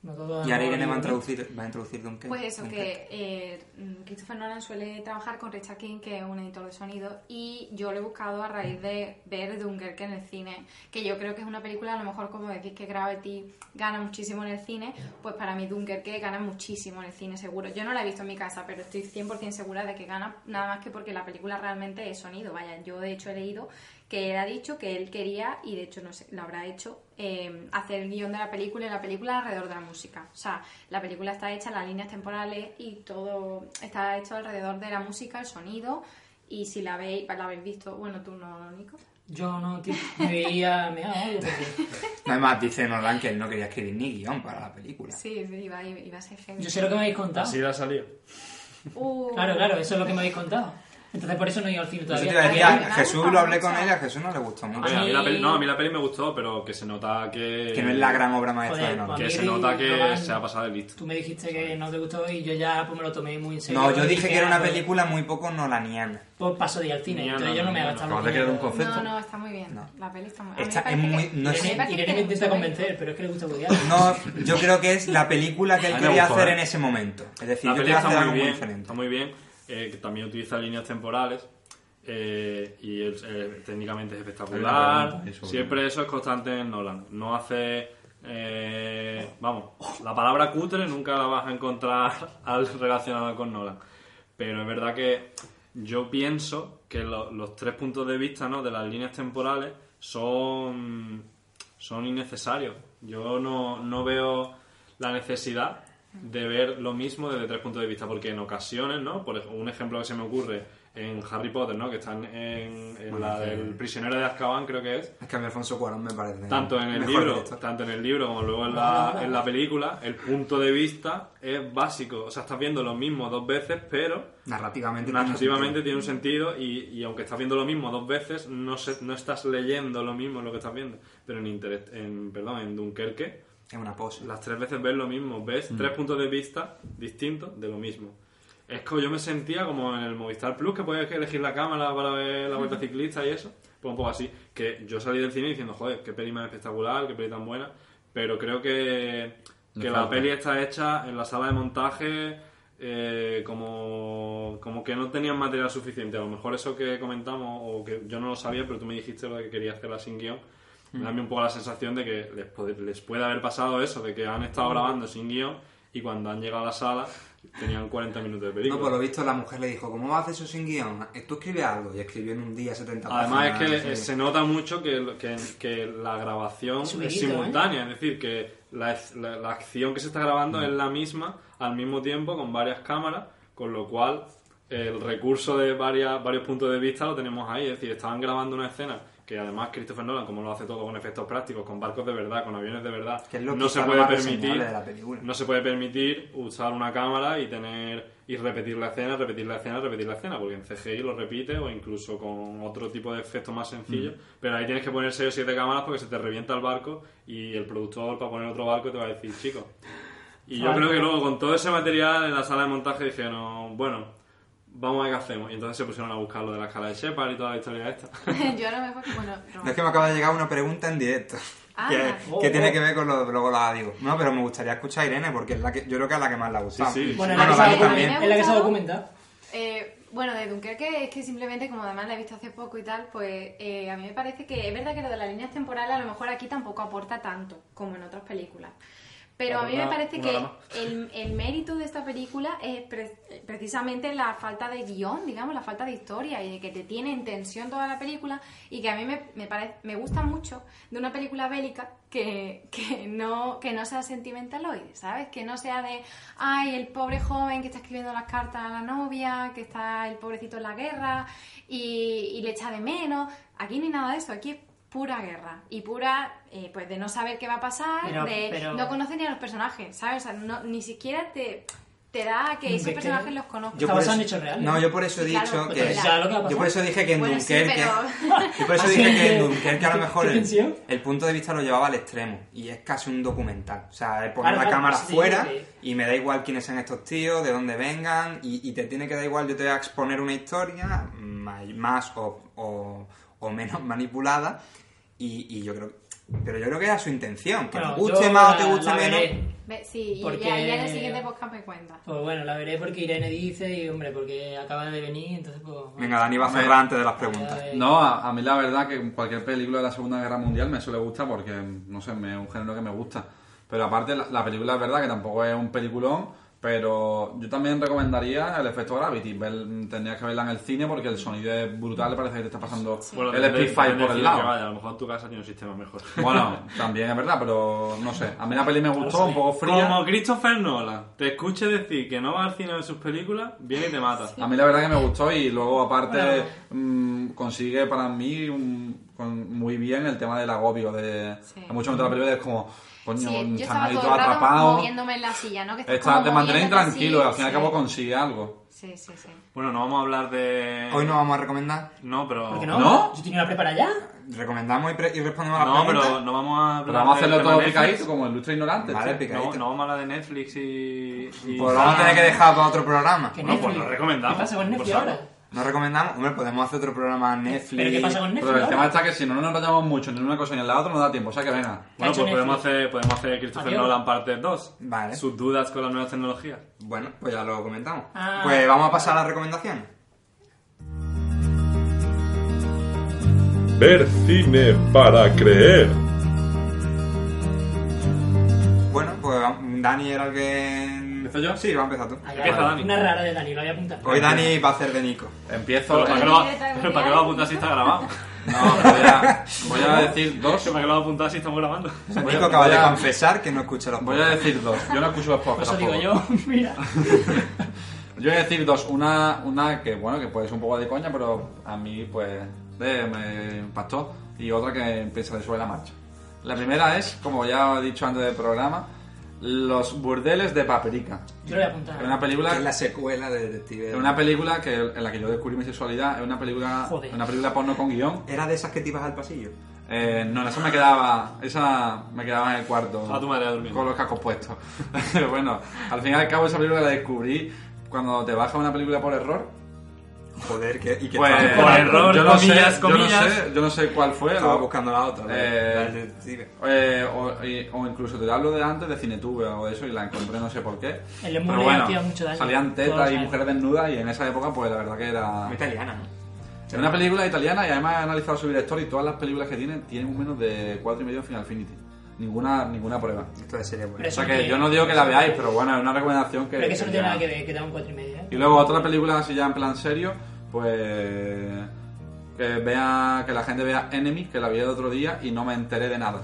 S2: No todo
S4: Y ahora Irene va a
S2: traducir
S4: introducir, va a introducir Dunkerque.
S3: Pues eso,
S4: Dunkerque.
S3: que eh, Christopher Nolan suele trabajar con Richard King, que es un editor de sonido, y yo lo he buscado a raíz de ver Dunkerque en el cine, que yo creo que es una película, a lo mejor como decís que Gravity gana muchísimo en el cine, pues para mí Dunkerque gana muchísimo en el cine, seguro. Yo no la he visto en mi casa, pero estoy 100% segura de que gana, nada más que porque la película realmente es sonido. Vaya, yo de hecho he leído que él ha dicho que él quería, y de hecho no sé, lo habrá hecho, eh, hacer el guión de la película y la película alrededor de la música. O sea, la película está hecha, las líneas temporales y todo está hecho alrededor de la música, el sonido. Y si la veis, la habéis visto, bueno, tú no, Nico.
S2: Yo no, tío. Me veía pues, meado. yo qué sé.
S4: Además, dice Nolan que él no quería escribir ni guión para la película.
S3: Sí, sí, iba, iba a ser heavy.
S2: Yo sé lo que me habéis contado.
S1: Así la salió.
S3: Uh,
S2: Claro, claro, eso es lo que me habéis contado. Entonces por eso no he ido al cine
S4: Eso te
S2: todavía.
S4: iba a decir,
S3: Ay, me
S4: a
S3: ha
S4: Jesús
S3: gustado
S4: lo hablé con
S3: mucho.
S4: él y a Jesús no le gustó
S1: A
S4: mucho.
S1: mí, a mí la peli,
S2: Sí.
S1: no, a mí la peli me gustó, pero que se nota que...
S4: Ah. Que no es la gran obra maestra de
S2: Joder,
S4: Nolan.
S2: pues-
S1: Que se
S2: Miri,
S1: nota que
S2: Nolan.
S1: se ha pasado de listo.
S2: Tú me dijiste que no te gustó y yo ya pues, me lo tomé muy en serio.
S4: No, yo dije
S2: Y
S4: que era una
S2: pues,
S4: película muy poco nolaniana.
S2: Pues paso de ir al cine,
S1: Ni
S2: entonces
S1: nada,
S2: yo no me he
S1: ni
S2: gastado
S5: nada.
S2: mucho.
S5: Acabas de crear un concepto.
S3: No, no, está muy bien.
S4: No.
S3: La peli está muy bien.
S4: Está- es muy- no es-
S2: Irene, Irene me
S3: ¿eh?
S2: intenta convencer, pero es que le gusta Woody Allen.
S4: No, yo creo que es la película que
S1: A
S4: él
S1: mí me
S4: quería
S1: gustó,
S4: hacer
S1: ¿eh?
S4: en ese momento. Es decir,
S1: La
S4: yo
S1: peli
S4: quería hacer
S1: está
S4: algo
S1: muy
S4: muy
S1: bien,
S4: diferente.
S1: está muy bien, eh, que también utiliza líneas temporales eh, y es, eh, técnicamente es
S5: Hay una
S1: espectacular.
S5: pregunta ahí sobre-
S1: Siempre eso es constante en Nolan. No hace... eh, vamos, la palabra cutre nunca la vas a encontrar al relacionada con Nolan. Pero es verdad que yo pienso que lo- los tres puntos de vista ¿no? de las líneas temporales son, son innecesarios. Yo no, no veo la necesidad de ver lo mismo desde tres puntos de vista, porque en ocasiones, ¿no? Por ej- un ejemplo que se me ocurre en Harry Potter, ¿no? Que están en, en la del prisionero de Azkaban, creo que es,
S4: Es que a mí Alfonso Cuarón me parece.
S1: tanto en el
S4: Mm. mejor
S1: libro
S4: director.
S1: tanto en el libro como luego en la, en la película el punto de vista es básico o sea estás viendo lo mismo dos veces pero
S4: Narrativamente. tiene
S1: narrativamente
S4: sentido.
S1: tiene un sentido y, y aunque estás viendo lo mismo dos veces no se- no estás leyendo lo mismo lo que estás viendo pero en Interest- en perdón en Dunkerque
S4: Es una pose.
S1: las tres veces ves lo mismo ves tres puntos de vista distintos de lo mismo es que yo me sentía como en el Movistar Plus que podías elegir la cámara para ver la vuelta ciclista y eso pues un poco así que yo salí del cine diciendo joder qué peli más espectacular qué peli tan buena pero creo que que
S5: Le
S1: la
S5: falta.
S1: peli está hecha en la sala de montaje eh, como, como que no tenían material suficiente. A lo mejor eso que comentamos, o que yo no lo sabía, pero tú me dijiste lo de que quería hacerla sin guión, me da a mí un poco la sensación de que les puede, les puede haber pasado eso, de que han estado grabando sin guión y cuando han llegado a la sala tenían 40 minutos de
S4: No, por
S1: película.
S4: lo visto la mujer le dijo, ¿cómo vas a hacer eso sin guión? Tú escribes algo y escribió en un día 70
S1: Además es
S4: páginas,
S1: que eh,
S4: sí.
S1: se nota mucho que, lo- que- que la grabación es,
S2: Subidito,
S1: simultánea, es decir, que la, la- la acción que se está grabando
S4: Mm.
S1: es la misma al mismo tiempo con varias cámaras, con lo cual el recurso de varias, varios puntos de vista lo tenemos ahí, es decir, estaban grabando una escena que además Christopher Nolan, como lo hace todo con efectos prácticos, con barcos de verdad, con aviones de verdad,
S4: Que es lo
S1: no
S4: quizá
S1: se
S4: lo
S1: puede
S4: más
S1: permitir
S4: reseñable de la película.
S1: no se puede permitir usar una cámara y tener y repetir la escena, repetir la escena, repetir la escena, porque en CGI lo repite o incluso con otro tipo de efectos más sencillos, pero ahí tienes que poner 6 o 7 cámaras porque se te revienta el barco y el productor para poner otro barco te va a decir, chico. Y yo
S2: Vale.
S1: creo que luego con todo ese material en la sala de montaje dijeron, bueno, vamos a ver qué hacemos. Y entonces se pusieron a buscar lo de la escala de Shepard y toda la historia esta.
S3: yo ahora me voy. Bueno,
S4: No, es
S3: Roma.
S4: que me acaba de llegar una pregunta en directo.
S3: Ah.
S4: que
S2: Oh,
S4: que
S2: oh.
S4: tiene que ver con lo luego la digo. No, pero me gustaría escuchar a Irene porque es la que, yo creo que es la que más la gusta.
S1: Sí, sí. Bueno,
S2: Bueno, es la que se
S3: vale,
S2: ha documentado.
S3: también.
S2: Es la que se ha documentado.
S3: Eh, bueno, de Dunkerque es que simplemente, como además la he visto hace poco y tal, pues eh, a mí me parece que es verdad que lo de las líneas temporales a lo mejor aquí tampoco aporta tanto como en otras películas. Pero a mí me
S1: Una-
S3: parece
S1: una
S3: que
S1: dama.
S3: el, el mérito de esta película es pre- precisamente la falta de guión, digamos, la falta de historia y de que te tiene en tensión toda la película y que a mí me, me, parece, me gusta mucho de una película bélica que, que, no, que no sea sentimentaloide, ¿sabes? Que no sea de, ay, el pobre joven que está escribiendo las cartas a la novia, que está el pobrecito en la guerra y, y le echa de menos. Aquí no hay nada de eso, aquí es pura guerra y pura eh, pues de no saber qué va a pasar
S2: Pero-
S3: de
S2: pero-
S3: no conoces ni a los personajes, ¿sabes? O sea, no- ni siquiera te, te da que esos
S2: ¿De qué?
S3: personajes los conozcas.
S4: Yo
S2: Está
S4: por
S2: basado en
S4: eso-
S2: hechos reales.
S4: No, yo por eso he
S3: Sí,
S4: dicho
S3: claro, pues
S4: que.
S3: entonces ya
S2: lo que va a pasar.
S4: yo por eso dije que en
S3: Bueno, sí,
S4: Dunkerque.
S3: pero-
S4: Yo por eso
S2: Así
S4: dije que en
S2: que-
S4: Dunkerque a lo mejor
S2: ¿Qué
S4: el,
S2: tensión?
S4: el punto de vista lo llevaba al extremo. Y es casi un documental. O sea, es poner
S2: Claro,
S4: la
S2: claro,
S4: cámara
S2: sí,
S4: fuera
S2: sí.
S4: y me da igual quiénes sean estos tíos, de dónde vengan. Y, y te tiene que dar igual, yo te voy a exponer una historia ma- más o, o- o menos manipulada. Y, y yo creo Pero yo creo que era su intención, que
S2: Bueno,
S4: te guste
S2: yo
S4: más o te
S2: la-
S4: guste
S2: la
S4: menos.
S2: veré.
S3: Ve- Sí, y
S2: Porque-
S3: ya, ya en el siguiente podcast me cuenta.
S2: Pues bueno, la veré porque Irene dice y hombre, porque acaba de venir, entonces pues... bueno.
S4: Venga, Dani va a cerrar antes de las
S2: Eh,
S4: preguntas.
S5: No, a, a mí la verdad que cualquier película de la Segunda Guerra Mundial me suele gustar porque, no sé, me- es un género que me gusta. Pero aparte, la, la película es verdad que tampoco es un peliculón, pero yo también recomendaría el efecto Gravity. Ver- tendrías que verla en el cine porque el sonido es brutal, parece que te está pasando el
S1: depende-
S5: Spitfire
S1: depende
S5: por el
S1: del cine que
S5: lado.
S1: vaya, a lo mejor tu casa tiene un sistema mejor.
S5: Bueno, también es verdad, pero no sé. A mí la peli me gustó, un poco fría.
S1: Como Christopher Nolan te escuche decir que no va al cine de sus películas, viene y te mata.
S5: A mí la verdad que me gustó y luego aparte
S2: Bueno.
S5: mm, consigue para mí un- con- muy bien el tema del agobio. De,
S3: Sí.
S5: Hay muchos momentos de la película que es como, coño,
S3: Sí, yo
S5: están
S3: estaba
S5: ahí
S3: todo
S5: todos
S3: el rato
S5: atrapados.
S3: moviéndome en la silla, ¿no? Que estás
S5: Está,
S3: como
S5: te mantienen
S3: moviéndote así,
S5: tranquilo, al fin y al
S3: sí.
S5: cabo consigue algo.
S3: Sí, sí, sí.
S1: Bueno, no vamos a hablar de...
S4: Hoy no vamos a recomendar.
S1: No, pero...
S2: ¿Por qué no?
S5: ¿No?
S2: Yo tenía una preparada ya.
S4: ¿Recomendamos y, pre- y respondemos a las
S1: No,
S4: preguntas?
S1: pero no vamos a hablar
S5: Pero vamos a
S1: del
S5: hacerlo
S1: tema
S5: todo
S1: Netflix.
S5: picadito, como ilustre ignorante.
S4: Vale,
S5: tío.
S4: picadito.
S1: No, no vamos a hablar de Netflix y... y-
S4: Pues lo vamos a tener que dejar para otro programa.
S2: Que
S1: Bueno, pues
S2: Netflix.
S1: lo recomendamos,
S2: ¿Qué pasa con
S1: por
S2: Netflix
S1: favor.
S2: ahora?
S4: No recomendamos. Hombre, podemos hacer otro programa Netflix.
S2: ¿Pero qué pasa con Netflix
S5: Pero el tema
S2: ahora?
S5: está que si no nos enrollamos mucho ni en una cosa ni en la otra, no da tiempo. O sea que
S2: ¿Qué
S5: venga.
S2: ha
S1: Bueno,
S2: hecho
S1: pues podemos
S2: Netflix?
S1: hacer, podemos hacer Christopher
S2: Adiós.
S1: Nolan parte 2.
S4: Vale.
S1: Sus dudas con las nuevas tecnologías.
S4: Bueno, pues ya lo comentamos.
S2: Ah.
S4: Pues vamos a pasar a las recomendaciones.
S6: Ver cine para creer.
S4: Bueno, pues Dani era el que...
S5: ¿Empiezo yo?
S4: Sí, va a empezar tú.
S2: Allá,
S1: Empieza, Dani.
S2: Una rara de Dani, lo voy a apuntar.
S4: Hoy Dani va a hacer de Nico.
S1: Pero
S5: Empiezo. eh,
S1: ¿para qué lo va- pero ¿para qué lo va a apuntar si está grabado?
S5: No, pero ya- voy a decir dos.
S1: Pero ¿Para qué lo va a apuntar si estamos grabando?
S5: Voy
S4: Nico
S5: a-
S4: acaba
S5: voy
S4: de
S5: a-
S4: confesar que no escucha los
S5: Voy a decir dos. Yo no escucho los
S2: Por
S5: podcasts.
S2: eso digo
S5: tampoco.
S2: yo, mira.
S5: Yo voy a decir dos, una, una que bueno, que puede ser un poco de coña, pero a mí pues eh, me impactó y otra que pensaré sobre la marcha. La primera es, como ya he dicho antes del programa, Los burdeles de Paperica.
S2: Yo lo voy a
S5: Es
S2: apuntar.
S4: podcasts,
S5: una
S4: que es la
S5: película,
S4: secuela de Detective.
S5: es una película que, en la que yo descubrí mi sexualidad, es una película,
S2: Joder.
S5: una película porno con guión.
S4: ¿Era de esas que te ibas al pasillo?
S5: Eh, no, esa me quedaba, esa me quedaba en el cuarto.
S1: Ah, tu madre durmiendo.
S5: Con los cascos puestos. bueno, al fin y al cabo esa película la descubrí cuando te baja una película por error
S4: Joder, que, y que
S5: Pues,
S4: estaba,
S1: por error,
S5: yo no
S1: comillas,
S5: sé,
S1: comillas.
S5: Yo no sé, yo no sé cuál fue.
S4: estaba
S5: o-
S4: buscando la otra, la de-
S5: Eh,
S4: la del Detective.
S5: eh, o, y- o incluso te hablo de antes de Cinetube o de eso y la encontré no sé por qué.
S2: El emule
S5: Pero bueno,
S2: hacía mucho daño.
S5: salían
S2: Todos
S5: tetas y
S2: saben.
S5: mujeres desnudas y en esa época pues la verdad que era...
S4: Muy italiana, ¿no?
S5: Es una película italiana y además he analizado su director y todas las películas que tiene tienen un menos de 4,5 en Final Infinity. Ninguna, ninguna prueba.
S4: Esto de serie buena.
S5: O sea
S2: Eso
S5: que
S2: que-
S5: yo no digo que la veáis, pero bueno, es una recomendación que...
S2: Pero que eso no
S5: que
S2: tiene
S5: ya-
S2: nada que ver, que da un 4 y medio. ¿eh?
S5: Y luego otra película así ya en plan serio, pues que vea que la gente vea Enemy, que la vi el otro día y no me enteré de nada.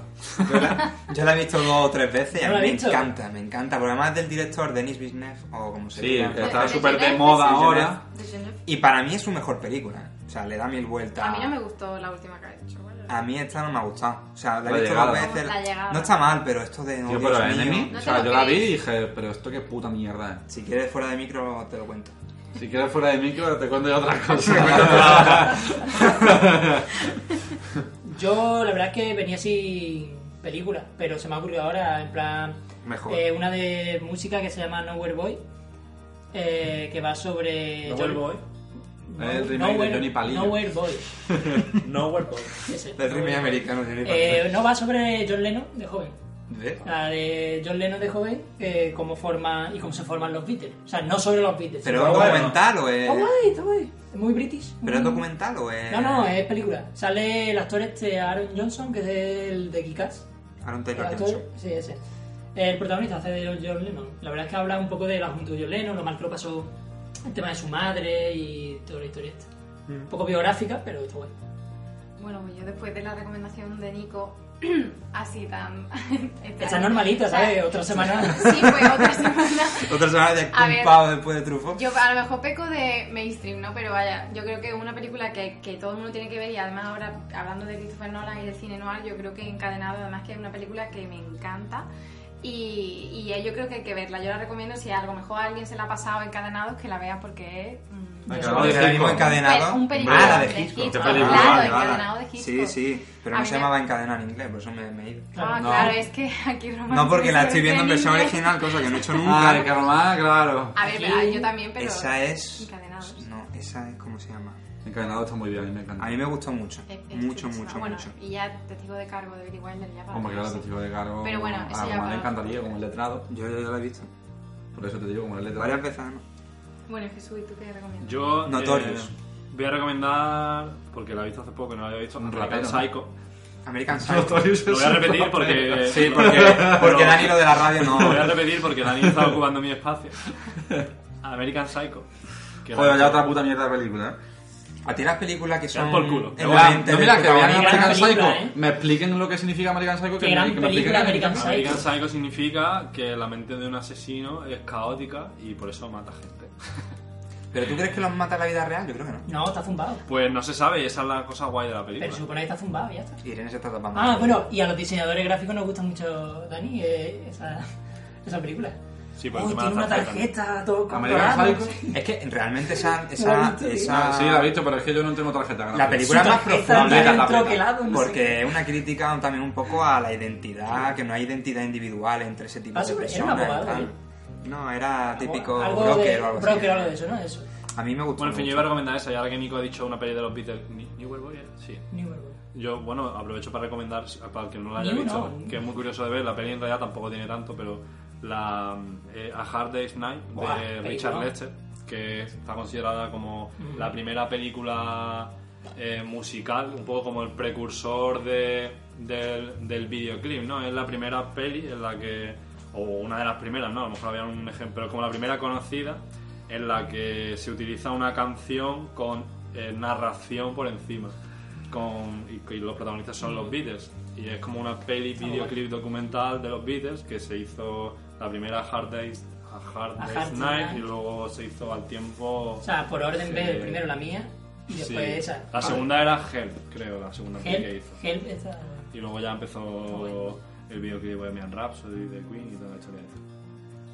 S4: Yo la, yo la he visto dos o tres veces y a
S2: ¿No
S4: mí
S2: la
S4: me
S2: has visto?
S4: encanta, me encanta. Porque además es del director Denis Villeneuve o como se
S5: Sí,
S4: llama.
S5: que
S3: De-
S5: está
S3: de
S5: súper de
S3: Villeneuve,
S5: moda
S3: sí, sí.
S5: ahora.
S3: De Villeneuve.
S4: Y para mí es su mejor película. ¿eh? O sea, le da mil vueltas.
S3: A mí no me gustó la última que ha hecho. bueno.
S5: Ah.
S4: A mí esta no me ha gustado. O sea, la
S5: La
S4: he visto
S5: llegada.
S4: dos veces.
S3: La llegada.
S4: No está mal, pero esto de.
S5: Tío,
S4: oh,
S5: pero
S4: Dios mío.
S5: Enemy,
S3: No te
S5: o sea,
S3: lo
S5: yo la vi y
S3: crees.
S5: dije, pero esto qué puta mierda
S4: Si quieres fuera de micro, te lo cuento.
S5: es. Si quieres fuera de micro te cuento yo otra cosa.
S2: Yo, la verdad es que venía sin películas, pero se me ha ocurrido ahora, en plan.
S4: Mejor.
S2: eh, una de música que se llama Nowhere Boy, eh, que va sobre.
S1: Nowhere Boy.
S5: El remake de Johnny Palillo.
S2: Nowhere Boy.
S1: Nowhere Boy.
S2: ese,
S4: Del remake
S2: Nowhere Boy.
S4: americano de
S2: Eh, no va sobre John Lennon de joven.
S4: ¿Ves?
S2: La de John Lennon de joven, eh, cómo forma y cómo se forman los Beatles. O sea, no sobre los Beatles.
S5: Ah,
S4: ¿Pero
S2: sino-
S4: es documental o es.?
S2: Está guay, está guay. Es muy british.
S4: ¿Pero es
S2: muy-
S4: documental o es.?
S2: Ah, No, no, es película. Sale el actor este Aaron Johnson, que es el de Kikas.
S4: Aaron
S2: El
S4: Taylor
S2: actor,
S4: Johnson.
S2: sí, ese. El protagonista hace de John Lennon. La verdad es que habla un poco de la juventud de John Lennon, lo mal que lo pasó, el tema de su madre y toda la historia esta. Un poco biográfica, pero está guay.
S3: Bueno, pues yo después de la recomendación de Nico, así tan...
S2: Está normalita, ¿sabes? Otra semana.
S3: Sí, pues otra semana.
S4: Otra semana de
S3: A ver.
S4: un pavo después de trufo.
S3: Yo a lo mejor peco de mainstream, ¿no? Pero vaya, yo creo que una película que, que todo el mundo tiene que ver y además ahora hablando de Christopher Nolan y del cine noir, yo creo que encadenado además que es una película que me encanta y, y eh, yo creo que hay que verla. Yo la recomiendo si a lo mejor a alguien se la ha pasado encadenado que la vea porque es... mm,
S5: Venga,
S2: Yo
S5: vamos
S2: soy-
S5: de
S4: Era el mismo
S5: Hitchcock.
S4: encadenado.
S3: Un
S4: película
S3: película
S4: ah, la de
S3: de
S4: Hitchcock.
S3: Hitchcock.
S4: Vale,
S5: Claro,
S4: vale, vale.
S3: encadenado de
S4: Sí,
S3: Hitchcock.
S4: sí, pero
S3: A
S4: no
S3: mí
S4: se
S3: me-
S4: llamaba encadenado en inglés, por eso me, me he ido.
S3: Ah,
S5: No.
S3: claro, es que aquí broma.
S4: No porque la estoy viendo en versión
S3: inglés.
S4: original, cosa que no he hecho nunca.
S5: Ay, que más, claro.
S3: A ver,
S2: Aquí-
S3: yo también, pero...
S4: Esa es. pues,
S3: Encadenados.
S4: No, Esa es como se llama.
S5: Encadenado está muy bien, a mí me encanta.
S4: A mí me gustó mucho.
S3: Es- es
S4: mucho,
S3: chulísima.
S4: mucho,
S3: bueno,
S4: mucho.
S3: Y ya testigo de cargo de Billy Wilder ya para
S5: Hombre, claro,
S3: acabar,
S5: te
S3: sí.
S5: digo de cargo.
S3: Pero bueno,
S5: a
S3: eso
S5: la
S3: ya
S5: mamá
S3: va.
S5: le encantaría, como el letrado.
S4: Yo, yo, yo la he visto.
S5: Por eso te digo, como el letrado.
S4: Varias veces, ¿no?
S3: Bueno, Jesús, ¿y tú qué recomiendas?
S1: Yo
S4: Notorious.
S1: eh, voy a recomendar, porque la he visto hace poco, no la había visto,
S5: Un
S1: American
S5: rapero, ¿no?
S1: Psycho.
S4: American Psycho.
S5: Notorious
S1: Lo voy a
S5: es un
S1: repetir
S5: papel.
S1: porque...
S4: Sí, porque, porque Dani lo de la radio no.
S1: Lo voy a repetir porque Dani está ocupando mi espacio. American Psycho. que la-
S5: Joder, ya otra puta mierda de película, ¿eh?
S4: A ti las películas que son.
S1: por culo.
S4: En la
S5: Oiga,
S4: mente
S5: no,
S4: del
S5: mira, que vean
S4: protagonista.
S5: American Psycho.
S2: película, ¿eh?
S5: Me expliquen lo que significa American Psycho.
S2: Qué
S5: Que,
S2: gran
S5: me, que me expliquen.
S2: película, American Psycho.
S1: American Psycho significa que la mente de un asesino es caótica y por eso mata gente.
S4: ¿Pero tú crees que los mata la vida real? Yo creo que no.
S2: No, está zumbado.
S1: Pues no se sabe y esa es la cosa guay de la
S2: Pero
S1: película.
S2: se supone que está zumbado, ya está.
S4: Irene se está tapando.
S2: Ah, bueno, y a los diseñadores gráficos nos gusta mucho, Dani, eh, esa, esa película.
S1: Sí, por el
S2: Uy,
S1: tema de
S2: tiene una
S1: la tarjeta,
S2: tarjeta, todo
S5: American
S2: colorado.
S5: Psycho.
S4: Es que realmente esa.
S2: Lo he
S4: esa,
S2: visto, tío.
S4: esa
S5: Ah, sí, la he visto, pero es que yo no tengo tarjeta.
S4: La
S5: grande.
S4: película
S2: Su
S4: más
S2: tarjeta
S4: profunda.
S2: tiene
S5: la
S2: un
S5: tableta.
S2: troquelado, no sé qué.
S4: Porque es una crítica también un poco a la identidad, que no hay identidad individual entre ese tipo
S2: Ah,
S4: de
S2: sí, era un
S4: personas. y
S2: abogado,
S4: tal.
S2: ¿eh?
S4: No, era típico
S2: algo
S4: broker
S2: de,
S4: o algo así.
S2: broker o algo de eso, ¿no? Eso.
S4: A mí me gustó.
S1: Bueno, en fin, yo
S4: mucho.
S1: iba a recomendar esa y ahora que Nico ha dicho una peli de los Beatles. Ni- Newell Boy, eh? sí.
S2: New World.
S1: Yo, bueno, aprovecho para recomendar, para el que no la haya
S2: New,
S1: visto,
S2: no.
S1: que es muy curioso de ver, la peli en realidad tampoco tiene tanto, pero la eh, A Hard Day's Night de
S2: Buah,
S1: Richard
S2: película.
S1: Lester, que está considerada como
S2: Mm.
S1: la primera película eh, musical, un poco como el precursor de, del, del videoclip, ¿no? Es la primera peli en la que, o una de las primeras, ¿no? A lo mejor había un ejemplo, pero como la primera conocida en la que se utiliza una canción con eh, narración por encima con, y, y los protagonistas son
S2: Mm.
S1: los Beatles. Y es como una peli,
S2: Ah,
S1: videoclip documental de los Beatles que se hizo la primera Hard Days, a Hard
S2: A
S1: Day's
S2: Hard Day's
S1: Night
S2: Night.
S1: y luego se hizo al tiempo.
S2: O sea, por orden
S1: Sí.
S2: B, primero la mía y después
S1: sí.
S2: esa.
S1: La segunda era Help, creo, la segunda peli que
S2: Help,
S1: hizo.
S2: Help esta...
S1: Y luego ya empezó
S2: bueno.
S1: el videoclip de Bohemian Rhapsody de Queen y toda la historia. esa.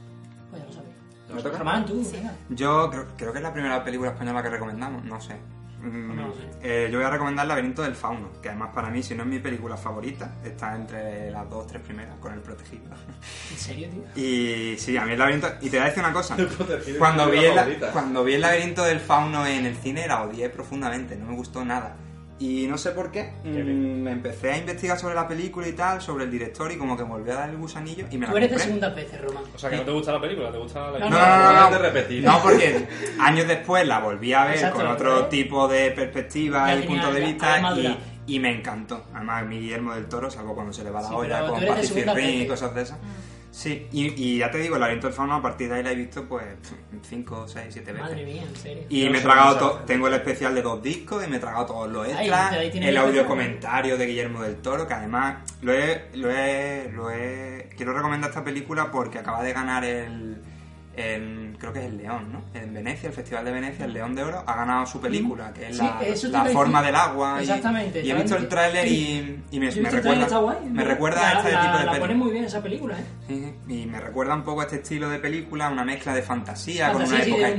S2: Pues ya lo sabéis.
S4: ¿Me toca?
S2: Román, tú, venga.
S4: Yo creo, creo que es la primera película española que recomendamos, no sé. Mm,
S2: No lo sé.
S4: eh, yo voy a recomendar Laberinto del Fauno, que además para mí, si no es mi película favorita, está entre las dos tres primeras con El Protegido.
S2: ¿En serio, tío?
S4: Y sí, a mí el laberinto... Y te voy a decir una cosa. Cuando vi, el, la- cuando vi el laberinto del fauno en el cine la odié profundamente, no me gustó nada. Y no sé por qué, mm, me empecé a investigar sobre la película y tal, sobre el director y como que me volví a dar el gusanillo y me la
S2: Tú eres de
S4: compré.
S2: segundas veces, Román.
S1: O sea, que no te gusta la película, te gusta la
S2: No,
S4: No,
S1: historia?
S4: no, no, no,
S5: de repetir.
S4: No, porque años después la volví a ver
S2: Exacto,
S4: con
S2: la
S4: otro
S2: verdad.
S4: tipo de perspectiva
S2: Ya
S4: y
S2: tenía-
S4: punto de
S2: ya-
S4: vista
S2: además dura.
S4: y, y me encantó. Además, mi Guillermo del Toro, salvo cuando se le va la
S2: Sí,
S4: olla
S2: pero tú
S4: con
S2: eres de
S4: Pacific
S2: segunda
S4: Rim y
S2: peli.
S4: cosas de esas. Sí, y, y ya te digo, el laberinto del fauno a partir de ahí la he visto pues 5, 6, 7 veces.
S2: Madre mía, en serio.
S4: Y me he tragado todo, tengo el especial de dos discos y me he tragado todos los extras,
S2: ahí tienes
S4: el
S2: el
S4: audio
S2: especial.
S4: comentario de Guillermo del Toro, que además lo he, lo he, lo he- quiero recomendar esta película porque acaba de ganar el, el- creo que es el León, ¿no? En Venecia, el Festival de Venecia, el León de Oro, ha ganado su película, que es
S2: Mm. Sí, eh,
S4: la,
S2: eso te
S4: la
S2: iba a
S4: forma
S2: decir.
S4: del agua. y-
S2: Exactamente,
S4: Y, he visto el tráiler y, y me,
S2: Yo he visto
S4: me
S2: el tráiler,
S4: recuerda,
S2: está guay.
S4: me recuerda
S2: la,
S4: a este
S2: la-
S4: tipo de
S2: La
S4: peli.
S2: pone muy bien esa película, ¿eh?
S4: Sí, sí. Y me recuerda un poco a este estilo de película, una mezcla de fantasía, con
S2: Fantasía
S4: una
S2: así
S4: época
S2: de un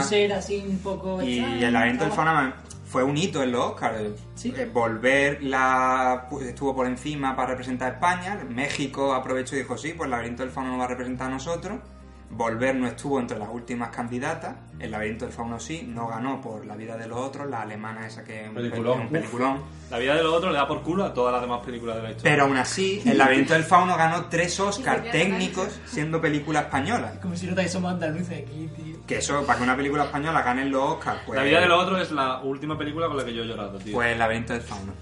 S2: Ser, un ser así un poco... ah,
S4: Y
S2: extraño,
S4: el laberinto del
S2: está guay.
S4: fauna fue un hito en los Oscars. El-
S2: Sí.
S4: eh, volver la pues, estuvo por encima para representar a España. México aprovechó y dijo, sí, pues el laberinto del fauna nos va a representar a nosotros. Volver no estuvo entre las últimas candidatas. El laberinto del fauno sí, no ganó por la vida de los otros. La alemana esa que es un,
S5: Peliculón.
S4: un peliculón.
S1: La vida de los otros le da por culo a todas las demás películas de la historia.
S4: Pero aún así, el laberinto del fauno ganó tres Oscars
S3: Sí, sí, sí.
S4: técnicos siendo película española.
S2: Como si no te somos andaluces aquí, tío.
S4: Que eso, para que una película española gane los Oscars, pues...
S1: La vida de los otros es la última película con la que yo he llorado, tío.
S4: Pues el laberinto del fauno.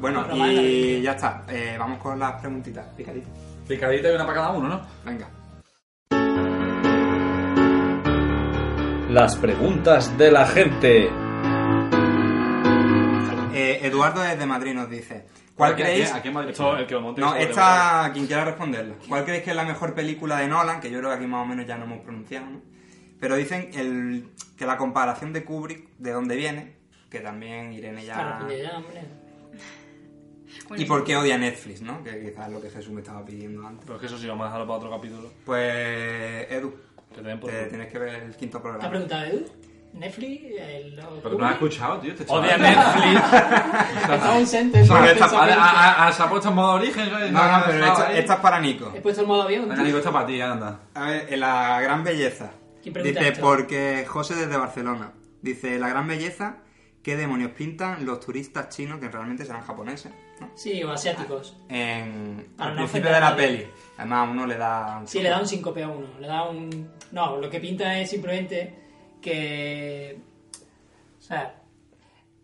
S4: Bueno,
S2: Bueno,
S4: y
S2: vale.
S4: ya está. Eh, vamos con las preguntitas. Picadita.
S5: Picadita y una para cada uno, ¿no?
S4: Venga.
S7: Las preguntas de la gente.
S4: Eh, Eduardo desde Madrid nos dice: ¿Cuál
S5: Aquí-
S4: creéis?
S5: Aquí, aquí en Madrid.
S1: Esto, el que lo monte
S4: No,
S1: sobre-
S4: esta, quien quiera responderla. ¿Cuál creéis que es la mejor película de Nolan? Que yo creo que aquí más o menos ya no hemos pronunciado, ¿no? Pero dicen el, que la comparación de Kubrick, de dónde viene, que también Irene
S2: Claro,
S4: ya.
S2: pues ya, hombre.
S3: Bueno,
S4: Y por qué odia Netflix, ¿no? Que quizás es lo que Jesús me estaba pidiendo antes.
S1: Pero es que eso sí, vamos a dejarlo para otro capítulo.
S4: Pues, Edu,
S1: Que te den por
S4: te
S1: culo.
S4: tienes que ver el
S2: ¿Te
S4: quinto
S2: has
S4: programa.
S2: preguntado, Edu? ¿Netflix? El,
S5: Pero no has escuchado, tío. Este chaval.
S1: Odia Netflix.
S2: Está ausente. ¿no?
S4: Porque
S2: El
S4: esta-
S5: Ah,
S2: pensamiento.
S5: ah, ah, Se ha puesto en modo origen. ¿sabes?
S4: No, no, pero esta,
S2: eh.
S5: ahí.
S4: esta es para Nico.
S2: He puesto el modo avión.
S5: Venga,
S2: tío.
S5: ah. digo, esta para ti, anda.
S4: A ver, en la gran belleza.
S2: ¿Quién pregunta
S4: Dice,
S2: esto?
S4: porque José desde Barcelona. Dice, la gran belleza, ¿qué demonios pintan los turistas chinos que realmente serán japoneses? ¿no?
S2: Sí, o asiáticos.
S4: En,
S2: Para
S4: al
S2: no
S4: principio
S2: ofender
S4: de
S2: a
S4: la
S2: nadie.
S4: peli. Además, uno le da...
S2: Sí, le da un síncope a uno. Le da un. No, lo que pinta es simplemente que. O sea,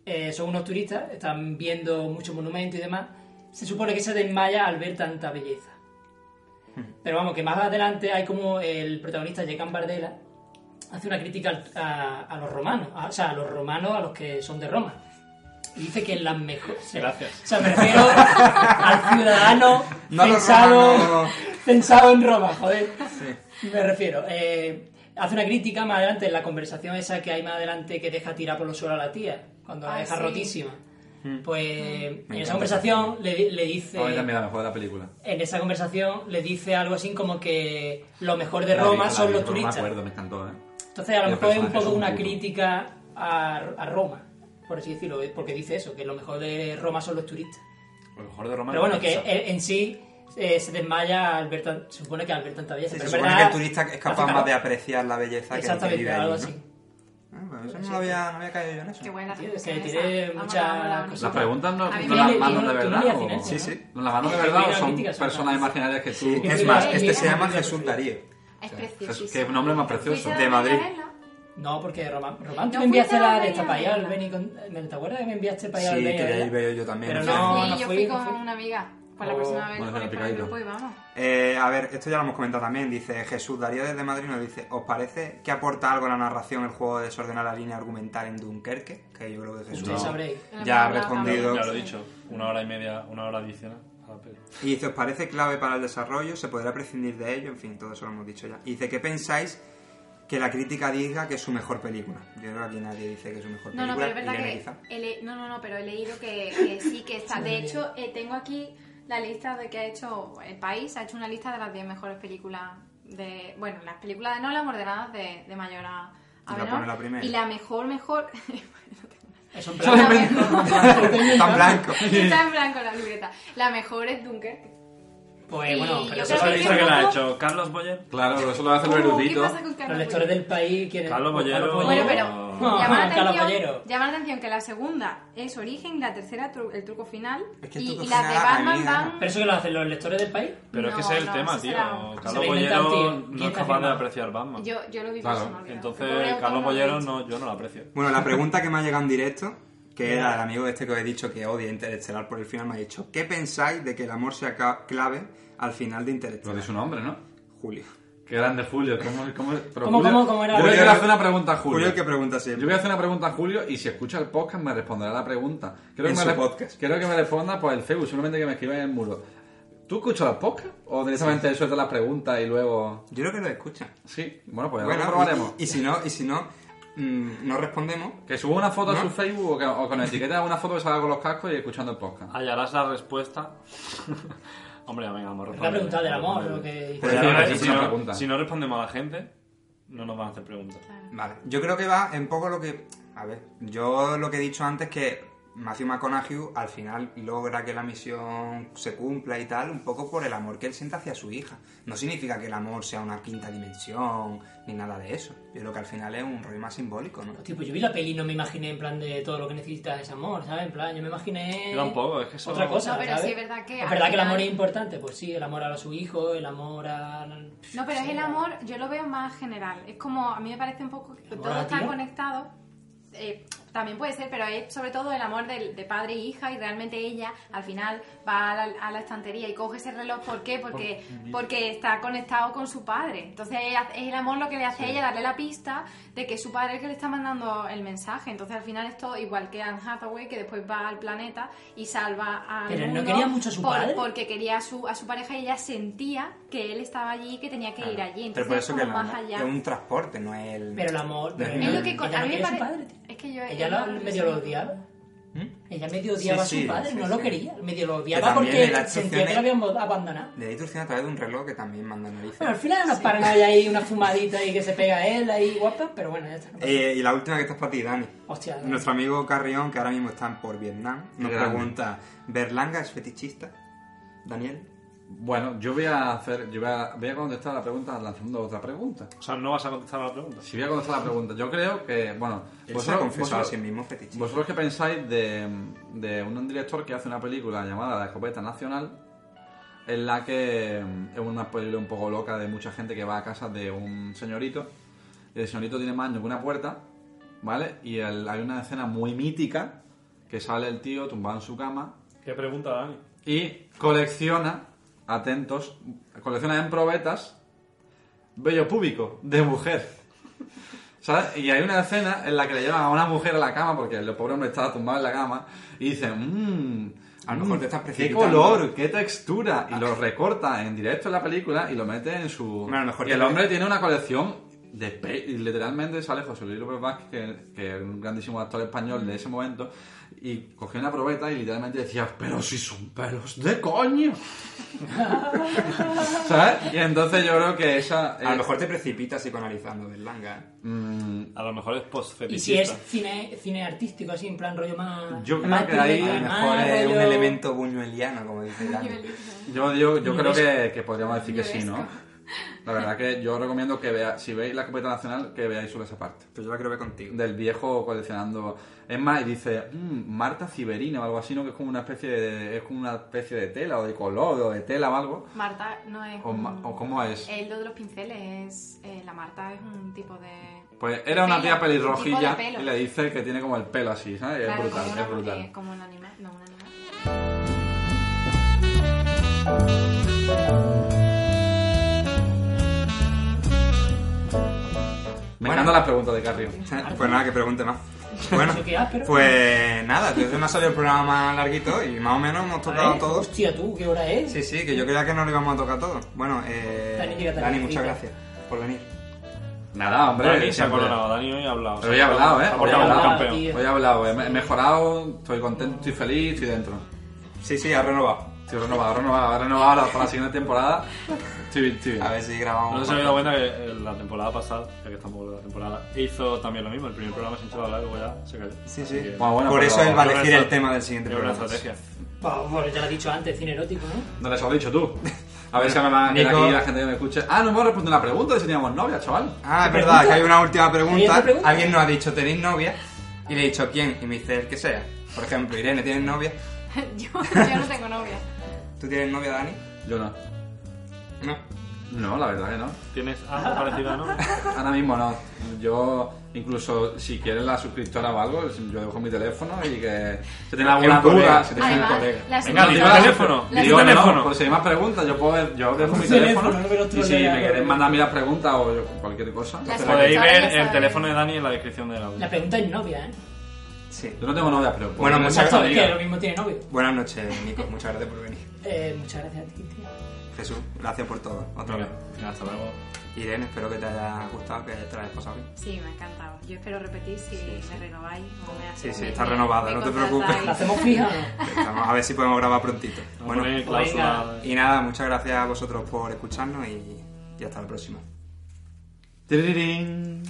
S2: eh, son unos turistas, están viendo muchos monumentos y demás. Se supone que se desmaya al ver tanta belleza. Pero vamos, que más adelante hay como el protagonista, Jekan Bardella, hace una crítica al- a, a los romanos. a- o sea, a los romanos, a los que son de Roma. Y dice que las mejores.
S1: Gracias.
S2: O sea, me refiero al ciudadano
S4: No a los
S2: pensado,
S4: romanos.
S2: pensado en Roma, joder.
S4: Sí.
S2: Me refiero. eh, hace una crítica más adelante en la conversación esa que hay más adelante que deja tirar por los suelos a la tía, cuando la
S3: Ah,
S2: deja
S3: sí.
S2: rotísima.
S5: Mm.
S2: Pues en
S4: encanta
S2: esa conversación le, le
S5: A mí también
S2: dice.
S5: a lo mejor de la película.
S2: En esa conversación le dice algo así como que lo mejor de
S5: La
S2: Roma
S5: vi- la
S2: son
S5: vi,
S2: los
S5: pero no
S2: turistas. Pues
S5: Me acuerdo, me encantó, ¿eh?
S2: Entonces, a lo
S5: El
S2: mejor es un
S5: personaje
S2: poco
S5: es un
S2: una
S5: puto.
S2: crítica a, a Roma, por así decirlo, porque dice eso, que lo mejor de Roma son los turistas.
S1: Lo mejor de Roma
S2: Pero bueno,
S1: es
S2: que
S1: la pizza.
S2: él en sí eh, se desmaya al ver tan- se supone que al ver tanta belleza.
S4: Sí, se
S2: pero en
S4: supone
S2: verdad
S4: que el turista es
S2: hace
S4: capaz
S2: calor.
S4: más de apreciar la belleza que el que
S2: Exactamente,
S4: vive
S2: algo
S4: allí,
S2: así.
S4: ¿no? Ah, pues eso no, lo había, no había caído yo en eso.
S3: Qué buena
S2: Tío,
S3: reflexión
S2: que
S3: esa.
S2: tiene
S3: Vámonos,
S2: muchas
S3: vámonos, vámonos.
S2: cosas.
S5: Las preguntas no
S3: A mí
S5: son
S3: me
S5: las
S3: le-
S5: manos de
S2: tú me ¿eh?
S5: verdad.
S2: leías
S5: o-
S2: finanzas,
S5: Sí,
S2: ¿no?
S5: sí. Las manos de
S2: Sí,
S5: verdad o
S2: las
S5: son
S2: críticas son
S5: personas
S2: malas.
S5: imaginarias que tú.
S4: Es más,
S3: Sí,
S4: este
S3: sí,
S4: se llama
S2: sí,
S4: Jesús
S2: sí.
S4: Darío.
S3: Es
S5: Jesús,
S3: preciosísimo.
S5: Qué nombre más precioso.
S3: ¿Fuiste a
S4: De
S3: la
S4: Madrid.
S3: Mañanela?
S2: No, porque Román, Román tú
S3: No
S2: me enviaste
S3: fuiste a
S2: la
S3: la
S2: de esta país
S3: Bella
S2: al Beni
S3: Bella.
S2: con- ¿Me te acuerdas que me enviaste para
S4: Sí,
S2: ir al Beni?
S4: que
S2: al
S4: ya
S2: Bella?
S4: iba yo también.
S2: Pero
S4: no
S3: Yo
S4: sé.
S2: no,
S3: fui,
S2: no
S3: yo
S2: fui,
S3: fui
S2: no
S3: con
S2: fui.
S3: una amiga. Por la
S2: Oh.
S3: próxima vez voy,
S5: Bueno, se la
S3: por el
S5: picadito.
S3: grupo y vamos.
S4: Eh, a ver, esto ya lo hemos comentado también. Dice Jesús Darío desde Madrid nos dice: ¿Os parece que aporta algo a la narración el juego de desordenar la línea argumental en Dunkerque? Que yo creo que Jesús
S2: Ustedes sabréis.
S4: ya ha
S3: Hablaba
S4: respondido.
S1: Ya lo he dicho, una hora y media, una hora adicional a la peli.
S4: Y dice, ¿os parece clave para el desarrollo? ¿Se podrá prescindir de ello? En fin, todo eso lo hemos dicho ya. Y dice, ¿qué pensáis que la crítica diga que es su mejor película? Yo creo que aquí nadie dice que es su mejor
S3: No,
S4: película.
S3: no, pero es verdad
S4: Irene,
S3: que.
S4: quizá.
S3: he le- no, no, no, pero he leído que, que sí, que está. De hecho, eh, tengo aquí la lista de que ha hecho el país, ha hecho una lista de las 10 mejores películas de. Bueno, las películas de Nolan ordenadas de, de mayor a, a
S4: Y la
S3: menor.
S4: pone la primera.
S3: y la mejor, mejor.
S2: Es un
S3: la
S2: plan.
S3: mejor-
S4: Tan blanco.
S3: Está en blanco la libreta. La mejor es Dunkerque.
S2: Pues
S3: Y
S2: bueno, pero
S1: ¿Eso
S3: yo
S2: eso
S3: creo
S1: sabéis
S2: sabéis.
S3: que-
S1: que la ha hecho Carlos Boyer?
S5: Claro, eso lo hace el
S3: Uh, ¿Qué
S5: erudito.
S3: pasa con Carlos
S2: Los lectores
S3: Boyer?
S2: del país quieren.
S1: Carlos Bollero.
S3: Bueno,
S1: Oh.
S3: pero
S1: No,
S3: llama, la
S2: Carlos
S3: atención,
S2: Bollero.
S3: llama la atención que la segunda es origen, la tercera tru- el truco final
S4: Es que el
S3: y,
S4: truco
S3: y las de
S4: final,
S3: Batman
S4: amiga.
S3: van...
S2: Pero eso que lo hacen los lectores del país.
S1: Pero es que
S3: No,
S1: ese es el
S3: no,
S1: tema,
S3: eso
S1: tío.
S3: será-
S2: se
S1: Carlos
S2: lo inventan,
S1: Bollero
S2: tío.
S1: no es
S2: ¿Quién
S1: capaz de
S2: hace?
S1: apreciar Batman.
S3: Yo, yo lo vi,
S5: Claro.
S3: pero se me olvidó. Pobre
S1: Entonces,
S3: autor,
S1: Carlos
S3: no lo he
S1: Bollero
S3: dicho.
S1: no, yo no lo aprecio.
S4: Bueno, la pregunta que me ha llegado en directo, que era el amigo este que os he dicho que odia Interestelar por el final, me ha dicho, ¿qué pensáis de que el amor sea ca- clave al final de
S5: Lo
S4: Interestelar?
S5: dice su nombre, ¿no?
S4: Julio.
S5: Qué grande Julio. ¿Cómo, cómo, pero
S2: ¿Cómo,
S5: Julio-
S2: cómo, cómo era?
S5: Yo le
S2: Julio-
S5: quiero hacer una pregunta a Julio.
S4: Julio que pregunta siempre.
S5: Yo voy a hacer una pregunta a Julio y si escucha el podcast me responderá la pregunta. Creo
S4: En
S5: que
S4: su
S5: me re-
S4: podcast.
S5: Quiero que me responda por el Facebook, simplemente que me escriba en el muro. ¿Tú escuchas el podcast? ¿O directamente sueltas las preguntas y luego.?
S4: Yo creo que lo escucha.
S5: Sí, bueno, pues ya lo
S4: Bueno,
S5: probaremos.
S4: y, y si no, y si no, mm, no respondemos,
S5: Que suba una foto a su
S4: ¿No?
S5: Facebook o, que- o con etiqueta una foto que salga con los cascos y escuchando el
S4: Ah.
S5: podcast.
S1: Hallarás la respuesta. Hombre, venga, vamos a responder. Pues
S2: La pregunta del amor, lo que.
S4: Pero ya
S1: Si
S4: lo
S1: no-
S5: he hecho
S1: si,
S5: una
S1: no,
S5: pregunta.
S1: si no respondemos a la gente, no nos van a hacer preguntas.
S4: Vale, yo creo que va en poco lo que... A ver, yo lo que he dicho antes que Matthew McConaughey al final logra que la misión se cumpla y tal, un poco por el amor que él siente hacia su hija. No significa que el amor sea una quinta dimensión ni nada de eso. Yo creo que al final es un rollo más simbólico, ¿no?
S2: Pues, Tipo, yo vi la peli y no me imaginé en plan de todo lo que necesitas es amor, ¿sabes? En plan, yo me imaginé.
S1: Yo tampoco, es que eso-
S2: Otra cosa,
S3: No, pero
S2: ¿sabes?
S3: sí, es verdad que
S2: ¿Es
S3: al
S2: verdad que el
S3: final-
S2: amor es importante? Pues sí, el amor a su hijo, el amor a.
S3: No, pero es el amor, yo lo veo más general. Es como, a mí me parece un poco que
S2: ¿El amor
S3: todo
S2: a
S3: está
S2: tía?
S3: conectado. Eh, también puede ser, pero es sobre todo el amor del- de padre e hija y realmente ella al final va a la, a la estantería y coge ese reloj. ¿Por qué? Porque, porque está conectado con su padre. Entonces ella- es el amor lo que le hace a ella darle la pista de que su padre es el que le está mandando el mensaje. Entonces al final es todo igual que Anne Hathaway que después va al planeta y salva a...
S2: Pero no
S3: mundo
S2: quería mucho a su padre.
S3: Porque quería a su, a su pareja y ella sentía que él estaba allí y que tenía que ir allí. Entonces,
S4: Pero por eso
S3: como
S4: que el
S3: más
S4: amor
S3: allá.
S4: es un transporte, no es el...
S2: Pero el amor. pero
S4: Es
S3: Es
S2: ella-
S3: lo que con-
S2: ella
S3: a
S2: no
S3: mí me
S2: quería a su
S3: parece-
S2: padre, tío.
S3: Es que yo.
S2: Ella lo- medio lo odiaba.
S4: ¿Mm?
S2: Ella medio odiaba
S4: Sí,
S2: a
S4: sí,
S2: su padre,
S4: sí,
S2: no
S4: sí.
S2: lo quería. Medio lo
S4: Que
S2: odiaba
S4: también
S2: porque
S4: en las
S2: sentía que lo
S4: acciones-
S2: habían abandonado.
S4: Le di instrucción a través de un reloj que también manda narices.
S2: Bueno, al final era una paranoia ahí, una fumadita ahí que se pega a él ahí guapa, pero bueno, ya está. no pasa
S4: Eh, y la última que está es para ti, Dani.
S2: nada. Hostia, no.
S4: Nuestro amigo Carrión, que ahora mismo está por Vietnam, nos
S5: Grande.
S4: pregunta, ¿Berlanga es fetichista? Daniel.
S5: Bueno, yo voy a hacer, yo voy a, voy a contestar la pregunta lanzando otra pregunta.
S1: O sea, no vas a contestar a la pregunta.
S5: Si voy a contestar la pregunta, yo creo que, bueno,
S4: Él se ha
S5: vosotros,
S4: confesado a
S5: vosotros,
S4: sí mismo fetiche.
S5: vosotros qué pensáis de, de un director que hace una película llamada La Escopeta Nacional, en la que mm, es una película un poco loca de mucha gente que va a casa de un señorito, y el señorito tiene más años que una puerta, ¿vale? Y el- hay una escena muy mítica que sale el tío tumbado en su cama
S1: ¿Qué pregunta, Dani?
S5: y colecciona, atentos, colecciona en probetas bello púbico de mujer. ¿Sabes? Y hay una escena en la que le llevan a una mujer a la cama porque el pobre hombre estaba tumbado en la cama y dice, mmm,
S4: A lo mejor te estás
S5: qué
S4: precipitando".
S5: color, qué textura. Y lo recorta en directo en la película y lo mete en su...
S4: Ah. Bueno, a lo mejor
S5: y
S4: te
S5: el
S4: lo-
S5: hombre tiene una colección de pe- y literalmente sale José Luis López Vázquez, que, que es un grandísimo actor español de ese momento, y cogió una probeta y literalmente decía, pero si son pelos de coño. ¿Sabes? Y entonces yo creo que esa...
S4: A
S5: eh,
S4: lo mejor te precipitas psicoanalizando del langa. ¿eh?
S5: mm,
S1: A lo mejor es post-fetichista.
S2: Y si es cine, cine artístico, así, en plan rollo más...
S5: Yo creo
S2: más
S5: que ahí
S4: A lo
S5: A lo
S2: más
S4: mejor es un
S2: rollo-
S4: elemento buñueliano, como dice Dani.
S5: Yo, digo- yo creo
S2: Nivelesco.
S5: que, que podríamos decir que sí, ¿no?
S3: Nivelesco.
S5: La verdad que yo recomiendo que veáis, si veis la escopeta nacional, que veáis solo esa parte.
S4: Pero Pues yo la quiero ver contigo.
S5: Del viejo coleccionando. Es más, y dice, "Mm, Marta Ciberina o algo así, ¿no? Que es como una especie de, es como una especie de tela o de color o de tela o algo.
S3: Marta no es.
S5: O
S3: un-
S5: ma- o cómo es.
S3: El de los pinceles es. eh, la Marta es un tipo de.
S5: Pues era una
S3: Pelo,
S5: tía
S3: un
S5: pelirrojilla
S3: tipo de pelo.
S5: y le dice que tiene como el pelo así, ¿sabes?
S3: Claro,
S5: es brutal,
S3: como una-
S5: es brutal.
S3: eh, como un animal. No, un animal.
S5: Me
S4: Bueno.
S5: encanta la pregunta de Carrión.
S4: Pues nada, que pregunte más. Bueno,
S2: Eso que áspero.
S4: pues nada, desde me ha salido el programa más larguito y más o menos hemos tocado
S2: Ay,
S4: todos.
S2: ¿Eh? Hostia, tú, ¿qué hora es?
S4: Sí, sí, que yo creía que no lo íbamos a tocar todo. Bueno, eh,
S2: Dani, llega tarde.
S4: Dani, muchas gracias por venir.
S5: Nada, hombre.
S1: Dani se ha
S5: siempre.
S1: coronado, Dani hoy ha hablado.
S5: Pero hoy he hablado, ¿eh?
S1: Ha
S5: Hoy he
S1: portado como
S5: hablado.
S1: un campeón.
S2: Ah, tío.
S5: Hoy he hablado, he me- he mejorado, estoy contento, estoy feliz, estoy dentro.
S4: Sí, sí, ha renovado.
S5: Estoy renovado, renovado, renovado la- para la siguiente temporada. Estoy bien, estoy bien.
S4: A ver si grabamos.
S1: No se había dado cuenta que eh, la temporada pasada, ya que estamos hablando de la temporada, hizo también lo mismo. El primer programa se echó a hablar y luego ya se cayó.
S4: Sí, sí.
S1: Así que-
S5: Bueno, bueno,
S4: por
S5: pero-
S4: eso él va a
S1: Era
S4: elegir
S1: una
S4: el tema del siguiente
S1: Era una
S4: programa.
S1: estrategia.
S2: Pa- Pues ya lo he dicho antes, cine erótico, ¿no?
S5: No les has dicho tú. A ver si me van a quedar
S4: Nico-
S5: aquí la gente que me escuche. Ah, no hemos respondido la pregunta de si teníamos novia, chaval.
S4: Ah, es verdad, que hay una última
S2: ¿Hay
S4: pregunta.
S2: otra pregunta?
S4: Alguien nos ha dicho, ¿tenéis novia? Y le he dicho, ¿quién? Y me dice, el que sea. Por ejemplo, Irene, ¿tienes novia?
S3: yo, yo no tengo novia.
S4: ¿Tú tienes novia, Dani?
S5: Yo no.
S4: No.
S5: No, la verdad que no.
S1: ¿Tienes algo parecido, no?
S5: Ahora mismo no. Yo, incluso si quieren la suscriptora o algo, yo dejo mi teléfono y que si tienen alguna
S4: un colega,
S5: duda,
S4: si
S5: si
S4: tienen- un
S5: tienen...
S3: Además,
S4: colega.
S3: las-
S1: Venga,
S3: las-
S1: dime el teléfono.
S3: Las-
S5: Digo, no,
S1: teléfono.
S5: por si hay más preguntas, yo, puedo, ver- yo dejo mi
S2: Teléfono,
S5: teléfono.
S2: no me lo
S5: y si
S2: trolea.
S5: me queréis mandar a mí las preguntas o yo- cualquier cosa.
S3: Las-
S1: Podéis
S3: Ahora ya
S1: ver el
S3: saben.
S1: teléfono de Dani en la descripción del audio.
S2: La pregunta es novia, ¿eh?
S4: Sí.
S5: Yo no tengo novia, pero...
S4: Bueno,
S5: podría-
S4: muchas
S2: Exacto, es que
S4: gracias.
S2: lo mismo tiene novio.
S4: Buenas noches, Nico. Muchas gracias por venir.
S2: Eh, muchas gracias a ti, tío.
S4: Jesús, gracias por todo. Otra vez.
S1: Venga, hasta luego.
S4: Irene, espero que te haya gustado, que te la hayas pasado bien.
S3: Sí, me ha encantado. Yo espero repetir si me renováis o me
S4: Sí,
S3: hacéis.
S4: sí, está renovada, no te preocupes.
S2: ¿La hacemos fija o no?
S4: Estamos- a ver si podemos grabar prontito.
S1: Vamos a
S4: Bueno,
S1: poner cláusula
S2: venga.
S1: de-
S4: y nada, muchas gracias a vosotros por escucharnos y, y hasta la próxima.
S5: Tirirín.